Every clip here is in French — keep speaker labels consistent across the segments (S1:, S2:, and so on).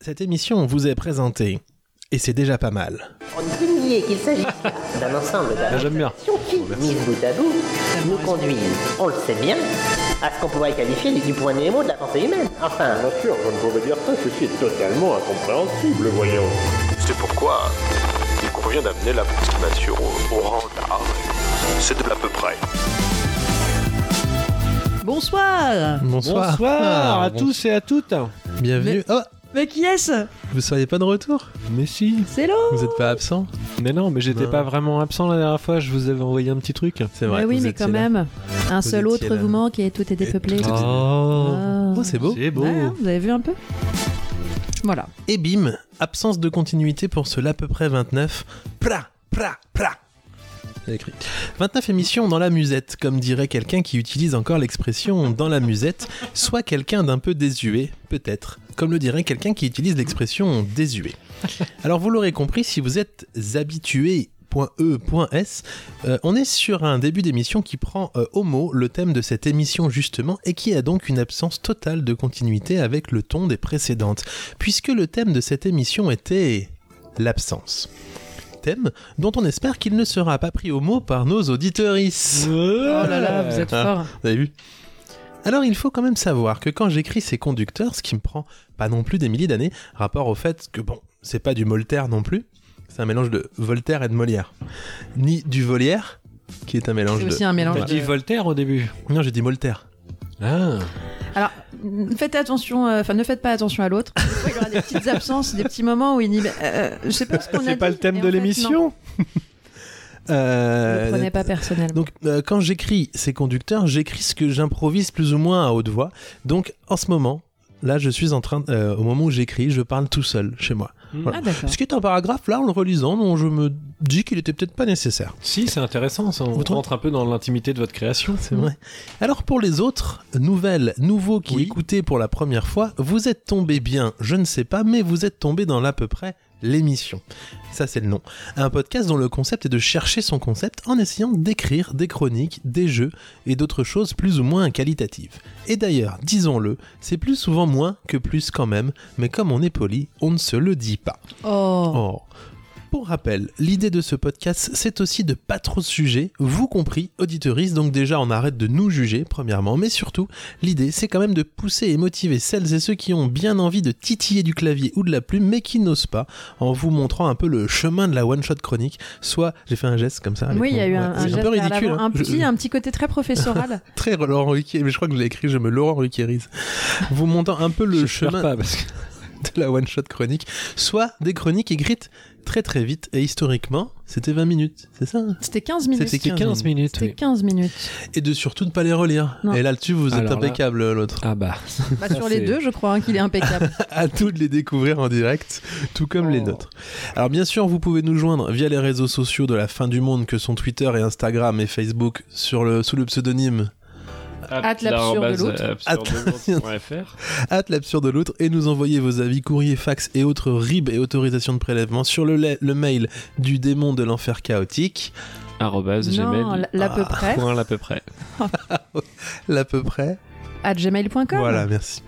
S1: Cette émission vous est présentée, et c'est déjà pas mal.
S2: On ne peut nier qu'il s'agit d'un ensemble
S3: J'aime bien.
S2: d'actions qui, mises bout à bout, nous conduisent, on le sait bien, à ce qu'on pourrait qualifier du point némo de la pensée humaine. Enfin,
S4: Bien sûr, je ne pouvais dire ça, ceci est totalement incompréhensible, voyons.
S5: C'est pourquoi il convient d'amener l'approximation au, au rang d'art. C'est de l'à peu près.
S6: Bonsoir
S1: Bonsoir.
S3: Bonsoir
S1: Ah,
S3: à
S1: bon-
S3: tous et à toutes.
S1: Bienvenue. Oh,
S6: Mais qui est-ce
S1: vous seriez pas de retour
S3: Mais si.
S6: C'est l'eau
S1: Vous êtes pas absent
S3: Mais non, mais j'étais
S1: Non.
S3: pas vraiment absent la dernière fois. Je Bah. vous avais envoyé un petit truc.
S1: C'est
S6: Mais
S1: vrai.
S6: oui,
S1: vous
S6: mais
S1: étiez
S6: quand
S1: là.
S6: même, un
S1: Vous
S6: seul
S1: étiez
S6: autre
S1: là.
S6: vous manque et tout est dépeuplé.
S1: Et tout-
S3: Oh,
S1: Oh, c'est beau.
S3: Ah. c'est beau.
S6: Ouais, hein, vous avez vu un peu Voilà.
S1: Et bim, absence de continuité pour cela à peu près 29. Pra, pra, pra. C'est écrit. 29 émissions dans la musette, comme dirait quelqu'un qui utilise encore l'expression dans la musette, soit quelqu'un d'un peu désuet, peut-être, comme le dirait quelqu'un qui utilise l'expression désuet. Alors vous l'aurez compris, si vous êtes habitué .e.s, euh, on est sur un début d'émission qui prend euh, au mot le thème de cette émission justement et qui a donc une absence totale de continuité avec le ton des précédentes, puisque le thème de cette émission était l'absence. Thème dont on espère qu'il ne sera pas pris au mot par nos auditorices.
S6: Oh là là, vous êtes
S1: Ah.
S6: fort.
S1: Vous avez vu Alors il faut quand même savoir que quand j'écris ces conducteurs, ce qui me prend pas non plus des milliers d'années, rapport au fait que bon, c'est pas du Voltaire non plus, c'est un mélange de Voltaire et de Molière, ni du Volière, qui est un mélange
S6: C'est
S1: de...
S6: aussi un mélange.
S3: T'as dit
S6: De...
S3: Voltaire au début.
S1: Non, j'ai dit Voltaire.
S3: Ah.
S6: Alors, n- faites attention, euh, enfin ne faites pas attention à l'autre. Des fois, Il y aura des petites absences, des petits moments où il dit. bah, euh, je sais pas ce qu'on a
S3: C'est pas
S6: dit,
S3: le thème
S6: mais
S3: de
S6: en fait, non.
S3: l'émission.
S1: Euh,
S6: Ne le prenez pas personnellement.
S1: Donc euh, quand j'écris ces conducteurs, j'écris ce que j'improvise plus ou moins à haute voix. Donc en ce moment, là je suis en train, euh, au moment où j'écris, je parle tout seul chez moi.
S6: Ah d'accord.
S1: Ce qui est un paragraphe là, en le relisant, dont je me dis qu'il était peut-être pas nécessaire.
S3: Si, c'est intéressant. Ça. On
S1: Vous trouvez-
S3: rentre un peu dans l'intimité de votre création.
S1: C'est vrai. Alors pour les autres, nouvelles, nouveaux qui
S3: Oui.
S1: écoutez pour la première fois, vous êtes tombé bien, je ne sais pas, mais vous êtes tombé dans l'à peu près l'émission. Ça c'est le nom. Un podcast dont le concept est de chercher son concept en essayant d'écrire des chroniques, des jeux et d'autres choses plus ou moins qualitatives. Et d'ailleurs, disons-le, c'est plus souvent moins que plus quand même, mais comme on est poli, on ne se le dit pas.
S6: Oh.
S1: Oh. Pour rappel, l'idée de ce podcast, c'est aussi de pas trop se juger, vous compris, auditoristes, donc déjà on arrête de nous juger, premièrement, mais surtout, l'idée, c'est quand même de pousser et motiver celles et ceux qui ont bien envie de titiller du clavier ou de la plume, mais qui n'osent pas, en vous montrant un peu le chemin de la one-shot chronique, soit, j'ai fait un geste comme ça. avec
S6: Oui, il y a
S1: mon-
S6: eu
S1: ouais,
S6: un, un
S1: c'est
S6: geste
S1: peu
S6: vers
S1: ridicule.
S6: l'avant,
S1: hein.
S6: un
S1: Je-
S6: petit, un petit côté très professoral.
S1: Très Laurent Ruquier, mais je crois que je l'ai écrit, je me Laurent Ruquierise. vous montant un peu le
S3: J'espère
S1: chemin
S3: pas, parce que-
S1: de la one shot chronique, soit des chroniques écrites très très vite et historiquement, c'était 20 minutes, c'est ça
S6: C'était 15 minutes.
S1: C'était
S3: C'est 15 minutes.
S6: C'était
S3: oui.
S6: 15 minutes.
S1: Et de surtout de pas les relire.
S6: Non.
S1: Et là-dessus, vous êtes
S3: Alors là-
S1: impeccable l'autre.
S3: Ah bah.
S6: Bah, sur les
S3: c'est-
S6: deux, je crois hein, qu'il est impeccable.
S1: À tout de les découvrir en direct, tout comme les
S6: Oh.
S1: nôtres. Alors bien sûr, vous pouvez nous joindre via les réseaux sociaux de la fin du monde que sont Twitter et Instagram et Facebook sur le, sous le pseudonyme
S6: Hâte l'absurde de l'autre.
S1: Hâte l'absurde de l'autre et nous envoyer vos avis, courriers, fax et autres RIB et autorisations de prélèvement sur le, la- le mail du démon de l'enfer chaotique.
S6: non,
S3: gmail. Ah.
S6: l- l'à peu près.
S1: Ah.
S3: Point à peu près.
S1: Là à peu près.
S6: At gmail.com.
S1: Voilà, merci.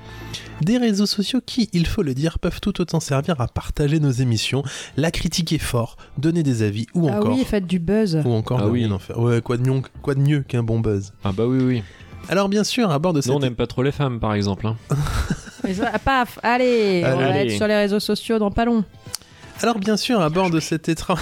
S1: Des réseaux sociaux qui, il faut le dire, peuvent tout autant servir à partager nos émissions, la critiquer fort, donner des avis ou
S6: Ah
S1: encore.
S6: oui, faites du buzz.
S1: Ou encore
S3: Ah
S1: ne
S3: oui.
S1: rien en faire. Ouais, quoi de mieux, quoi de mieux qu'un bon buzz.
S3: Ah bah oui, oui.
S1: Alors bien sûr, à bord de cette
S3: Nous, on n'aime pas trop les femmes, par exemple. hein.
S6: Mais ça- ah, paf, allez, on va
S3: Allez.
S6: être sur les réseaux sociaux dans pas long.
S1: Alors bien sûr, à bord de cet étrange...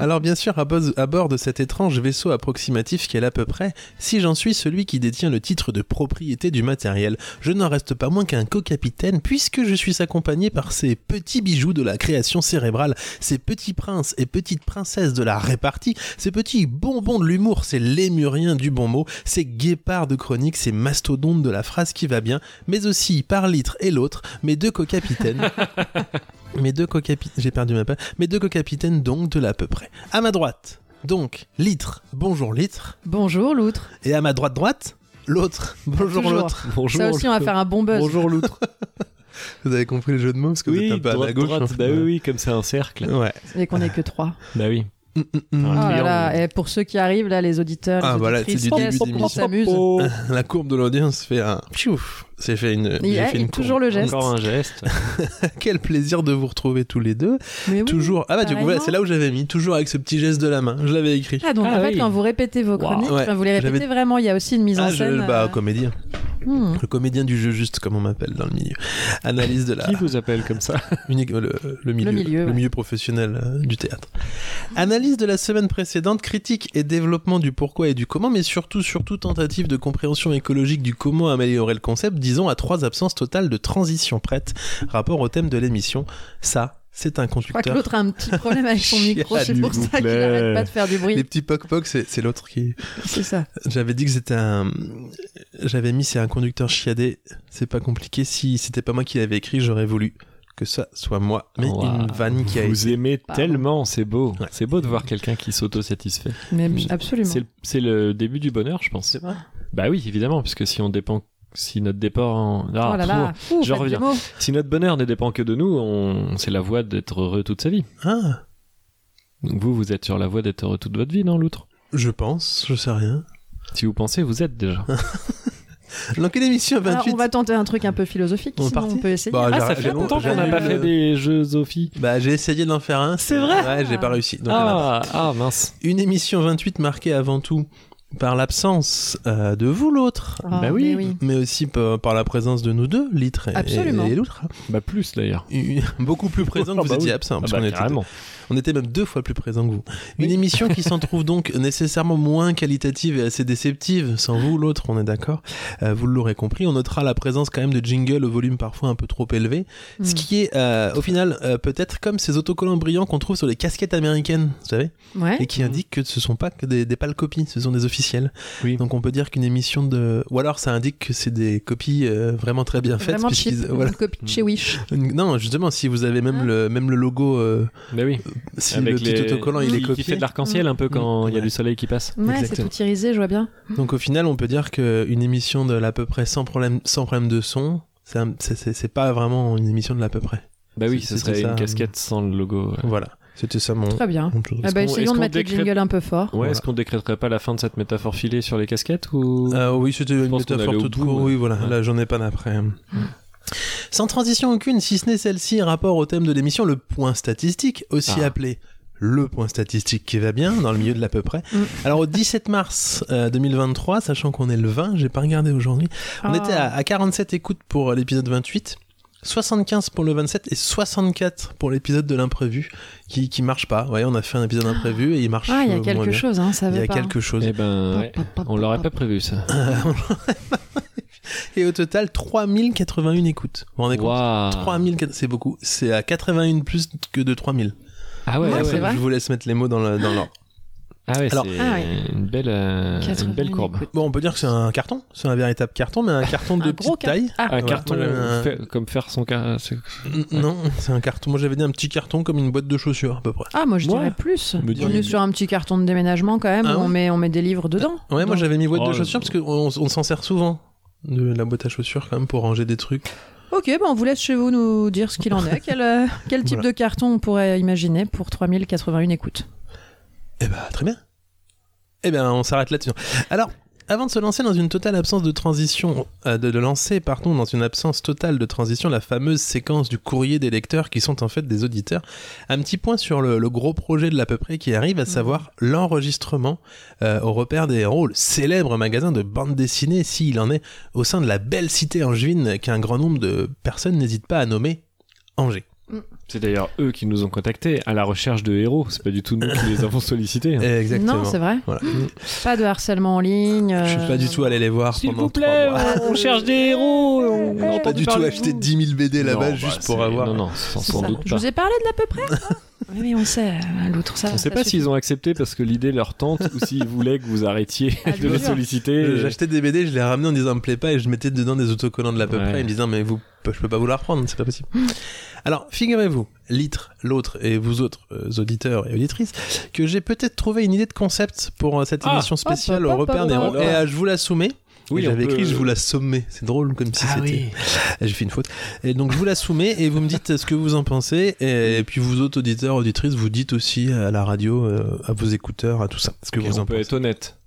S1: Alors bien sûr, à, bos- à bord de cet étrange vaisseau approximatif qu'est à peu près, si j'en suis celui qui détient le titre de propriété du matériel, je n'en reste pas moins qu'un co-capitaine puisque je suis accompagné par ces petits bijoux de la création cérébrale, ces petits princes et petites princesses de la répartie, ces petits bonbons de l'humour, ces lémuriens du bon mot, ces guépards de chronique, ces mastodontes de la phrase qui va bien, mais aussi par litre et l'autre, mes deux co-capitaines, mes deux co-capitaines, j'ai perdu ma page. Mes deux co-capitaines donc de là à peu près. À ma droite, donc Litre, bonjour Litre,
S6: Bonjour l'outre.
S1: et à ma droite droite, l'autre, bonjour
S6: Toujours.
S1: l'autre.
S3: Bonjour.
S6: Ça aussi, on va faire un bon buzz.
S3: Bonjour l'outre.
S1: Vous avez compris le jeu de mots parce que vous
S3: oui,
S1: êtes un peu à
S3: droite,
S1: ma gauche. hein.
S3: droite.
S1: en fait.
S3: Bah oui, oui, comme c'est un cercle.
S1: Ouais.
S6: Et qu'on est que trois.
S3: Bah oui.
S1: Mm, mm, mm.
S3: Un
S6: Oh là
S3: triangle.
S6: là, et pour ceux qui arrivent, là, les auditeurs, les
S1: Ah, voilà,
S6: auditrices,
S1: c'est du
S6: qu'est-ce
S1: début
S6: qu'on
S1: d'émission. Oh,
S6: s'amuse.
S1: La courbe de l'audience fait un piouf. C'est fait une.
S6: Il y
S1: j'ai
S6: a-
S1: fait
S6: il
S1: une
S6: toujours
S1: courbe.
S6: le geste.
S3: Encore un geste.
S1: Quel plaisir de vous retrouver tous les deux.
S6: Mais oui.
S1: toujours. Ah bah du coup, voilà,
S6: carrément.
S1: c'est là où j'avais mis. Toujours avec ce petit geste de la main. Je l'avais écrit.
S6: Ah, donc
S3: Ah
S6: en fait,
S3: oui.
S6: quand vous répétez vos chroniques,
S1: Ouais,
S6: enfin, vous les répétez
S1: j'avais-
S6: vraiment, il y a aussi une mise en
S1: Ah, je-
S6: scène.
S1: bah,
S6: euh,
S1: comédien.
S6: hmm.
S1: Le comédien du jeu juste, comme on m'appelle dans le milieu. Analyse de la.
S3: Qui vous appelle comme ça
S1: unique- le, le milieu,
S6: Le milieu, ouais.
S1: professionnel euh, du théâtre. Analyse de la semaine précédente, critique et développement du pourquoi et du comment, mais surtout, surtout tentative de compréhension écologique du comment améliorer le concept, disons à trois absences totales de transition prête, rapport au thème de l'émission. Ça, c'est un
S6: Je crois que
S1: conducteur.
S6: l'autre a un petit problème avec son micro, c'est
S1: S'il
S6: pour
S1: vous
S6: ça qu'il
S3: plaît.
S6: arrête pas de faire du bruit.
S1: Les petits poc-poc, c'est c'est l'autre qui.
S6: C'est ça.
S1: J'avais dit que c'était un. J'avais mis c'est un conducteur chiadé. C'est pas compliqué. Si c'était pas moi qui l'avais écrit, j'aurais voulu que ça soit moi. Mais
S3: Ouah,
S1: une vanne qui a été.
S3: Vous aimez
S6: Pardon.
S3: tellement, c'est beau.
S1: Ouais.
S3: C'est beau de voir quelqu'un qui s'auto-satisfait.
S6: Mais
S3: Mm.
S6: absolument.
S3: C'est le, c'est le début du bonheur, je pense. Bah oui, évidemment, puisque si on dépend, si notre dépend, ah,
S6: oh là là.
S3: pff,
S6: Ouh,
S3: je
S6: faites des
S3: reviens.
S6: mots.
S3: si notre bonheur ne dépend que de nous, on, c'est la voie d'être heureux toute sa vie.
S1: Ah.
S3: Donc vous, vous êtes sur la voie d'être heureux toute votre vie, non, l'outre
S1: Je pense, je sais rien.
S3: Si vous pensez, vous êtes déjà.
S1: Ah, Donc une émission à
S6: Alors,
S1: 28.
S6: on va tenter un truc un peu philosophique,
S1: On est
S6: sinon
S1: parti
S6: on peut essayer.
S1: Bah,
S3: ah,
S1: j'arrête-
S3: ça
S1: j'ai
S3: fait
S1: longtemps
S3: longtemps qu'on n'a
S1: j'annule
S3: pas
S1: le-
S3: fait des jeux Sophie.
S1: Bah j'ai essayé d'en faire un.
S3: C'est vrai
S1: Ouais, j'ai pas réussi. Donc, voilà.
S3: Ah, ah, mince.
S1: Une émission 28 marquée avant tout par l'absence euh, de vous l'autre.
S6: Oh,
S3: Bah oui.
S6: mais
S1: Mais aussi par, par la présence de nous deux, Litre et,
S6: Absolument.
S1: et l'Outre.
S3: Bah plus d'ailleurs.
S1: Une- Beaucoup plus présent que
S3: Ah
S1: vous
S3: bah
S1: étiez
S3: oui.
S1: absent.
S3: Ah
S1: parce
S3: bah,
S1: qu'on était-
S3: carrément.
S1: On était même deux fois plus présent que vous. Une
S3: Oui.
S1: émission qui s'en trouve donc nécessairement moins qualitative et assez déceptive. Sans vous, l'autre, on est d'accord. Euh, vous l'aurez compris. On notera la présence quand même de jingles au volume parfois un peu trop élevé. Ce
S6: Mm.
S1: qui est, euh, au final, euh, peut-être comme ces autocollants brillants qu'on trouve sur les casquettes américaines, vous savez,
S6: Ouais.
S1: et qui
S3: Mm.
S1: indiquent que ce sont pas que des, des pâles copies, ce sont des officiels.
S3: Oui.
S1: Donc on peut dire qu'une émission de. Ou alors ça indique que c'est des copies euh, vraiment très bien faites.
S6: Vraiment cheap.
S1: puisqu'ils- voilà.
S6: Une copie de chez Wish.
S1: Non, justement, si vous avez même,
S6: Ah.
S1: le, même le logo. euh,
S3: Bah oui.
S1: si le petit autocollant il est
S3: qui- Qui fait
S1: copié. Mm.
S3: de l'arc-en-ciel un peu quand il y a
S1: Ouais.
S3: du soleil qui passe.
S6: Ouais, c'est
S1: Exactement.
S6: tout irisé, je vois bien.
S1: Donc au final, on peut dire qu'une émission de l'à peu près sans problème, sans problème de son, c'est un- c'est- c'est c'est pas vraiment une émission de l'à peu près.
S3: Bah oui,
S1: C'est-
S3: ce
S1: c'est
S3: serait
S1: ça.
S3: une casquette sans le logo. ouais.
S1: Voilà, c'était ça mon.
S6: Très bien.
S1: mon chose.
S6: Ah bah,
S3: qu'on-
S6: essayons
S3: est-ce
S6: de
S3: qu'on
S6: mettre le
S3: décrète-
S6: jingle un peu fort.
S3: Ouais, est-ce qu'on décréterait pas la fin de cette métaphore filée sur les casquettes ou
S1: Euh, oui, c'était une
S3: pense qu'on
S1: métaphore
S3: allait au
S1: toute
S3: bout,
S1: courte.
S3: ouais.
S1: Oui, voilà,
S3: Ouais. Mm.
S1: là j'en ai pas d'après. Sans transition aucune, si ce n'est celle-ci, rapport au thème de l'émission, le point statistique, aussi
S3: Ah.
S1: appelé le point statistique qui va bien, dans le milieu de l'à peu près.
S6: Mm.
S1: Alors au 17 mars euh, 2023, sachant qu'on est le 20, j'ai pas regardé aujourd'hui, on
S6: Ah.
S1: était à, à 47 écoutes pour euh, l'épisode 28. 75 pour le 27 et 64 pour l'épisode de l'imprévu qui, qui marche pas. Ouais, on a fait un épisode imprévu et il marche
S6: Ah, il y
S1: euh,
S6: a
S1: moins
S6: quelque
S1: bien.
S6: chose, hein, ça
S1: Il y
S6: veut
S1: a
S6: pas.
S1: quelque chose.
S3: Eh ben, ouais.
S6: Pop, pop, pop,
S3: on l'aurait
S6: pop.
S3: pas prévu ça.
S1: Et au total, 3081 écoutes. Vous vous rendez compte
S3: Waouh.
S1: 3000, c'est beaucoup. C'est à 81 plus que de 3000.
S3: Ah ouais,
S6: Ouais,
S3: ah
S6: c'est
S3: ouais.
S6: vrai.
S1: Je vous laisse mettre les mots dans le- dans l'ordre.
S3: Ah ouais,
S1: Alors-
S3: c'est
S6: Ah ouais.
S3: une belle, euh, une
S6: 80
S3: belle courbe.
S6: écoutes.
S1: bon, on peut dire que c'est un carton. C'est un véritable carton, mais un carton de
S6: Un
S1: petite
S6: gros carton.
S1: taille.
S6: Ah,
S3: Un
S1: Ouais,
S3: carton,
S1: moi, j'avais un-
S3: fait- comme faire son car- c'est-
S1: N- Non, c'est un carton. Moi, j'avais dit un petit carton comme une boîte de chaussures, à peu près.
S6: Ah, moi je
S3: Moi,
S6: dirais plus.
S1: me
S6: On
S1: dirais-
S6: est sur un petit carton de déménagement quand même,
S1: Ah
S6: où on,
S1: ouais.
S6: met, on met des livres dedans.
S1: Ouais, moi,
S6: Donc,
S1: j'avais mis boîte
S3: Oh,
S1: de chaussures parce qu'on on, s'en sert souvent. De la boîte à chaussures, quand même, pour ranger des trucs.
S6: Ok, bah, on vous laisse chez vous nous dire ce qu'il en est. Quel, euh, quel type
S1: Voilà.
S6: de carton on pourrait imaginer pour 3081 écoutes
S1: Eh ben, très bien. Eh ben, on s'arrête là-dessus. Alors, avant de se lancer dans une totale absence de transition, euh, de, de lancer, pardon, dans une absence totale de transition, la fameuse séquence du courrier des lecteurs qui sont en fait des auditeurs, un petit point sur le, le gros projet de l'à peu près qui arrive, à savoir l'enregistrement euh, au repère des héros, le célèbre magasin de bande dessinée, s'il en est, au sein de la belle cité angevine qu'un grand nombre de personnes n'hésitent pas à nommer Angers.
S3: C'est d'ailleurs eux qui nous ont contactés à la recherche de héros. C'est pas du tout nous qui les avons sollicités. hein.
S1: Exactement.
S6: Non, c'est vrai.
S1: Voilà.
S6: Pas de harcèlement en ligne.
S1: Je
S6: euh,
S1: suis pas du tout allé les voir
S3: S'il
S1: pendant
S3: vous
S1: trois
S3: plaît,
S1: mois.
S3: on on cherche des héros. On
S1: On n'a pas du tout acheté 10 000 BD là-bas juste pour avoir.
S3: bah, Non, non, sans,
S6: c'est
S3: sans
S6: ça.
S3: doute
S6: Je
S3: pas.
S6: vous ai parlé de l'à peu près hein Oui, oui, on sait. euh, L'autre, ça.
S3: On sait
S6: ça
S3: pas
S6: suffit.
S3: s'ils ont accepté parce que l'idée leur tente ou s'ils voulaient que vous arrêtiez
S6: Ah, je
S3: de
S6: vous
S3: les
S6: jure.
S1: Euh,
S3: solliciter.
S1: J'achetais des BD, je les ramenais en disant me plaît pas et je mettais dedans des autocollants de l'à peu
S3: Ouais.
S1: près en me disant mais vous, je peux pas vous la reprendre, c'est pas possible. Alors figurez-vous, Litre, l'autre et vous autres euh, auditeurs et auditrices, que j'ai peut-être trouvé une idée de concept pour euh, cette
S3: Ah.
S1: émission spéciale
S6: Hop,
S1: au
S6: hop, hop,
S1: repère des
S6: hop,
S1: héros.
S6: hop.
S1: Et euh, je vous la soumets. Oui,
S3: on
S1: j'avais
S3: peut-
S1: écrit, je vous la sommets. C'est drôle comme si
S3: Ah
S1: c'était.
S3: oui.
S1: J'ai fait une faute. Et donc je vous la soumets et vous me dites ce que vous en pensez. Et, puis vous autres auditeurs, auditrices, vous dites aussi à la radio, euh, à vos écouteurs, à tout ça, ce que
S3: Ok,
S1: vous en
S3: on peut
S1: pensez.
S3: être honnête.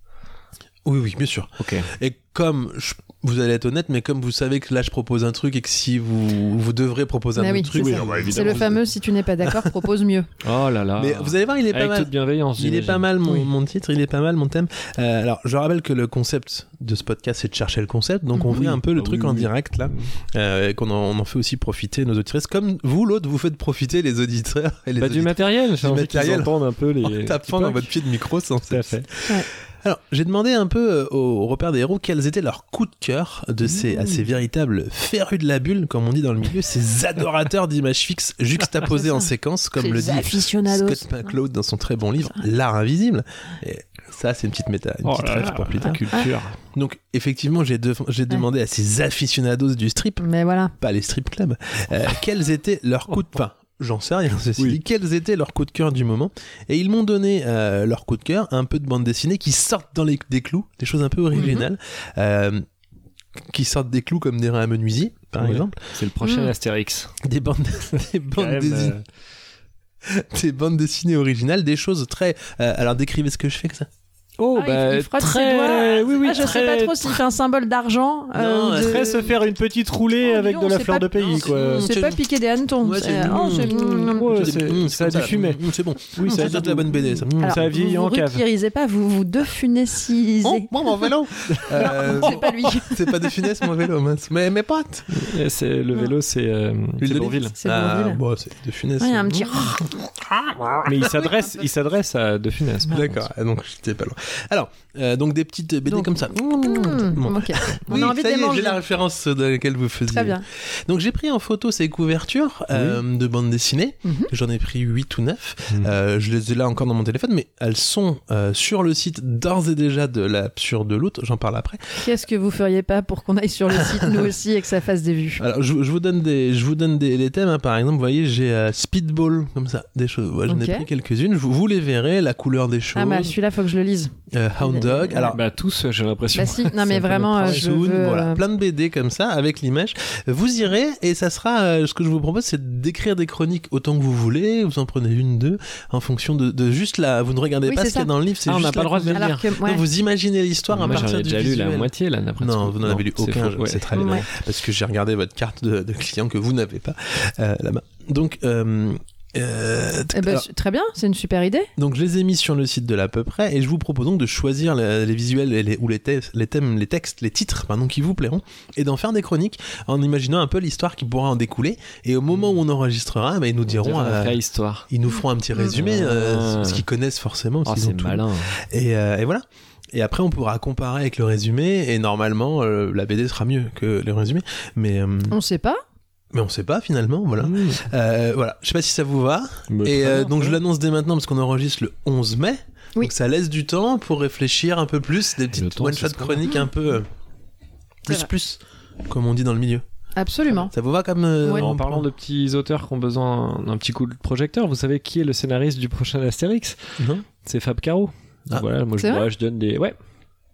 S1: Oui, oui, bien sûr.
S3: Ok.
S1: Et comme je- vous allez être honnête, mais comme vous savez que là je propose un truc et que si vous, vous devrez proposer un
S6: Bah
S1: autre
S6: oui,
S1: truc,
S6: c'est
S1: oui,
S6: ça.
S1: ah bah,
S6: C'est
S1: évidemment,
S6: le
S1: vous-
S6: fameux si tu n'es pas d'accord, propose mieux.
S3: Oh là là.
S1: Mais vous allez voir, il est
S3: Avec
S1: pas mal.
S3: toute bienveillance.
S1: Il est pas
S3: j'imagine.
S1: mal mon,
S6: Oui.
S1: mon titre, il est pas mal mon thème. Euh, alors je rappelle que le concept de ce podcast c'est de chercher le concept, donc on
S6: Mhm.
S1: fait un peu le
S3: Ah
S1: truc
S3: oui,
S1: en
S3: oui.
S1: direct là, euh, et qu'on en, on en fait aussi profiter nos auditrices. Comme vous l'autre, vous faites profiter les auditeurs et les
S3: Bah, du
S1: auditrices
S3: matériel, j'ai envie qu'ils
S1: matériel.
S3: entendent un peu les.
S1: en
S3: petits
S1: tapant dans
S3: pocs.
S1: votre pied de micro sans
S3: Tout à fait.
S1: Alors j'ai demandé un peu euh, au repère des héros quels étaient leurs coups de cœur de ces, à ces véritables férus de la bulle, comme on dit dans le milieu, ces adorateurs d'images fixes juxtaposées en
S6: C'est ça.
S1: séquence, comme
S6: Ces
S1: le dit
S6: aficionados.
S1: Scott McCloud dans son très bon livre L'art invisible. Et ça, c'est une petite méta, une
S3: Oh
S1: petite
S3: là
S1: rêve
S3: là,
S1: pour plus
S3: la
S1: tard.
S3: Culture.
S1: Donc, effectivement, j'ai de- j'ai demandé à ces aficionados du strip,
S6: Mais voilà.
S1: pas les strip clubs, euh, quels étaient leurs coups de pain. J'en sais rien, ceci
S3: Oui.
S1: dit, quels étaient leurs coups de cœur du moment. Et ils m'ont donné euh, leurs coups de cœur, un peu de bande dessinée qui sortent dans les, des clous, des choses un peu originales, euh, qui sortent des clous comme des reins à menuisier, par
S3: Ouais.
S1: exemple.
S3: C'est le prochain
S6: Mm.
S3: Astérix.
S1: Des bandes, des bandes
S3: Quand même,
S1: dessinées
S3: euh,
S1: des bandes dessinées originales, des choses très. euh, alors décrivez ce que je fais que ça.
S3: Oh,
S6: Ah, il-
S3: bah,
S6: il frotte ses
S3: très.
S6: doigts.
S3: Oui, oui,
S6: Ah, je sais pas
S3: très-
S6: trop si c'est un symbole d'argent.
S1: Non,
S6: euh, de-
S3: Très se faire une petite roulée
S6: Oh,
S3: avec
S6: dis
S3: de
S6: donc,
S3: la
S6: c'est
S3: fleur
S6: pas-
S3: de
S1: non,
S3: pays, quoi.
S1: c'est-
S6: C'est pas piquer des hannetons.
S1: Ouais,
S6: c'est-
S1: c'est-
S6: oh,
S1: Mm.
S6: c'est-
S3: Ouais,
S1: Je-
S3: c'est-
S1: mm,
S3: ça a
S1: comme
S3: du fumet.
S1: Mm, c'est bon.
S3: Oui,
S1: Mm,
S3: ça
S1: ça
S3: a
S1: date
S3: du-
S1: de la bonne BD. Ça. Mm.
S6: Alors,
S3: Mmh. Ça vieillit
S6: vous
S3: en
S6: vous
S3: cave.
S6: requirisez pas, vous vous defunécisez.
S1: Oh, moi mon vélo. Euh,
S6: C'est pas lui.
S1: c'est pas des finesses mon vélo, mince. Mais mes potes.
S3: Et c'est- Le
S6: Non.
S3: vélo, c'est euh, c'est
S1: d'olive.
S3: Bourvil.
S6: C'est
S1: Ah,
S6: Bourvil.
S1: bon, c'est de funès.
S6: Ouais, il y a un petit.
S3: Mais il s'adresse, il s'adresse à De Funès. par
S1: D'accord, ah, donc j'étais pas loin. Alors, euh, donc des petites BD
S6: Donc,
S1: comme ça.
S6: Mm.
S1: Bon.
S6: Ok. On
S1: Oui,
S6: a envie de
S1: ça y
S6: les
S1: est, j'ai
S6: manger.
S1: la référence de laquelle vous faisiez.
S6: Très bien.
S1: Donc j'ai pris en photo ces couvertures euh, de bandes dessinées.
S6: Mhm.
S1: J'en ai pris 8 ou 9.
S3: Mhm.
S1: Euh, je les ai là encore dans mon téléphone, mais elles sont euh, sur le site d'ores et déjà de la sur de l'autre. J'en parle après.
S6: Qu'est-ce que vous feriez pas pour qu'on aille sur le site nous aussi et que ça fasse des vues
S1: Alors je, je vous donne des je vous donne des les thèmes. hein. Par exemple, vous voyez, j'ai euh, Speedball comme ça, des choses. Ouais, J'en ai
S6: Ok.
S1: pris quelques-unes. Vous, vous les verrez, la couleur des choses.
S6: Ah bah celui-là faut que je le lise.
S1: euh, Hound Dog. Alors
S3: Bah tous, j'ai l'impression.
S6: Bah si,
S3: C'est
S6: non
S3: un
S6: mais
S3: peu
S6: vraiment
S3: notre
S6: euh,
S1: Frank
S6: je
S1: Soon,
S6: veux.
S1: voilà,
S6: euh,
S1: plein de BD comme ça avec l'image. Vous irez et ça sera euh, ce que je vous propose, c'est d'écrire des chroniques autant que vous voulez. Vous en prenez une, deux, en fonction de, de juste la. Vous ne regardez
S6: Oui,
S1: pas
S6: c'est
S1: ce qu'il y a
S6: ça.
S1: dans le livre, c'est
S3: Ah, on
S1: juste
S3: n'a pas
S1: la
S3: le droit de
S1: couverture.
S3: le
S6: Alors
S3: lire.
S6: que ouais.
S1: Non, vous imaginez l'histoire à
S3: Moi,
S1: partir
S3: j'en ai
S1: du
S3: déjà lu
S1: visuel.
S3: la moitié, là, d'après
S1: Non, vous n'en avez lu aucun, je- c'est très bien.
S6: ouais.
S1: Parce que j'ai regardé votre carte de, de client que vous n'avez pas euh, là-bas. Donc. euh, euh,
S6: Eh ben,
S1: alors,
S6: su- très bien, c'est une super idée.
S1: donc je les ai mis sur le site de l'à peu près et je vous propose donc de choisir la- les visuels et les- ou les, thè- les thèmes, les textes, les titres pardon, qui vous plairont et d'en faire des chroniques en imaginant un peu l'histoire qui pourra en découler et au moment où on enregistrera bah, ils nous diront euh,
S3: la histoire.
S1: ils nous feront un petit résumé euh,
S3: Ah.
S1: ce qu'ils connaissent forcément
S3: Oh,
S1: parce qu'ils ont
S3: c'est
S1: tout lu.
S3: malin.
S1: et, euh, et voilà et après on pourra comparer avec le résumé et normalement euh, la BD sera mieux que le résumé mais euh,
S6: On sait pas.
S1: mais on sait pas finalement
S3: Ah
S1: voilà
S3: Mm.
S1: Euh, voilà je sais pas si ça vous va
S3: Bah,
S1: et euh, donc je l'annonce dès maintenant parce qu'on enregistre le 11 mai.
S6: Oui.
S1: Donc ça laisse du temps pour réfléchir un peu plus, des
S3: le
S1: petites
S3: temps,
S1: one
S3: c'est
S1: shot
S3: ce qu'on a.
S1: chroniques un peu euh, plus
S6: va.
S1: plus comme on dit dans le milieu.
S6: Absolument.
S1: Ça vous va comme euh,
S6: Ouais.
S1: on
S3: En parlant de petits auteurs qui ont besoin d'un petit coup de projecteur, vous savez qui est le scénariste du prochain Astérix
S1: Non.
S3: C'est Fab Caro.
S1: Ah.
S3: Voilà, moi je,
S6: C'est vrai
S3: moi, je donne des. Ouais,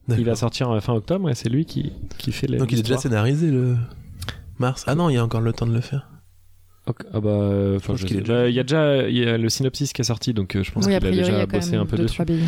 S3: il va
S1: D'accord.
S3: sortir euh, fin octobre et c'est lui qui, qui fait les.
S1: Donc il est déjà scénarisé le mars. Ah non, il y a encore le temps de le faire.
S3: Ah bah, euh, enfin,
S1: pense
S3: je
S1: qu'il
S3: sais-
S1: est déjà-
S3: bah, il y a déjà il y a le synopsis qui est sorti, donc euh, je pense
S6: oui, a
S3: qu'il a
S6: priori, il y
S3: déjà
S6: a quand
S3: bossé
S6: même
S3: un peu
S6: deux,
S3: dessus.
S6: trois billes.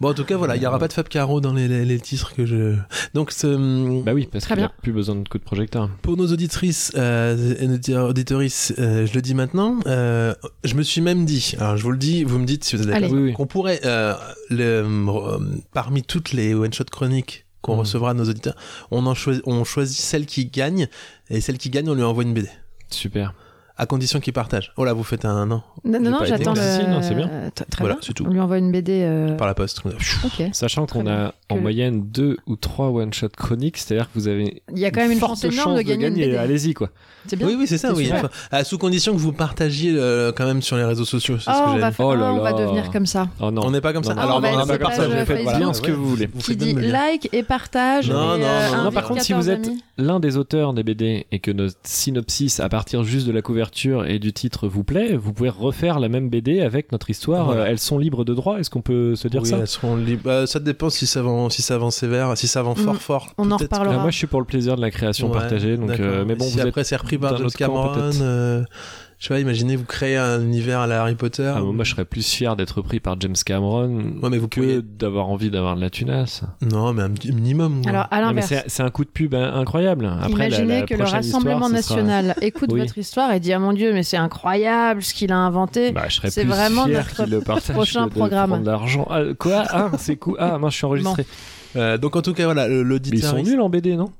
S1: Bon en tout cas voilà, il y aura pas de Fab Caro dans les, les- les titres que je. Donc ce-
S3: Bah oui, parce
S6: Très
S3: qu'il a
S6: bien.
S3: plus besoin de coup de projecteur.
S1: pour nos auditrices euh, et nos auditeurs- auditorices, euh, je le dis maintenant. euh, je me suis même dit, alors je vous le dis, vous me dites si vous êtes d'accord.
S6: Allez.
S3: Oui, oui.
S1: qu'on pourrait, euh, le, euh, parmi toutes les one-shot chroniques qu'on
S6: Mm.
S3: Mhm.
S1: recevra de nos auditeurs, on, en choisit, on choisit celle qui gagne, et celle qui gagne, on lui envoie une BD.
S3: Super.
S1: À condition qu'il partage. Oh là, vous faites un an
S6: Non, non,
S3: J'ai
S6: non,
S3: pas été
S6: j'attends
S3: classé, non, c'est
S6: le.
S3: bien.
S6: Euh, t- Très
S1: Voilà,
S6: bien.
S1: c'est tout.
S6: On lui envoie une BD. euh,
S1: par la poste. Pfiou.
S6: Ok.
S3: Sachant
S6: Très
S3: qu'on a en
S6: Que-
S3: moyenne deux ou trois one-shot chroniques, c'est-à-dire que vous avez
S6: Il y a quand même une
S3: forte
S6: chance énorme de gagner une BD.
S3: Allez-y, quoi.
S6: C'est bien.
S1: Oui, oui, c'est ça,
S6: C'est
S1: oui.
S6: super.
S1: Enfin, à sous condition que vous partagiez euh, quand même sur les réseaux sociaux. c'est ce que
S6: Oh, on
S1: j'allais
S6: va
S1: dire.
S6: faire-
S3: Oh là
S6: ah, on va
S3: là.
S6: devenir comme ça.
S3: Oh non.
S1: On n'est pas comme ça.
S3: Non,
S6: non,
S1: Alors,
S6: on va
S1: on
S6: être
S1: va
S6: sur
S1: partager.
S6: page euh,
S1: faites
S6: Facebook.
S1: bien
S3: Bien ce que vous voulez.
S1: Vous
S6: Qui
S1: faites
S6: dit
S1: même le lien.
S6: like et partage.
S1: Non,
S6: et,
S1: non, non,
S6: euh,
S1: non.
S3: par
S6: invite
S3: contre, si
S6: 14
S3: vous êtes-
S6: amis.
S3: L'un des auteurs des BD et que notre synopsis à partir juste de la couverture et du titre vous plaît, vous pouvez refaire la même BD avec notre histoire.
S1: Voilà.
S3: Euh, Elles sont libres de droit, est-ce qu'on peut se dire
S1: Oui,
S3: ça
S1: elles seront libres. Bah, ça dépend si ça vend, si ça vend sévère, si ça vend fort
S6: Mm.
S1: fort.
S6: On en
S1: peut-être
S3: Ah,
S6: reparlera.
S3: Moi, je suis pour le plaisir de la création
S1: Ouais,
S3: partagée, donc,
S1: d'accord.
S3: euh, mais bon,
S1: si
S3: vous
S1: après c'est repris par
S3: d'un
S1: James
S3: autre camp,
S1: Cameron,
S3: peut-être.
S1: euh, je sais pas, imaginez vous créez un univers à la Harry Potter.
S3: êtes... Ah, moi, je serais plus fier d'être pris par James Cameron
S1: Ouais, mais vous
S3: que
S1: pourriez-
S3: d'avoir envie d'avoir de la tunasse.
S1: Non, mais un petit minimum. quoi.
S6: Alors, à
S3: Non, mais
S6: l'inverse.
S3: c'est c'est un coup de pub hein, incroyable. Après, la-
S6: Imaginez
S3: la
S6: que le
S3: prochaine
S6: Rassemblement
S3: histoire, ce sera-
S6: national écoute
S3: Oui.
S6: votre histoire et dit Ah mon Dieu, mais c'est incroyable ce qu'il a inventé.
S3: Bah, je serais
S6: C'est
S3: plus
S6: vraiment
S3: fier
S6: notre
S3: qu'il le partage
S6: prochain
S3: que de
S6: programme.
S3: prendre de l'argent. Ah, quoi Ah, c'est cool. Ah, moi je suis enregistré.
S1: Euh, donc en tout cas voilà, le-
S3: Mais ils
S1: l'auditeur.
S3: sont nuls en BD, non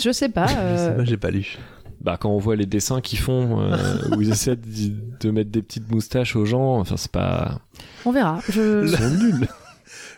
S6: Je sais pas.
S1: Je sais
S6: euh,
S1: pas, J'ai pas lu.
S3: Bah, quand on voit les dessins qu'ils font, euh, où ils essaient de, de mettre des petites moustaches aux gens, enfin, c'est pas.
S6: on verra. Je...
S3: Ils sont nuls.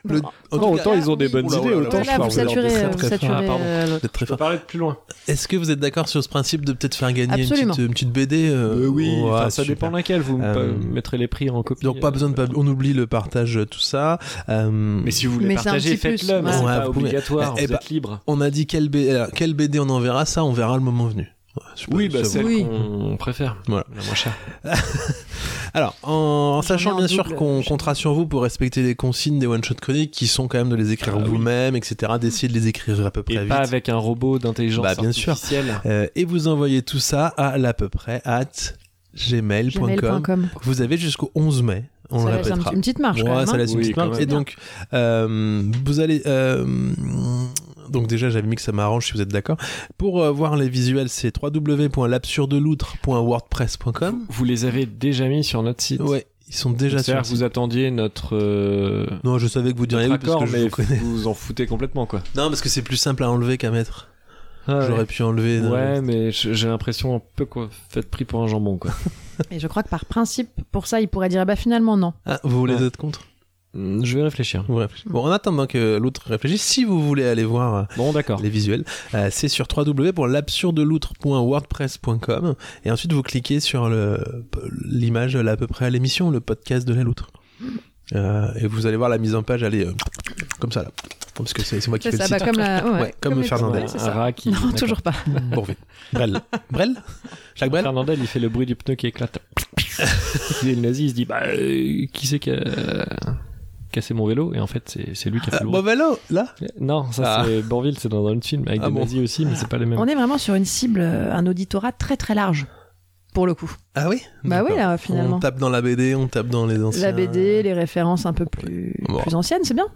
S1: Le-
S6: Bon.
S1: en tout
S3: autant
S1: cas-
S3: ils ont des bonnes
S1: Oula,
S3: idées,
S1: oula,
S3: autant
S1: oula.
S6: Voilà, vous
S3: je parle de leur
S6: saturez,
S3: dessin
S6: euh, vous
S3: très
S6: saturez,
S3: fin. Ah, pardon.
S6: euh, l'autre.
S1: Vous êtes très fort.
S3: parler de plus loin.
S1: Est-ce que vous êtes d'accord sur ce principe de peut-être faire gagner une
S6: Absolument.
S1: petite, une petite BD euh,
S3: oui,
S1: ouais,
S3: enfin, ça
S1: super.
S3: dépend laquelle. Vous
S1: Euh,
S3: me mettrez les prix en copie.
S1: Donc pas besoin de, pas- on oublie le partage, euh, tout ça. Euh,
S3: euh, Mais si vous voulez
S6: Mais c'est un
S3: partager,
S6: petit plus,
S3: faites-le. mais
S6: voilà.
S3: C'est
S1: Ouais,
S3: pas
S1: vous pouvez.
S3: obligatoire.
S1: Eh
S3: vous
S1: bah,
S3: êtes libre.
S1: on a dit quel, B- alors, quel BD on enverra, ça on verra le moment venu. Ouais, je sais pas,
S3: Oui,
S1: je
S3: bah,
S1: sais
S3: celle
S6: Oui.
S3: qu'on préfère.
S1: Voilà.
S3: La moins chère.
S1: Alors, en, en
S6: J'en ai
S1: sachant
S6: un
S1: bien
S6: double,
S1: sûr qu'on
S6: je sais
S1: comptera sur vous pour respecter les consignes des one-shot chroniques qui sont quand même de les écrire
S3: Ah, oui.
S1: vous-même, etc., d'essayer de les écrire à peu près
S3: Et
S1: vite.
S3: pas avec un robot d'intelligence
S1: Bah, bien sûr.
S3: artificielle.
S1: Euh, et vous envoyez tout ça à l'à peu près at gmail.com.
S6: gmail.com.
S1: Vous avez jusqu'au 11 mai, on
S6: Ça
S1: le
S6: laisse un
S1: répétera.
S6: petit- une petite marche.
S1: Ouais,
S6: quand même,
S1: ça
S6: hein.
S1: laisse une
S3: Oui,
S1: petite
S3: quand
S1: marque.
S3: même.
S1: Et donc, euh, vous allez. euh, donc, déjà, j'avais mis que ça m'arrange si vous êtes d'accord. Pour euh, voir les visuels, c'est www.l'absurdeloutre.wordpress.com.
S3: Vous les avez déjà mis sur notre site.
S1: Ouais, ils sont déjà
S3: Donc,
S1: sur.
S3: C'est-à-dire
S1: le
S3: que
S1: site.
S3: vous attendiez notre, euh,
S1: Non, je savais que vous diriez
S3: notre
S1: oui parce
S3: accord,
S1: que je
S3: mais
S1: vous connais.
S3: vous en foutez complètement, quoi.
S1: Non, parce que c'est plus simple à enlever qu'à mettre. J'aurais
S3: J'aurais
S1: pu enlever. non.
S3: Ah, Ouais, mais je- j'ai l'impression un peu quoi, faites pris pour un jambon, quoi.
S6: hein. Et je crois que par principe, pour ça, il pourrait dire Ah bah finalement non.
S1: Ah, vous voulez
S3: Ouais.
S1: être contre
S3: Hmm, je vais réfléchir.
S1: Vous réfléchissez. Bon, en attendant que l'autre réfléchisse, si vous voulez aller voir euh,
S3: Bon, d'accord.
S1: les visuels, euh, c'est sur www.l'absurdeloutre.wordpress.com et ensuite vous cliquez sur le- l'image là, à peu près à l'émission, le podcast de la loutre. Euh, et vous allez voir la mise en page, elle est euh, comme ça là. Parce que c'est c'est moi qui
S6: C'est
S1: fais le
S6: ça, bah,
S1: site.
S6: comme la. ouais,
S1: Ouais, comme Ah,
S6: les
S1: Fernandel.
S6: poupées, c'est
S3: Un
S6: ça.
S3: rat qui.
S6: Non,
S3: D'accord.
S6: toujours pas.
S1: Bourvé. Brel. Brel Jacques Brel
S3: Fernandel, il fait le bruit du pneu qui éclate. Et le nazi, il se dit, bah, euh, qui c'est qui a euh, cassé mon vélo Et en fait, c'est c'est lui qui a fait
S1: Ah,
S3: le
S1: Bon
S3: bruit.
S1: vélo, là
S3: Non, ça,
S1: Ah.
S3: c'est Banville, c'est dans un autre film, avec
S1: Ah
S3: des
S1: bon.
S3: nazis aussi, mais c'est pas les mêmes.
S6: On est vraiment sur une cible, euh, un auditorat très très large, pour le coup.
S1: Ah oui
S6: Bah oui,
S1: D'accord.
S6: là, finalement.
S1: On tape dans la BD, on tape dans les anciens.
S6: La BD, les références un peu plus,
S1: Bon.
S6: plus anciennes, c'est bien.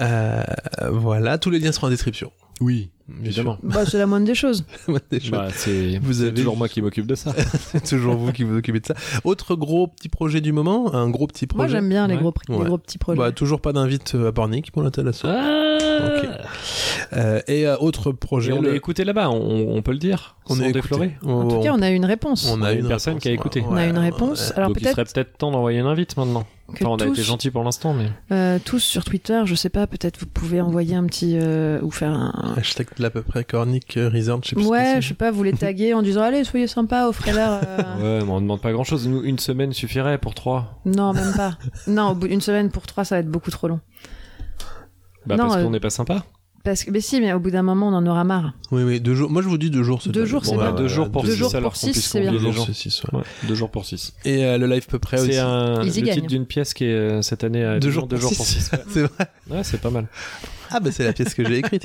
S1: Euh, voilà, tous les liens seront en description. Oui,
S3: Évidemment.
S6: Bah, c'est la moindre des choses.
S3: Bah, c'est
S1: Vous
S3: c'est
S1: avez
S3: toujours moi qui m'occupe de ça.
S1: C'est toujours vous qui vous occupez de ça. Autre gros petit projet du moment, un gros petit
S6: Moi,
S1: projet.
S6: j'aime bien les,
S3: Ouais.
S6: gros, pr- les
S1: Ouais.
S6: gros petits projets.
S1: Bah, toujours pas d'invite euh, à Pornic pour l'intéressant.
S3: Ok.
S1: Euh, et euh, autre
S3: Et
S1: projet.
S3: on
S1: Ah. le-
S3: est écouté là-bas, on, on peut le dire.
S1: on
S3: sans
S1: est
S3: déflorer.
S1: écouté. On,
S6: en tout cas, on a eu une réponse.
S1: on
S3: on a une personne qui a écouté.
S1: ouais,
S6: On a une
S1: ouais,
S6: réponse.
S1: ouais.
S6: Alors
S3: Donc il serait
S6: peut-être
S3: peut-être temps d'envoyer une invite maintenant.
S6: que
S3: Enfin, on a été
S6: tous-
S3: gentil pour l'instant, mais
S6: Euh, tous sur Twitter, je sais pas, peut-être vous pouvez envoyer un petit euh, ou faire un.
S1: Hashtag de l'à peu près Cornic euh, Resort, je sais plus ce que
S6: Ouais,
S1: c'est.
S6: je sais pas, vous les taguer en disant allez, soyez sympa, offrez-leur. euh,
S3: ouais, mais on demande pas grand-chose. Nous, une semaine suffirait pour trois.
S6: Non, même pas. non, au bout d'une semaine pour trois, ça va être beaucoup trop long.
S3: Bah,
S6: Non,
S3: parce
S6: euh,
S3: qu'on n'est pas sympa.
S6: Parce que, mais si, mais au bout d'un moment, on en aura marre.
S1: Oui, oui, deux jours. Moi, je vous dis deux jours.
S6: Deux
S1: déjà
S6: jours,
S1: bien.
S6: c'est
S1: Bon,
S6: bien.
S1: bah,
S3: deux
S1: voilà,
S3: jours pour
S1: deux
S6: six,
S3: six,
S6: c'est
S3: alors
S6: bien.
S3: qu'on puisse
S6: Deux
S3: convier
S1: Deux
S3: les
S1: jours,
S3: gens.
S1: c'est six, ouais.
S3: Ouais, deux jours pour six.
S1: Et euh, le live peu près aussi.
S3: C'est un, le
S6: Ils y gagnent.
S3: titre d'une pièce qui est euh, cette année à
S1: Deux
S3: Dijon,
S1: jours,
S3: deux jours pour six.
S1: c'est vrai.
S3: Ouais, c'est pas mal.
S1: Ah bah c'est la pièce que j'ai écrite.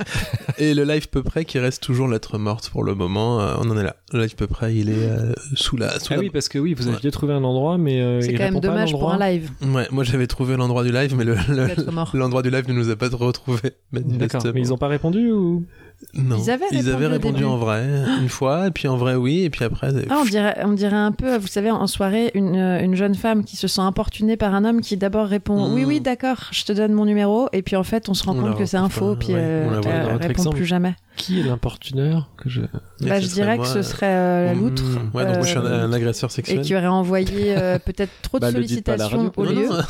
S1: Et le live peu près qui reste toujours lettre morte pour le moment. euh, on en est là. Le live peu près, il est euh, sous la. Sous
S3: Ah
S1: la-
S3: oui, parce que oui, vous aviez trouvé un endroit, mais euh,
S6: C'est
S3: il
S6: quand même
S3: répond pas à
S6: dommage pour
S3: l'endroit.
S6: un live.
S1: Ouais, moi j'avais trouvé l'endroit du live, mais le, le-
S6: Lettre morte.
S1: l'endroit du live ne nous a pas retrouvé.
S3: D'accord. Mais ils ont pas répondu ou
S1: Non.
S6: Ils avaient
S1: Ils
S6: répondu
S1: avaient
S6: au
S1: répondu
S6: début.
S1: en vrai une fois, et puis en vrai oui, et puis après. c'est-
S6: Ah, on dirait, on dirait un peu, vous savez, en soirée, une, euh, une jeune femme qui se sent importunée par un homme qui d'abord répond
S1: Mm.
S6: oui, oui, d'accord, je te donne mon numéro, et puis en fait, on se rend
S1: On la
S6: compte que c'est un
S1: retrouve
S6: faux,
S1: pas,
S6: puis
S1: ouais.
S6: euh,
S1: On la voit
S6: elle
S1: dans
S3: notre
S6: répond
S3: exemple.
S6: plus jamais.
S3: qui est l'importuneur que je
S1: Mais
S6: Bah,
S1: ce
S6: je
S1: serait
S6: dirais
S1: moi,
S6: que
S1: euh,
S6: ce serait euh, la loutre.
S1: Mmh. Ouais, donc moi je suis un,
S6: euh,
S1: un agresseur sexuel.
S6: et qui aurait envoyé euh, peut-être trop de
S3: Bah, le dites pas à la
S6: sollicitations au
S1: Non, non,
S6: lieu.
S1: non.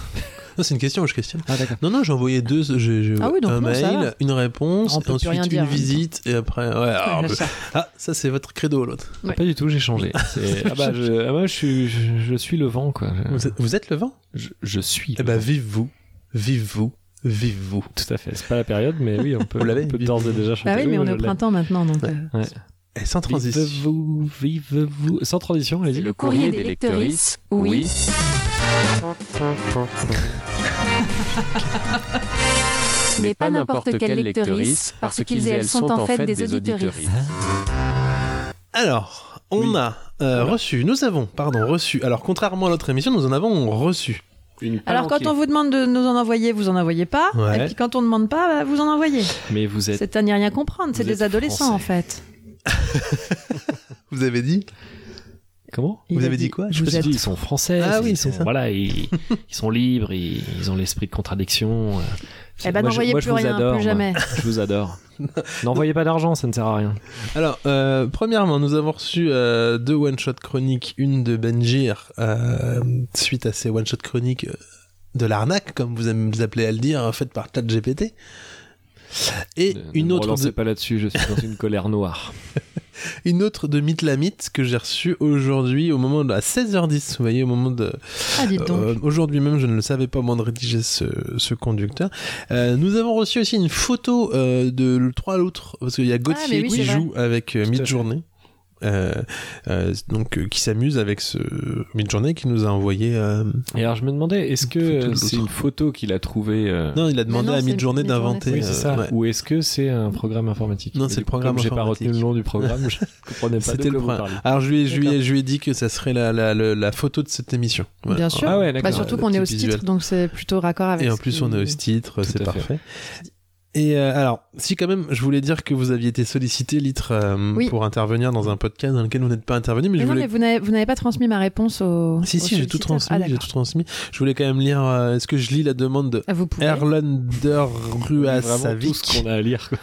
S1: Non, c'est une question, je questionne.
S3: Ah d'accord.
S1: Non, non, j'ai envoyé deux. j'ai- j'ai-
S6: Ah oui, donc
S1: un
S6: non, ça
S1: mail,
S6: va.
S1: une réponse,
S6: On peut plus
S1: ensuite
S6: rien
S1: une
S6: dire, hein. en même temps.
S1: visite, et après. Ouais, alors,
S6: Ouais,
S1: bah-
S6: ça.
S1: ah, ça c'est votre credo l'autre.
S6: Ouais.
S3: Pas du tout, j'ai changé. C'est- Ah bah je, ah bah, je suis, je, je suis le vent quoi.
S1: Vous êtes, vous êtes le vent
S3: Je, je suis.
S1: Eh
S3: le
S1: bah,
S3: vent.
S1: vive vous, vive vous, vive vous.
S3: Tout à fait. C'est pas la période, mais oui, on peut.
S1: Vous l'avez
S3: on peut d'ores et déjà chanter.
S6: Bah oui, mais
S3: Oui,
S6: on est
S3: je
S6: au
S3: l'ai.
S6: printemps maintenant, donc. euh,
S3: Ouais.
S1: Et sans transition.
S3: Vive-vous, vive-vous. Sans transition, allez-y.
S7: Le courrier des lectrices, oui. Mais pas n'importe quelle lectrice, parce qu'ils et elles sont en fait des auditrices.
S1: Alors, on
S3: Oui.
S1: a euh, reçu, nous avons, pardon, reçu. Alors, contrairement à l'autre émission, nous en avons reçu.
S3: Une
S6: Alors quand on vous demande de nous en envoyer, vous en envoyez pas.
S1: Ouais.
S6: Et puis quand on demande pas, bah, vous en envoyez.
S3: Mais vous êtes.
S6: C'est à n'y rien comprendre. C'est
S3: vous
S6: des
S3: êtes
S6: adolescents en fait.
S1: Vous avez dit
S3: Comment
S1: Vous
S6: Il a
S1: avez dit quoi
S3: Je
S1: Vous
S3: sais pas
S1: êtes-
S3: si ils sont français.
S1: Ah
S3: ils
S1: oui,
S3: sont-
S1: c'est ça.
S3: Voilà, ils, ils sont libres, ils, ils ont l'esprit de contradiction. euh,
S6: Eh ben
S3: moi, je-
S6: n'envoyez
S3: moi,
S6: plus
S3: je vous
S6: rien,
S3: adore, moi.
S6: plus jamais.
S3: Je vous adore. N'envoyez pas d'argent, ça ne sert à rien.
S1: Alors, euh, premièrement, nous avons reçu euh, deux one-shot chroniques, une de Benjir, euh, suite à ces one-shot chroniques euh, de l'arnaque, comme vous aimez vous appelez à le dire, faites par ChatGPT. Et
S3: Ne- ne
S1: une,
S3: me
S1: autre
S3: relancez
S1: de,
S3: pas là-dessus, je suis dans une colère noire.
S1: une autre de Mythe que j'ai reçue aujourd'hui au moment de, à 16h10, vous voyez, au moment de,
S6: Ah dites donc.
S1: Euh, Aujourd'hui même, je ne le savais pas au moment de rédiger ce, ce conducteur. Euh, nous avons reçu aussi une photo euh, de le- trois à l'autre, parce qu'il y a Gauthier
S6: Ah, mais oui,
S1: qui
S6: c'est vrai.
S1: joue avec euh,
S3: Tout à
S1: Midjourney. Euh, euh, donc euh, qui s'amuse avec ce Midjourney qui nous a envoyé euh,
S6: Ah.
S3: Et alors je me demandais, est-ce que
S1: Photo de
S3: euh, c'est
S1: l'autre.
S3: une photo qu'il a trouvée euh,
S1: non il a demandé
S6: non,
S1: à
S6: c'est
S1: Midjourney
S6: Midjourney,
S1: d'inventer
S6: c'est
S3: Oui, c'est
S1: euh,
S3: ça.
S1: ouais.
S3: Ou est-ce que c'est un programme informatique
S1: Non,
S3: Et
S1: c'est
S3: du
S1: le
S3: coup,
S1: programme
S3: comme J'ai pas retenu le
S1: informatique.
S3: nom du programme, je ne comprenais pas de
S1: c'était
S3: quoi
S1: le
S3: vous
S1: point
S3: parliez.
S1: alors je lui ai, je lui ai-
S3: D'accord.
S1: je lui ai dit que ça serait la, la, le- la photo de cette émission Voilà.
S6: Bien sûr.
S3: Ah ouais,
S6: Bah,
S3: d'accord.
S6: surtout
S1: Le
S6: qu'on est
S1: petit
S6: au titre,
S1: visuel.
S6: donc c'est plutôt raccord avec.
S1: Et en
S6: ce
S1: plus,
S6: qui-
S1: on est au titre,
S3: Tout
S1: c'est
S3: à
S1: parfait. Et euh, alors, si quand même, je voulais dire que vous aviez été sollicité, Litre, euh,
S6: Oui.
S1: pour intervenir dans un podcast dans lequel vous n'êtes pas intervenu, mais,
S6: Mais
S1: je
S6: non,
S1: voulais.
S6: mais vous n'avez vous n'avez pas transmis ma réponse au.
S1: Si, si,
S6: au
S1: j'ai tout
S6: solliciteur.
S1: transmis,
S6: Ah,
S1: j'ai
S6: d'accord.
S1: tout transmis. Je voulais quand même lire. euh, Est-ce que je lis la demande de
S6: Ah, Vous pouvez.
S1: Erlander
S3: Vraiment tout ce
S1: Ruasavik
S3: qu'on a à lire. quoi.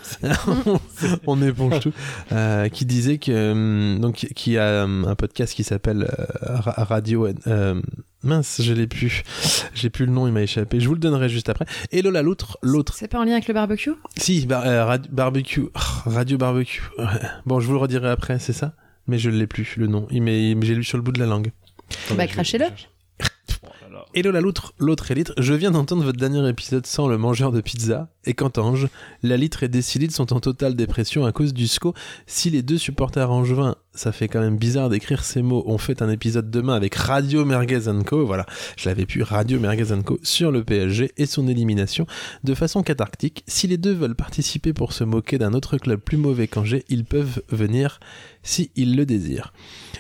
S1: on éponge tout, euh, qui disait que euh, donc qui- qui a euh, un podcast qui s'appelle euh, Ra- Radio euh, mince, je l'ai plus, j'ai plus le nom, il m'a échappé. Je vous le donnerai juste après. Et Lola l'autre, l'autre
S6: C'est pas en lien avec le barbecue
S1: Si, bar- euh, rad- barbecue. Ah, Radio barbecue. Ouais. Bon, je vous le redirai après, c'est ça Mais je ne l'ai plus, le nom. Il m'est- il- J'ai lu sur le bout de la langue.
S3: Attendez, je vais-
S6: Bah, crachez-le.
S3: Oh là là.
S1: Hello la loutre, l'autre élite. Je viens d'entendre votre dernier épisode sans le mangeur de pizza. Et qu'entends-je La litre et Décilite sont en totale dépression à cause du SCO. Si les deux supporters angevins, ça fait quand même bizarre d'écrire ces mots, ont fait un épisode demain avec Radio Merguez Co. Voilà, je l'avais pu, Radio Merguez Co. sur le PSG et son élimination de façon cathartique. Si les deux veulent participer pour se moquer d'un autre club plus mauvais qu'Angers, ils peuvent venir si ils le désirent.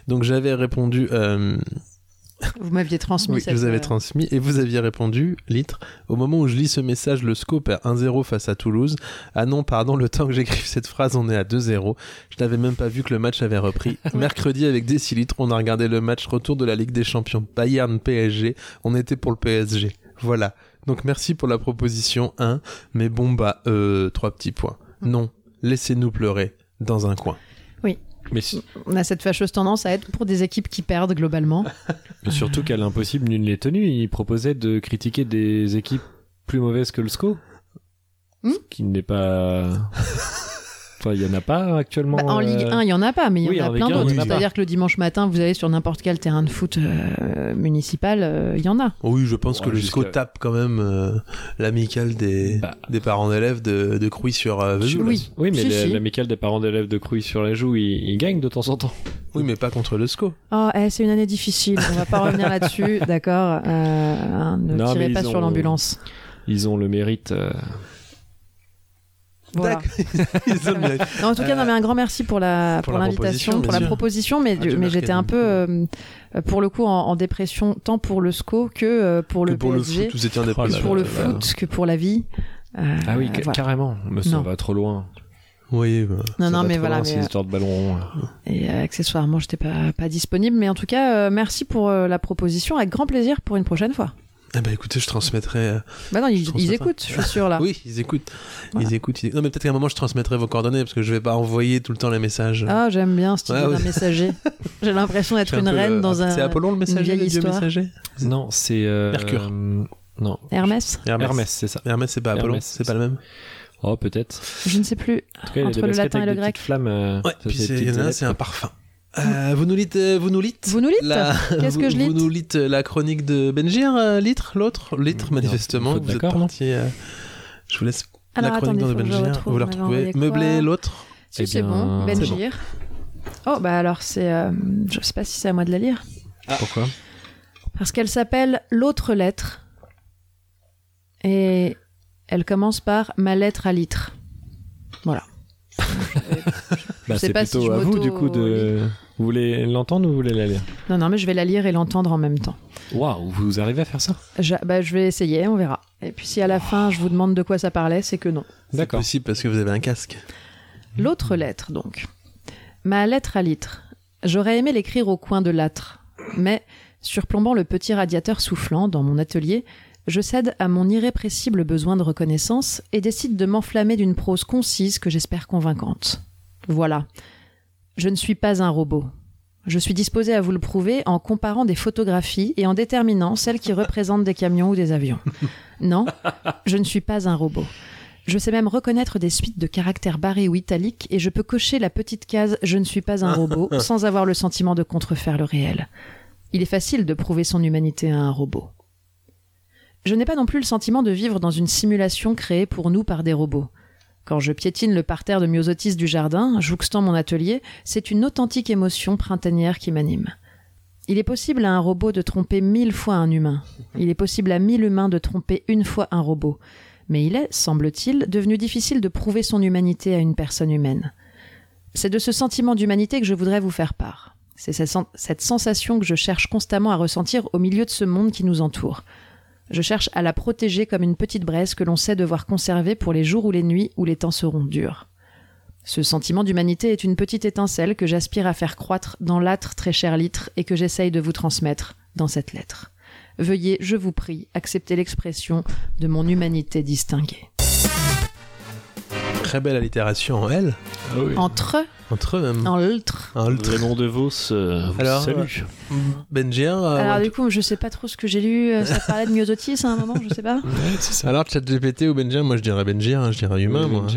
S1: Donc j'avais répondu... euh,
S6: Vous m'aviez transmis.
S1: oui,
S6: cette,
S1: je vous avais
S6: euh,
S1: transmis et vous aviez répondu, Litre, au moment où je lis ce message, le SCO perd 1-0 face à Toulouse. Ah non, pardon, le temps que j'écrive cette phrase, on est à 2-0. Je n'avais même pas vu que le match avait repris. Mercredi, avec des litres, on a regardé le match retour de la Ligue des Champions Bayern-PSG. On était pour le PSG. Voilà. Donc merci pour la proposition 1, mais bon bah, euh, trois petits points.
S6: Mm.
S1: Non, laissez-nous pleurer dans un coin.
S3: Mais su-
S6: On a cette fâcheuse tendance à être pour des équipes qui perdent globalement.
S3: mais Euh, surtout qu'à l'impossible, nul n'est tenu. Il proposait de critiquer des équipes plus mauvaises que le SCO.
S6: Hmm
S3: Ce qui n'est pas. Enfin, il n'y en a pas actuellement.
S6: Bah, en Ligue
S3: euh,
S6: 1, il y en a pas, mais il
S3: oui,
S6: y en
S3: en
S6: a
S3: Ligue
S6: plein
S3: 1,
S6: d'autres.
S3: il y en a pas.
S6: C'est-à-dire que le dimanche matin, vous allez sur n'importe quel terrain de foot euh, municipal, euh, il y en a.
S1: Oui, je pense
S3: Bon,
S1: que le
S3: jusqu'à-
S1: SCO tape quand même euh, l'amicale des,
S3: Bah.
S1: des parents d'élèves de, de Crouy sur euh, Vesoul.
S6: Oui,
S3: Oui, mais
S6: Si,
S3: la-
S6: si.
S3: l'amicale des parents d'élèves de Crouy sur la joue, ils, ils gagnent de temps en temps.
S1: Oui, mais pas contre le SCO.
S6: Oh, eh, c'est une année difficile, on va pas revenir là-dessus, d'accord euh, hein, Ne
S3: Non,
S6: tirez
S3: mais
S6: pas
S3: ils
S6: sur
S3: ont-
S6: l'ambulance.
S3: Ils ont le mérite. euh,
S6: Voilà.
S1: Ils ont bien-
S6: Non, en tout cas,
S1: Euh,
S6: non, mais un grand merci pour la
S1: pour
S6: pour
S1: la proposition,
S6: l'invitation, pour
S1: bien
S6: la
S1: sûr.
S6: proposition,
S3: Ah,
S6: mais,
S1: Radio
S6: mais j'étais un
S1: Mercredi.
S6: peu euh, euh, pour le coup en, en dépression tant pour le SCO que euh, pour
S1: que
S6: le
S1: pour
S6: PSG,
S1: le foot, vous étiez un des
S3: Oh là
S1: plus-
S3: là
S6: pour
S3: là
S6: le foot que pour la vie. Euh,
S3: Ah oui, ca-
S6: voilà.
S3: carrément. Mais ça
S6: Non.
S3: va trop loin.
S1: Oui, bah,
S6: Non,
S3: Ça
S6: non,
S3: va
S6: mais
S3: trop
S6: voilà.
S3: loin,
S6: mais, euh,
S3: ces histoires de ballon rond.
S6: Et euh, accessoirement, j'étais pas, pas disponible. Mais en tout cas, euh, merci pour euh, la proposition. Avec grand plaisir pour une prochaine fois.
S1: eh ben, écoutez, je transmettrai. euh,
S6: Bah non, ils,
S1: trouve
S6: ils
S1: ça
S6: écoutent, je suis sûr là.
S1: Oui, ils écoutent.
S6: Ah. Voilà.
S1: Ils écoutent. ils- Non, mais peut-être qu'à un moment, je transmettrai vos coordonnées parce que je vais pas envoyer tout le temps les messages.
S6: Ah, j'aime bien ce type
S1: Ouais,
S6: d'un
S1: ouais.
S6: messager. J'ai l'impression
S1: Je
S6: d'être
S1: suis un
S6: une
S1: peu
S6: reine
S1: le-
S6: dans un.
S1: C'est Apollon le messager,
S6: vieille
S1: le dieu
S6: histoire.
S1: messager
S3: Non, c'est. euh,
S1: Mercure.
S3: Non,
S6: Hermès
S3: Hermès, c'est ça.
S1: Hermès, c'est pas
S3: Hermès,
S1: Apollon, c'est
S3: c'est
S1: pas le même.
S3: Oh, peut-être.
S6: Je ne sais plus.
S3: En tout cas, il y a
S6: Entre
S3: des
S6: le
S3: baskets
S6: latin et
S3: avec
S6: le
S3: des
S6: grec.
S3: petites flammes. euh,
S1: Ouais,
S3: ça,
S1: puis
S3: c'est
S1: c'est-
S3: des
S1: il y en a un,
S3: petites
S1: c'est un parfum. Euh, vous nous lites, euh, vous nous lites
S6: Vous nous lites
S1: La-
S6: Qu'est-ce que
S1: vous-
S6: je lite
S1: Vous nous lites la chronique de Benjir, euh, litre, l'autre Litre,
S3: Non,
S1: manifestement.
S3: faut être
S1: Vous êtes
S3: d'accord, hein non
S1: parti. euh, je vous laisse
S6: Alors
S1: la chronique
S6: attendez,
S1: de
S6: faut que je
S1: Benjir.
S6: retrouve,
S1: Vous la
S6: on avait
S1: retrouvez.
S6: envoyé quoi
S1: Meublé l'autre
S6: Si
S3: Eh
S6: c'est
S3: bien,
S6: bon,
S3: c'est
S6: Benjir. Oh, bah alors c'est. euh, je sais pas si c'est à moi de la lire.
S3: Pourquoi
S6: Parce qu'elle s'appelle L'autre lettre. Et elle commence par Ma lettre à litre.
S3: Bah,
S6: sais
S3: C'est
S6: pas si
S3: plutôt
S6: je
S3: à vous,
S6: m'auto- euh,
S3: du coup, de. Vous voulez l'entendre ou vous voulez la lire
S6: Non, non, mais je vais la lire et l'entendre en même temps.
S3: Waouh, vous arrivez à faire ça
S6: Je, bah, je vais essayer, on verra. Et puis si à la fin je vous demande de quoi ça parlait, c'est que non.
S3: D'accord.
S1: Possible parce que vous avez un casque.
S6: L'autre lettre, donc. Ma lettre à litre. J'aurais aimé l'écrire au coin de l'âtre. Mais, surplombant le petit radiateur soufflant dans mon atelier, je cède à mon irrépressible besoin de reconnaissance et décide de m'enflammer d'une prose concise que j'espère convaincante. Voilà. Je ne suis pas un robot. Je suis disposé à vous le prouver en comparant des photographies et en déterminant celles qui représentent des camions ou des avions. Non, je ne suis pas un robot. Je sais même reconnaître des suites de caractères barrés ou italiques et je peux cocher la petite case Je ne suis pas un robot sans avoir le sentiment de contrefaire le réel. Il est facile de prouver son humanité à un robot. Je n'ai pas non plus le sentiment de vivre dans une simulation créée pour nous par des robots. Quand je piétine le parterre de myosotis du jardin, jouxtant mon atelier, c'est une authentique émotion printanière qui m'anime. Il est possible à un robot de tromper mille fois un humain. Il est possible à mille humains de tromper une fois un robot mais il est, semble-t-il, devenu difficile de prouver son humanité à une personne humaine. C'est de ce sentiment d'humanité que je voudrais vous faire part. C'est cette sen- cette sensation que je cherche constamment à ressentir au milieu de ce monde qui nous entoure. Je cherche à la protéger comme une petite braise que l'on sait devoir conserver pour les jours ou les nuits où les temps seront durs. Ce sentiment d'humanité est une petite étincelle que j'aspire à faire croître dans l'âtre très cher litre et que j'essaye de vous transmettre dans cette lettre. Veuillez, je vous prie, accepter l'expression de mon humanité distinguée.
S1: Très belle allitération en L,
S3: Ah
S6: Entre,
S1: entre eux même.
S6: en l'autre.
S1: En ultra.
S3: Raymond DeVos, euh, vous
S1: Alors,
S3: salue.
S1: Benjir. euh,
S6: Alors
S1: ouais.
S6: du coup, je sais pas trop ce que j'ai lu. euh, Ça parlait de myosotis à un moment, je sais pas.
S1: Alors, ChatGPT ou Benjir, moi je dirais Benjir, hein, je dirais humain. moi.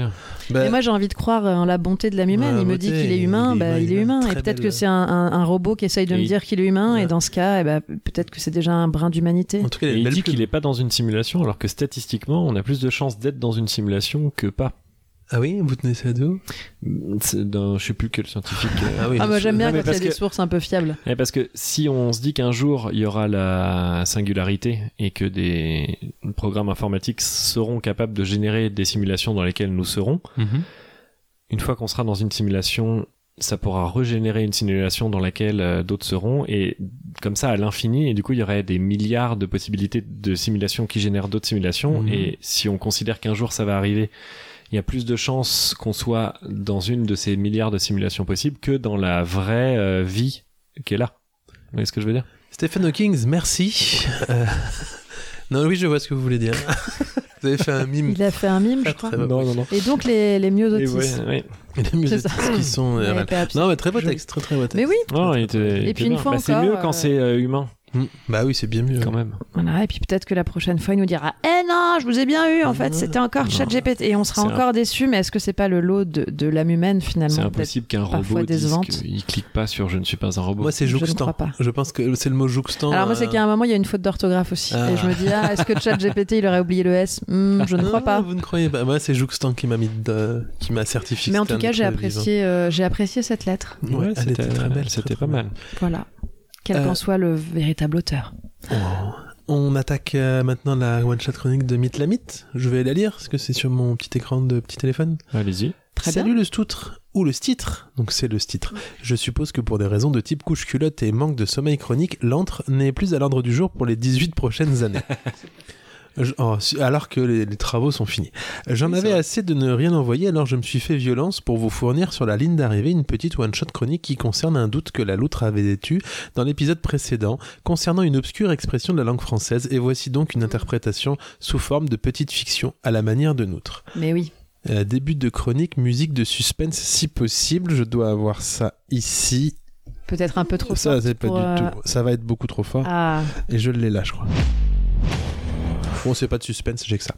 S1: Bah,
S6: Et moi, j'ai envie de croire en la bonté de l'âme humaine.
S1: Ouais,
S6: il me
S1: beauté,
S6: dit qu'il est humain, bah, il est humain.
S1: Très
S6: Et peut-être
S1: belle.
S6: que c'est un, un- un robot qui essaye de
S3: Et
S6: me
S3: il-
S6: dire qu'il est humain.
S1: Ouais.
S6: Et dans ce cas, eh ben, peut-être que c'est déjà un brin d'humanité.
S1: En tout cas,
S3: Et
S1: il a une
S3: il
S1: belle
S3: dit
S1: plume.
S3: qu'il n'est pas dans une simulation, alors que statistiquement, on a plus de chances d'être dans une simulation que pas.
S1: Ah oui, vous tenez ça d'où
S3: C'est d'un, je sais plus quel scientifique. euh,
S1: oui.
S6: Ah, moi, j'aime bien
S3: Non, mais
S6: quand il y a
S3: parce
S6: des
S3: que-
S6: sources un peu fiables.
S3: eh, parce que si on se dit qu'un jour il y aura la singularité et que des programmes informatiques seront capables de générer des simulations dans lesquelles nous serons,
S1: Mhm.
S3: une fois qu'on sera dans une simulation, ça pourra régénérer une simulation dans laquelle euh, d'autres seront, et comme ça à l'infini, et du coup il y aurait des milliards de possibilités de simulations qui génèrent d'autres simulations,
S1: Mhm.
S3: et si on considère qu'un jour ça va arriver, il y a plus de chances qu'on soit dans une de ces milliards de simulations possibles que dans la vraie euh, vie qui est là. Vous voyez ce que je veux dire
S1: Stephen Hawking, merci. Euh, Non, oui, je vois ce que vous voulez dire. vous avez fait un mime.
S6: Il a fait un mime, je
S1: Hmm. Très,
S6: crois.
S1: très beau.
S3: non, non.
S6: Et donc les, les
S3: Et
S6: myosotis.
S3: ouais, ouais.
S1: Et les musiques
S6: ça.
S1: qui sont. euh,
S6: Ouais,
S1: voilà.
S6: pas abs-
S1: Non, mais très beau
S6: Joli.
S1: texte, très très beau texte.
S6: Mais oui,
S3: Non, Oh, il était- il
S6: Et
S3: était
S6: puis une
S3: bien.
S6: fois
S3: Bah, c'est
S6: encore,
S3: mieux quand
S6: euh,
S3: c'est euh, humain,
S1: Mm. Bah oui, c'est bien mieux.
S3: quand même.
S6: Voilà, et puis peut-être que la prochaine fois, il nous dira Eh non, je vous ai bien eu, en fait, c'était encore ChatGPT. Et on sera
S3: C'est
S6: encore déçus, mais est-ce que c'est pas le lot de, de l'âme humaine, finalement
S3: C'est
S6: d'être-
S3: impossible qu'un
S6: parfois
S3: robot dise
S6: décevante.
S3: qu'il clique pas sur je ne suis pas un robot.
S1: Moi, c'est
S6: Je ne
S1: jouxtant.
S6: crois pas.
S1: Je pense que c'est le mot jouxtant.
S6: Alors, moi, c'est
S1: euh,
S6: qu'à un moment, il y a une faute d'orthographe aussi.
S1: Ah.
S6: Et je me dis Ah, est-ce que ChatGPT, il aurait oublié le S Hmm, Je ne
S1: Non,
S6: crois pas.
S1: Ah, Vous ne croyez pas. Moi, c'est Jouxtan qui m'a mis de- qui m'a certifié.
S6: Mais en
S1: C'était
S6: tout
S1: un
S6: cas, j'ai
S1: école vivant.
S6: apprécié, euh, j'ai apprécié cette lettre.
S1: Ouais, elle était très belle.
S3: C'était
S1: très,
S3: pas
S1: très
S3: mal.
S6: Voilà. Quel
S1: Euh.
S6: qu'en soit le véritable auteur.
S1: belle. Oh. On attaque euh, maintenant la one shot chronique de Mythe la Mythe. Je vais la lire parce que c'est sur mon petit écran de petit téléphone.
S3: Allez-y.
S6: Très
S1: Salut le stoutre ou le stitre, donc c'est le stitre. Je suppose que pour des raisons de type couche culotte et manque de sommeil chronique, l'antre n'est plus à l'ordre du jour pour les 18 prochaines années. Je- oh, si- alors que les, les travaux sont finis. J'en avais assez de ne rien envoyer, alors je me suis fait violence pour vous fournir sur la ligne d'arrivée une petite one-shot chronique qui concerne un doute que la loutre avait étu dans l'épisode précédent concernant une obscure expression de la langue française, et voici donc une interprétation sous forme de petite fiction à la manière de noutre.
S6: Mais oui.
S1: Euh, début de chronique, musique de suspense si possible. Je dois avoir ça ici.
S6: Peut-être un peu trop.
S1: ça,
S6: forte
S1: c'est pas
S6: pour,
S1: du
S6: euh,
S1: tout. Ça va être beaucoup trop fort.
S6: Ah,
S1: Et je l'ai là, je crois. Bon, c'est pas de suspense, j'ai que ça.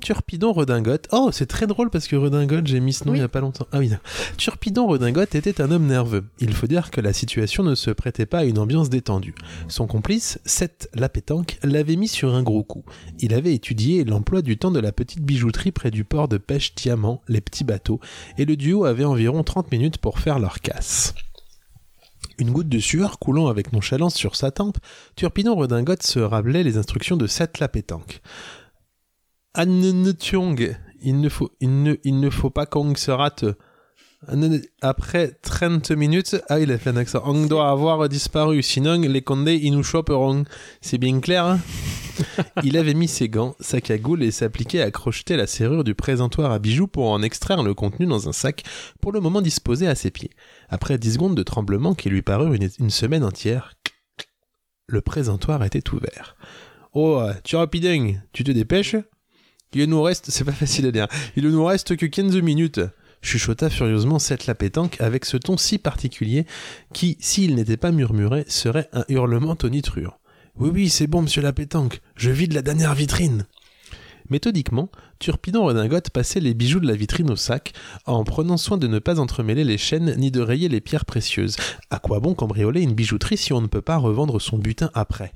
S1: Turpidon Redingote. Oh, c'est très drôle parce que Redingote, j'ai mis ce nom
S6: Oui.
S1: il y a pas longtemps. Ah oui. non. Turpidon Redingote était un homme nerveux. Il faut dire que la situation ne se prêtait pas à une ambiance détendue. Son complice, Seth Lapétanque, l'avait mis sur un gros coup. Il avait étudié l'emploi du temps de la petite bijouterie près du port de pêche Diamant, les petits bateaux, et le duo avait environ 30 minutes pour faire leur casse. Une goutte de sueur coulant avec nonchalance sur sa tempe, Turpidon Redingote se rappelait les instructions de Seth Lapétanque. Annetiong, il ne faut, il ne, il ne faut pas qu'on se rate. Anne- Après 30 minutes, ah il a fait un accent. On doit avoir disparu, sinon les Condés ils nous choperont. C'est bien clair. hein il avait mis ses gants, sa cagoule et s'appliquait à crocheter la serrure du présentoir à bijoux pour en extraire le contenu dans un sac, pour le moment disposé à ses pieds. Après 10 secondes de tremblement qui lui parurent une, une semaine entière, le présentoir était ouvert. Oh, tu rapiding, tu te dépêches il nous reste, c'est pas facile à dire, il nous reste que 15 minutes. Chuchota furieusement cette la pétanque avec ce ton si particulier qui, s'il n'était pas murmuré, serait un hurlement tonitruant. Oui, oui, c'est bon, monsieur la pétanque, je vide la dernière vitrine. Méthodiquement, Turpidon Redingote passait les bijoux de la vitrine au sac, en prenant soin de ne pas entremêler les chaînes ni de rayer les pierres précieuses. À quoi bon cambrioler une bijouterie si on ne peut pas revendre son butin après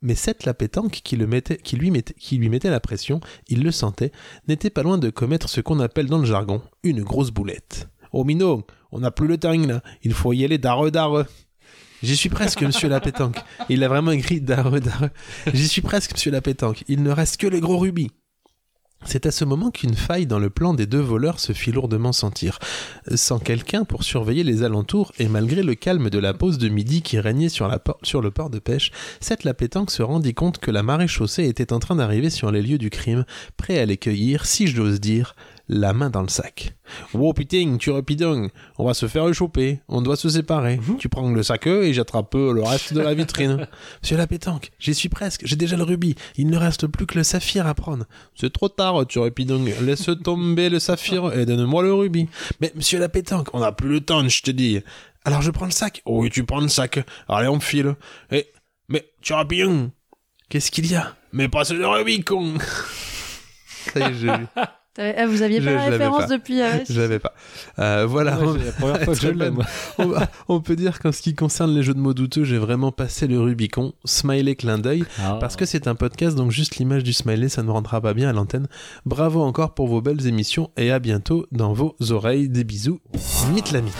S1: Mais cette la pétanque qui, le mettait, qui, lui mettait, qui lui mettait la pression, il le sentait, n'était pas loin de commettre ce qu'on appelle dans le jargon une grosse boulette. Oh Minot, on n'a plus le temps là, il faut y aller d'arre d'arre. J'y suis presque, monsieur la pétanque. Il a vraiment écrit d'arre d'arre. J'y suis presque, monsieur la pétanque. Il ne reste que les gros rubis. C'est à ce moment qu'une faille dans le plan des deux voleurs se fit lourdement sentir. Sans quelqu'un pour surveiller les alentours et malgré le calme de la pause de midi qui régnait sur, la por- sur le port de pêche, Seth la pétanque se rendit compte que la marée chaussée était en train d'arriver sur les lieux du crime, prêt à les cueillir, si j'ose dire, la main dans le sac. Wow putain, tu repidong, on va se faire choper, on doit se séparer. Tu prends le sac et j'attrape le reste de la vitrine. Monsieur la pétanque, j'y suis presque, j'ai déjà le rubis, il ne reste plus que le saphir à prendre. C'est trop tard, tu repidong, laisse tomber le saphir et donne-moi le rubis. Mais monsieur la pétanque, on n'a plus le temps, je te dis. Alors je prends le sac. Oui, tu prends le sac. Allez, on file. Et mais tu repidong. Qu'est-ce qu'il y a Mais passe le rubis, con. Ça y est, j'ai vu.
S6: T'avais- ah, vous aviez
S1: Je-
S6: pas la
S1: je l'avais
S6: référence
S1: pas.
S6: depuis. ah ouais,
S1: Je l'avais pas. Euh, voilà.
S3: Ouais, c'est la première fois que je
S1: Très
S3: l'ai,
S1: bonne.
S3: moi.
S1: on, va- on peut dire qu'en ce qui concerne les jeux de mots douteux, j'ai vraiment passé le Rubicon. Smiley clin d'œil.
S3: Ah,
S1: Parce que c'est un podcast, donc juste l'image du smiley, ça ne rendra pas bien à l'antenne. Bravo encore pour vos belles émissions et à bientôt dans vos oreilles. Des bisous. Mythe la mythe.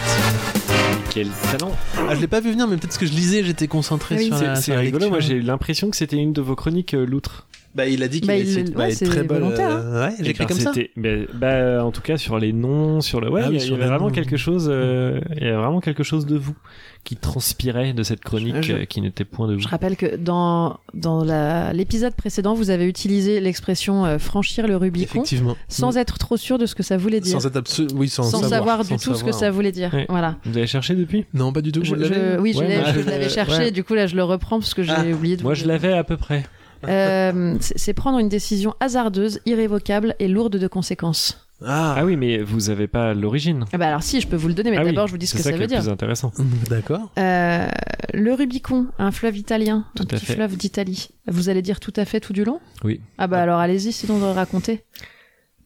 S3: Quel talent
S1: Ah, je l'ai pas vu venir, mais peut-être que je lisais, j'étais concentré
S6: Ah oui.
S1: sur
S3: C'est
S1: la. sur
S3: c'est
S1: la
S3: rigolo, moi
S1: lecture.
S3: j'ai eu l'impression que c'était une de vos chroniques, euh, l'outre.
S1: Bah, il a dit qu'il
S6: Bah,
S1: était
S6: il- ouais, c'est
S1: très bonne.
S6: volontaire,
S1: euh, Ouais, j'ai
S3: Eh
S1: écrit
S3: ben,
S1: comme ça.
S3: c'était- ben, bah, en tout cas, sur les noms, sur le. Ouais,
S1: Ah
S3: il
S1: oui,
S3: y a- il y
S1: sur
S3: avait
S1: les
S3: vraiment
S1: noms.
S3: quelque chose. euh, Il y avait vraiment quelque chose de vous qui transpirait de cette chronique
S1: Je-
S3: euh, qui n'était point de vous.
S6: Je rappelle que dans, dans la- l'épisode précédent, vous avez utilisé l'expression euh, franchir le Rubicon
S1: Effectivement. Mm.
S6: sans être trop sûr de ce que ça voulait dire.
S1: Sans être absolu- oui, sans,
S6: Sans savoir du
S1: sans
S6: tout ce que
S1: savoir.
S6: ça voulait dire.
S3: Ouais.
S6: Voilà.
S3: Vous avez cherché depuis
S1: Non, pas du tout. vous
S6: Je-
S1: l'avez
S6: je- oui, je
S3: Ouais,
S6: l'ai-
S3: bah,
S6: je
S3: je-
S6: l'avais cherché,
S3: ouais.
S6: et du coup là je le reprends parce que j'ai
S1: Ah.
S6: oublié de
S3: Moi,
S6: vous
S3: je
S6: le-
S3: l'avais à peu près.
S6: Euh, c'est c'est prendre une décision hasardeuse, irrévocable et lourde de conséquences.
S1: Ah,
S3: Ah oui, mais vous avez pas l'origine.
S6: Ah bah alors si, je peux vous le donner, mais
S3: Ah oui,
S6: d'abord je vous dis ce
S3: c'est
S6: que ça,
S3: qui
S6: veut
S3: est
S6: dire.
S3: le plus intéressant.
S1: Ah. d'accord.
S6: Euh, le Rubicon, un fleuve italien,
S3: Tout
S6: un
S3: à
S6: petit
S3: fait.
S6: fleuve d'Italie. Vous allez dire tout à fait tout du long
S3: Oui.
S6: Ah bah alors allez-y, sinon on raconter.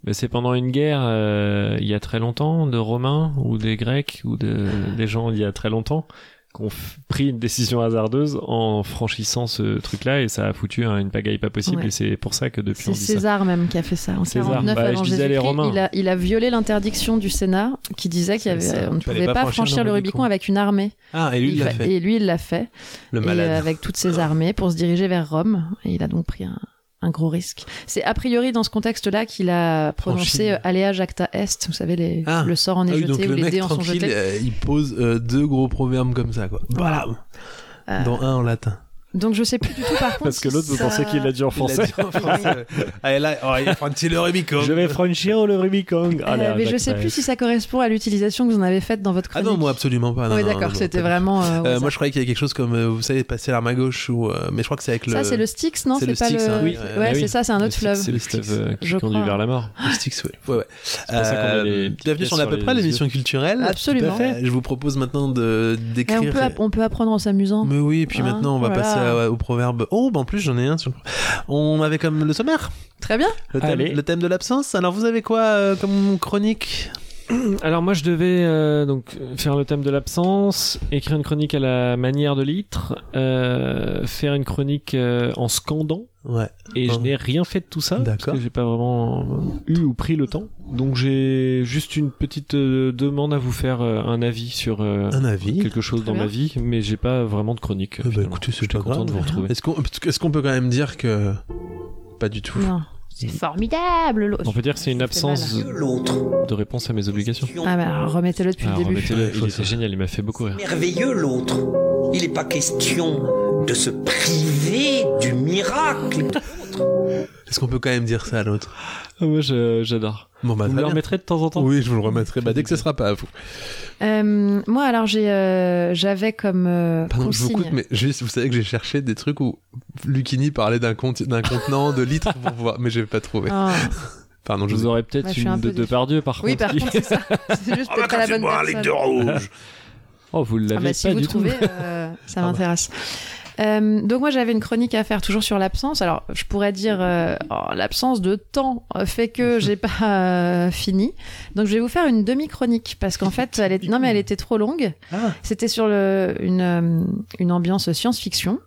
S3: Mais c'est pendant une guerre, euh, il y a très longtemps, de Romains ou des Grecs ou de, des gens il y a très longtemps qui ont f- pris une décision hasardeuse en franchissant ce truc-là et ça a foutu hein, une pagaille pas possible
S6: Ouais.
S3: et c'est pour ça que depuis on
S6: C'est
S3: dit ça.
S6: César même qui a fait ça. En
S3: César,
S6: 49
S3: bah,
S6: avant
S3: je disais les
S6: Jésus-Christ,
S3: Romains.
S6: il a, il a violé l'interdiction du Sénat qui disait qu'on
S1: ça.
S6: euh, ne
S1: Il fallait
S6: pouvait
S1: pas
S6: pas
S1: franchir
S6: franchir
S1: le
S6: le
S1: Rubicon.
S6: Rubicon avec une armée.
S1: Ah, et lui, il l'a
S6: va-
S1: fait.
S6: Et lui, il l'a fait.
S1: Le
S6: et,
S1: malade.
S6: euh, avec toutes ses armées pour se diriger vers Rome. Et il a donc pris un, un gros risque. C'est a priori dans ce contexte-là qu'il a prononcé
S1: Franchi.
S6: euh, Alea Jacta Est. Vous savez, les,
S1: Ah.
S6: le sort en est
S1: Ah oui, donc
S6: jeté ou
S1: le
S6: les
S1: mec
S6: dés en sont
S1: tranquille,
S6: jetés.
S1: euh, il pose euh, deux gros proverbes comme ça, quoi. Voilà.
S6: Euh,
S1: Dans un en latin.
S6: donc je sais plus du tout par contre.
S3: Parce que
S6: si
S3: l'autre, vous
S6: ça-
S3: pensez qu'il l'a dit en
S1: Il l'a
S3: français.
S1: dit en français. Ah, et là, oh, il franchit le Rubicon.
S3: Je vais franchir le Ah, Rubicon.
S6: Euh, mais je sais plus si ça correspond à l'utilisation que vous en avez faite dans votre
S1: Ah
S6: chronique.
S1: non, moi, absolument pas. non,
S6: Oui,
S1: non, non,
S6: d'accord,
S1: non, pas
S6: c'était
S1: du tout.
S6: vraiment. euh, au
S1: Euh,
S6: hasard.
S1: moi, je croyais qu'il y avait quelque chose comme, euh, vous savez, passer l'arme à gauche ou. euh, mais je crois que c'est avec le.
S6: Ça, c'est le Styx, non
S1: c'est le
S6: pas
S1: Styx,
S6: le.
S1: hein, oui.
S6: Ouais,
S1: Ah
S3: oui.
S6: c'est ça, c'est un autre fleuve.
S3: C'est le stuff euh, qui
S6: Je
S3: conduit
S6: crois.
S3: vers la mort.
S1: Le Styx, ouais. ouais, ouais.
S3: pour ça qu'on a les petites
S1: bienvenue sur
S3: pièces
S1: à peu
S3: sur
S1: près
S3: les
S1: l'émission culturelle.
S6: Absolument.
S1: Tout à fait. Je vous propose maintenant de
S6: Et
S1: d'écrire.
S6: on peut, app- on peut apprendre en s'amusant.
S1: Mais oui, et puis
S6: Hein,
S1: maintenant on va
S6: voilà.
S1: passer à euh, au proverbe. Oh, bah en plus, j'en ai un. Sur... On avait comme le sommaire,
S6: Très bien.
S1: le thème,
S3: Allez.
S1: le thème de l'absence. Alors, vous avez quoi euh, comme chronique
S3: Alors moi je devais euh, donc faire le thème de l'absence, écrire une chronique à la manière de l'itre, euh, faire une chronique euh, en scandant.
S1: Ouais.
S3: Et je
S1: Oh.
S3: n'ai rien fait de tout ça parce
S1: D'accord.
S3: que j'ai pas vraiment euh, eu ou pris le temps. Donc j'ai juste une petite euh, demande à vous faire euh, un avis sur euh,
S1: Un avis.
S3: quelque chose dans
S6: bien.
S3: ma vie, mais j'ai pas vraiment de chronique.
S1: Eh ben,
S3: finalement.
S1: écoutez, c'est
S3: J'étais
S1: pas
S3: content
S1: grave.
S3: de vous retrouver.
S1: Est-ce qu'on est-ce qu'on peut quand même dire que pas du tout.
S6: Non. C'est formidable. l'autre.
S3: On peut dire que c'est une
S6: Ça fait
S3: absence
S6: mal.
S8: L'autre.
S3: de réponse à mes obligations.
S6: Ah bah alors, remettez-le depuis
S3: Ah,
S6: le début.
S3: remettez-le,
S1: Ouais,
S3: il
S1: faut
S3: était
S1: ça.
S3: génial, il m'a fait beaucoup rire.
S8: Merveilleux l'autre. Il n'est pas question de se priver du miracle.
S1: Est-ce qu'on peut quand même dire ça à l'autre
S3: Ah, Moi je- j'adore.
S1: Bon bah
S3: vous
S1: très
S3: me le
S1: bien.
S3: remettrez de temps en temps.
S1: Oui, je vous le remettrai bah, dès que ce sera pas à vous.
S6: Euh, moi alors j'ai euh, j'avais comme euh,
S1: Pardon, je vous
S6: consigne.
S1: coupe, mais juste, vous savez que j'ai cherché des trucs où Lucini parlait d'un conti- d'un contenant de litres pour voir, mais j'ai pas trouvé.
S6: Ah.
S1: Pardon, je
S3: Vous
S1: vous
S3: aurez
S6: Moi,
S3: peut-être
S6: je suis un
S3: une de
S6: peu déçue.
S3: Depardieu par
S6: Oui
S3: contre.
S6: par
S3: qui-
S6: contre c'est ça. C'est
S3: Ah, bah,
S6: juste peut-être pas la bonne personne.
S8: rouge.
S3: Oh, vous
S6: Ah
S3: l'avez
S6: bah,
S3: pas
S6: si vous
S3: du
S6: trouvez,
S3: tout.
S6: euh, ça
S3: Ah bah.
S6: m'intéresse. Euh, donc moi j'avais une chronique à faire toujours sur l'absence. Alors je pourrais dire euh, oh, l'absence de temps fait que j'ai pas euh, fini. Donc je vais vous faire une demi-chronique parce qu'en fait elle est... non mais elle était trop longue.
S1: Ah.
S6: C'était sur le... une, euh, une ambiance science-fiction.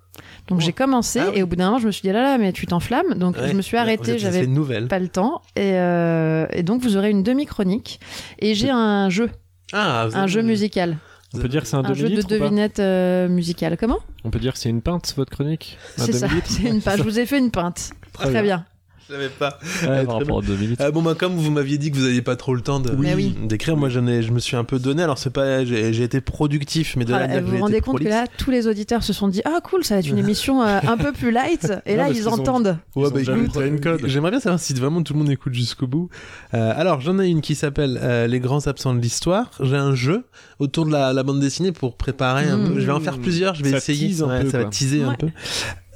S6: Donc j'ai commencé
S1: Ah oui.
S6: et au bout d'un moment je me suis dit là là mais tu t'enflammes. Donc je me suis arrêtée.
S1: C'est
S6: J'avais
S1: une nouvelle.
S6: pas le temps et, euh, et donc vous aurez une demi-chronique et j'ai un jeu,
S1: Ah, vous-
S6: un jeu musical,
S3: On peut dire que c'est un,
S6: un jeu de
S3: demi-litre ou pas
S6: devinette euh, musicale. Comment
S3: On peut dire que c'est une peinte, votre chronique Un
S6: C'est ça,
S3: demi-litre
S6: c'est une pinte. Je vous ai fait une pinte. Très,
S3: bien.
S6: bien.
S1: Je l'avais pas.
S3: Ouais,
S1: très
S3: Ah, par rapport au demi-litre.
S1: Ah, bon, bah, comme vous m'aviez dit que vous aviez pas trop le temps de
S6: Mais Bah oui.
S1: d'écrire, moi j'en ai, je me suis un peu donné. Alors c'est pas, j'ai j'ai été productif, mais de là à
S6: Ah,
S1: dire que
S6: vous
S1: j'ai
S6: vous
S1: été
S6: rendez compte que
S1: prolixe-
S6: là, tous les auditeurs se sont dit Ah, cool, ça va être une émission euh, un peu plus light. Et
S3: Non,
S6: là,
S3: parce
S6: ils
S3: qu'ils ont-
S6: entendent.
S1: Ouais, bah,
S3: Ils ont jamais
S1: écoute, euh,
S3: trouvé une code.
S1: J'aimerais bien savoir si vraiment tout le monde écoute jusqu'au bout. Euh, alors, j'en ai une qui s'appelle euh, Les grands absents de l'histoire. J'ai un jeu autour de la, la bande dessinée pour préparer un
S6: Mmh.
S1: peu. Je vais en faire plusieurs, je vais
S3: Ça
S1: essayer.
S3: tease un
S1: Ouais,
S3: peu,
S1: ça va
S3: quoi.
S1: teaser un
S6: Ouais.
S1: peu.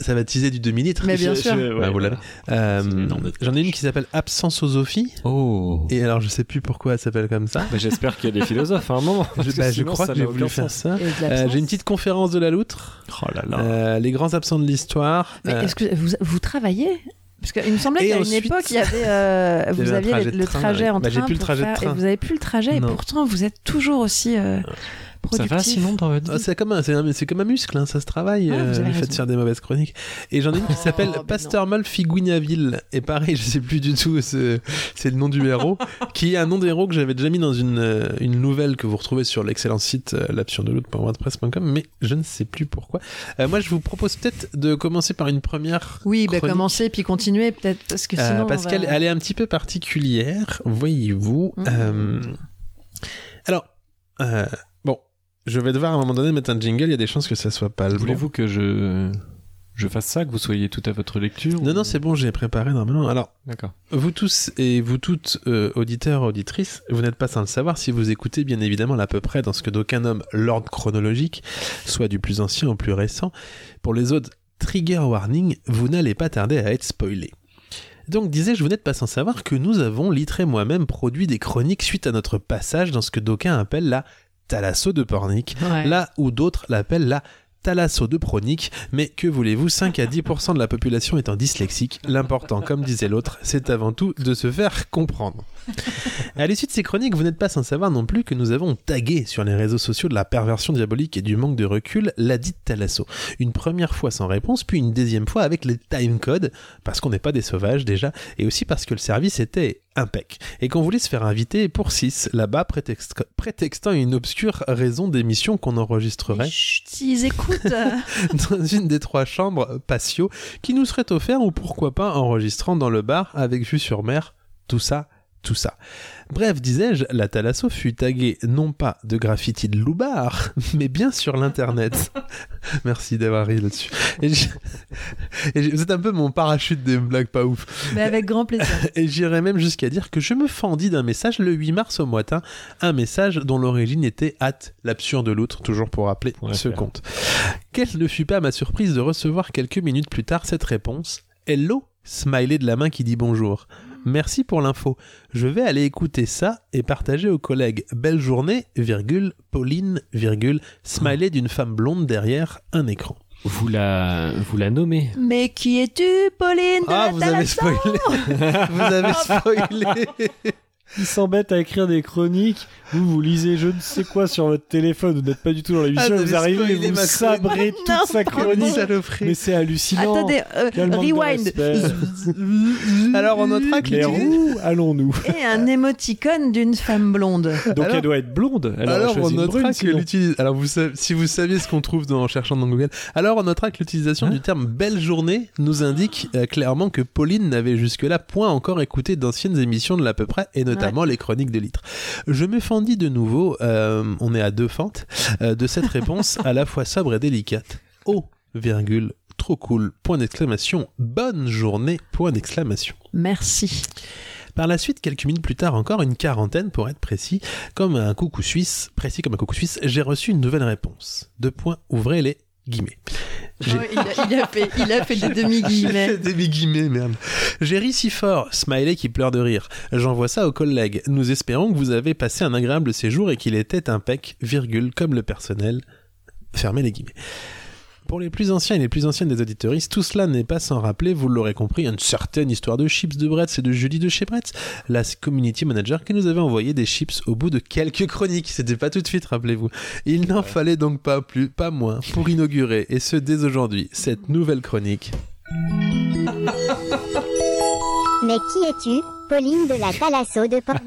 S1: Ça va teaser du demi-litre.
S6: Mais bien
S1: Je-
S6: sûr.
S1: je- ouais, vous l'avez. Euh,
S3: C'est une énorme
S1: j'en ai une qui s'appelle Absensosophie.
S3: Oh
S1: Et alors, je sais plus pourquoi elle s'appelle comme ça.
S3: Bah, J'espère qu'il y a des philosophes à un moment.
S1: Je,
S3: parce que
S1: bah, je
S3: sinon,
S1: crois
S3: ça
S1: que j'ai
S3: n'a
S1: voulu
S3: aucun
S1: faire
S3: sens.
S1: ça.
S6: Et de
S1: Euh,
S6: l'absence.
S1: j'ai une petite conférence de la loutre.
S3: Oh là là.
S1: Euh, les grands absents de l'histoire.
S6: Mais
S1: Euh,
S6: est-ce que vous, vous travaillez parce qu'il me semblait
S1: Et
S6: qu'à
S1: ensuite-
S6: une époque, il y avait, euh, vous
S1: un
S6: aviez
S1: trajet de
S6: le
S1: train,
S6: trajet
S1: ouais.
S6: en
S1: Bah,
S6: train.
S1: j'ai plus le
S6: pour
S1: trajet de
S6: faire-
S1: train.
S6: Et vous avez plus le trajet,
S1: Non.
S6: et pourtant, vous êtes toujours aussi euh,
S3: ça
S6: productif.
S3: va sinon dans votre
S1: Ah,
S3: vie
S1: c'est comme un, c'est un- c'est comme un muscle, hein, ça se travaille.
S6: Ah, vous
S1: euh, le
S6: avez
S1: fait
S6: raison.
S1: de faire des mauvaises chroniques. Et j'en ai une qui
S6: Oh,
S1: s'appelle
S6: ben non.
S1: Pasteur Malfi Guignaville. Et pareil, je sais plus du tout, ce- c'est le nom du héros, qui est un nom d'héros que j'avais déjà mis dans une, euh, une nouvelle que vous retrouvez sur l'excellent site euh, l'absurdeloutre.wordpress.com, mais je ne sais plus pourquoi. Euh, moi, je vous propose peut-être de commencer par une première.
S6: Oui, bah,
S1: chronique.
S6: commencez puis continuez peut-être parce que
S1: Euh,
S6: sinon. on
S1: parce
S6: va-
S1: qu'elle elle est un petit peu particulière, voyez-vous.
S6: Mhm.
S1: Euh, Alors, euh, bon, je vais devoir à un moment donné mettre un jingle, il y a des chances que ça soit pas le bon.
S3: Voulez-vous que je... je fasse ça, que vous soyez tout à votre lecture
S1: Non,
S3: ou-
S1: non, c'est bon, j'ai préparé normalement. Alors,
S3: D'accord.
S1: vous tous et vous toutes, euh, auditeurs, auditrices, vous n'êtes pas sans le savoir si vous écoutez bien évidemment à peu près dans ce que d'aucun homme l'ordre chronologique, soit du plus ancien au plus récent. Pour les autres, trigger warning, vous n'allez pas tarder à être spoilé. Donc disais-je, vous n'êtes pas sans savoir que nous avons, Litre et moi-même, produit des chroniques suite à notre passage dans ce que d'aucuns appellent la thalasso de Pornic,
S6: Ouais.
S1: euh, là où d'autres l'appellent la thalassodopronique, mais que voulez-vous, 5 à 10% de la population étant dyslexique, l'important, comme disait l'autre, c'est avant tout de se faire comprendre. À l'issue de ces chroniques, vous n'êtes pas sans savoir non plus que nous avons tagué sur les réseaux sociaux de la perversion diabolique et du manque de recul la dite thalasso. Une première fois sans réponse, puis une deuxième fois avec les timecodes, parce qu'on n'est pas des sauvages déjà, et aussi parce que le service était impec, et qu'on voulait se faire inviter pour 6, là-bas, prétexte- prétextant une obscure raison d'émission qu'on enregistrerait
S6: Chut, ils écoutent. euh,
S1: dans une des trois chambres patio qui nous serait offert ou pourquoi pas enregistrant dans le bar avec vue sur mer, tout ça, tout ça. Bref, disais-je, la Thalasso fut taguée non pas de graffiti de Loubar, mais bien sur l'internet. Merci d'avoir ri là-dessus. Et j'- et j'- Vous êtes un peu mon parachute des blagues pas ouf.
S6: mais avec grand plaisir.
S1: Et j'irais même jusqu'à dire que je me fendis d'un message le 8 mars au moitin, un message dont l'origine était hâte, l'absurde l'autre, toujours pour rappeler
S3: Point
S1: ce
S3: FR.
S1: compte. Quelle ne fut pas ma surprise de recevoir quelques minutes plus tard cette réponse Hello Smiley de la main qui dit bonjour. Merci pour l'info. Je vais aller écouter ça et partager aux collègues. Belle journée, virgule, Pauline, virgule, smiley d'une femme blonde derrière un écran.
S3: Vous la, vous la nommez.
S6: Mais qui es-tu, Pauline de
S1: Ah,
S6: la
S1: vous avez
S6: Thalassa
S1: spoilé Vous avez spoilé
S3: Ils s'embêtent à écrire des chroniques. Vous, vous lisez je ne sais quoi sur votre téléphone. Vous n'êtes pas du tout dans
S1: Ah,
S3: l'émission.
S1: vous
S3: vous
S1: avez
S3: arrivez
S1: spoilé
S3: et vous
S1: ma chronique.
S3: sabrez toute sa
S1: Quelle
S3: chronique.
S1: saloperie.
S3: Mais c'est hallucinant.
S1: Ah,
S6: Attendez, euh,
S3: Quel manque de
S6: rewind.
S1: respect. Alors, on notera que
S3: Les
S1: l'utilis-
S3: roux, allons-nous.
S6: Et un émoticône d'une femme blonde.
S3: Donc
S1: Alors-
S3: elle doit être blonde. Elle aura
S1: Alors, on
S3: choisi une
S1: notera
S3: brune,
S1: que
S3: sinon.
S1: l'utilisation. Alors, vous savez- si vous saviez ce qu'on trouve dans- en cherchant dans Google, alors on notera que l'utilisation
S3: Hein
S1: du terme belle journée nous indique euh, clairement que Pauline n'avait jusque-là point encore écouté d'anciennes émissions de l'à peu près, et notamment les chroniques de Litre. Je me fendis de nouveau, euh, on est à deux fentes, euh, de cette réponse à la fois sobre et délicate. Oh, virgule, trop cool, point d'exclamation, bonne journée, point d'exclamation.
S6: Merci.
S1: Par la suite, quelques minutes plus tard, encore une quarantaine pour être précis, comme un coucou suisse, précis comme un coucou suisse, j'ai reçu une nouvelle réponse. Deux points, ouvrez les guillemets. J'ai-
S6: Ah il, a, fait, des demi-guillemets.
S1: Des big guillemets, merde. J'ai ri si fort, smiley qui pleure de rire. J'envoie ça aux collègues. Nous espérons que vous avez passé un agréable séjour et qu'il était impec, virgule, comme le personnel. Fermez les guillemets. Pour les plus anciens et les plus anciennes des auditoristes, tout cela n'est pas sans rappeler, vous l'aurez compris, une certaine histoire de chips de Bretz et de Julie de chez Bretz, la community manager qui nous avait envoyé des chips au bout de quelques chroniques. C'était pas tout de suite, rappelez-vous. Il n'en fallait donc pas plus, pas moins, pour inaugurer, et ce dès aujourd'hui, cette nouvelle chronique
S9: Mais qui es-tu Pauline de la Thalasso de Pornic.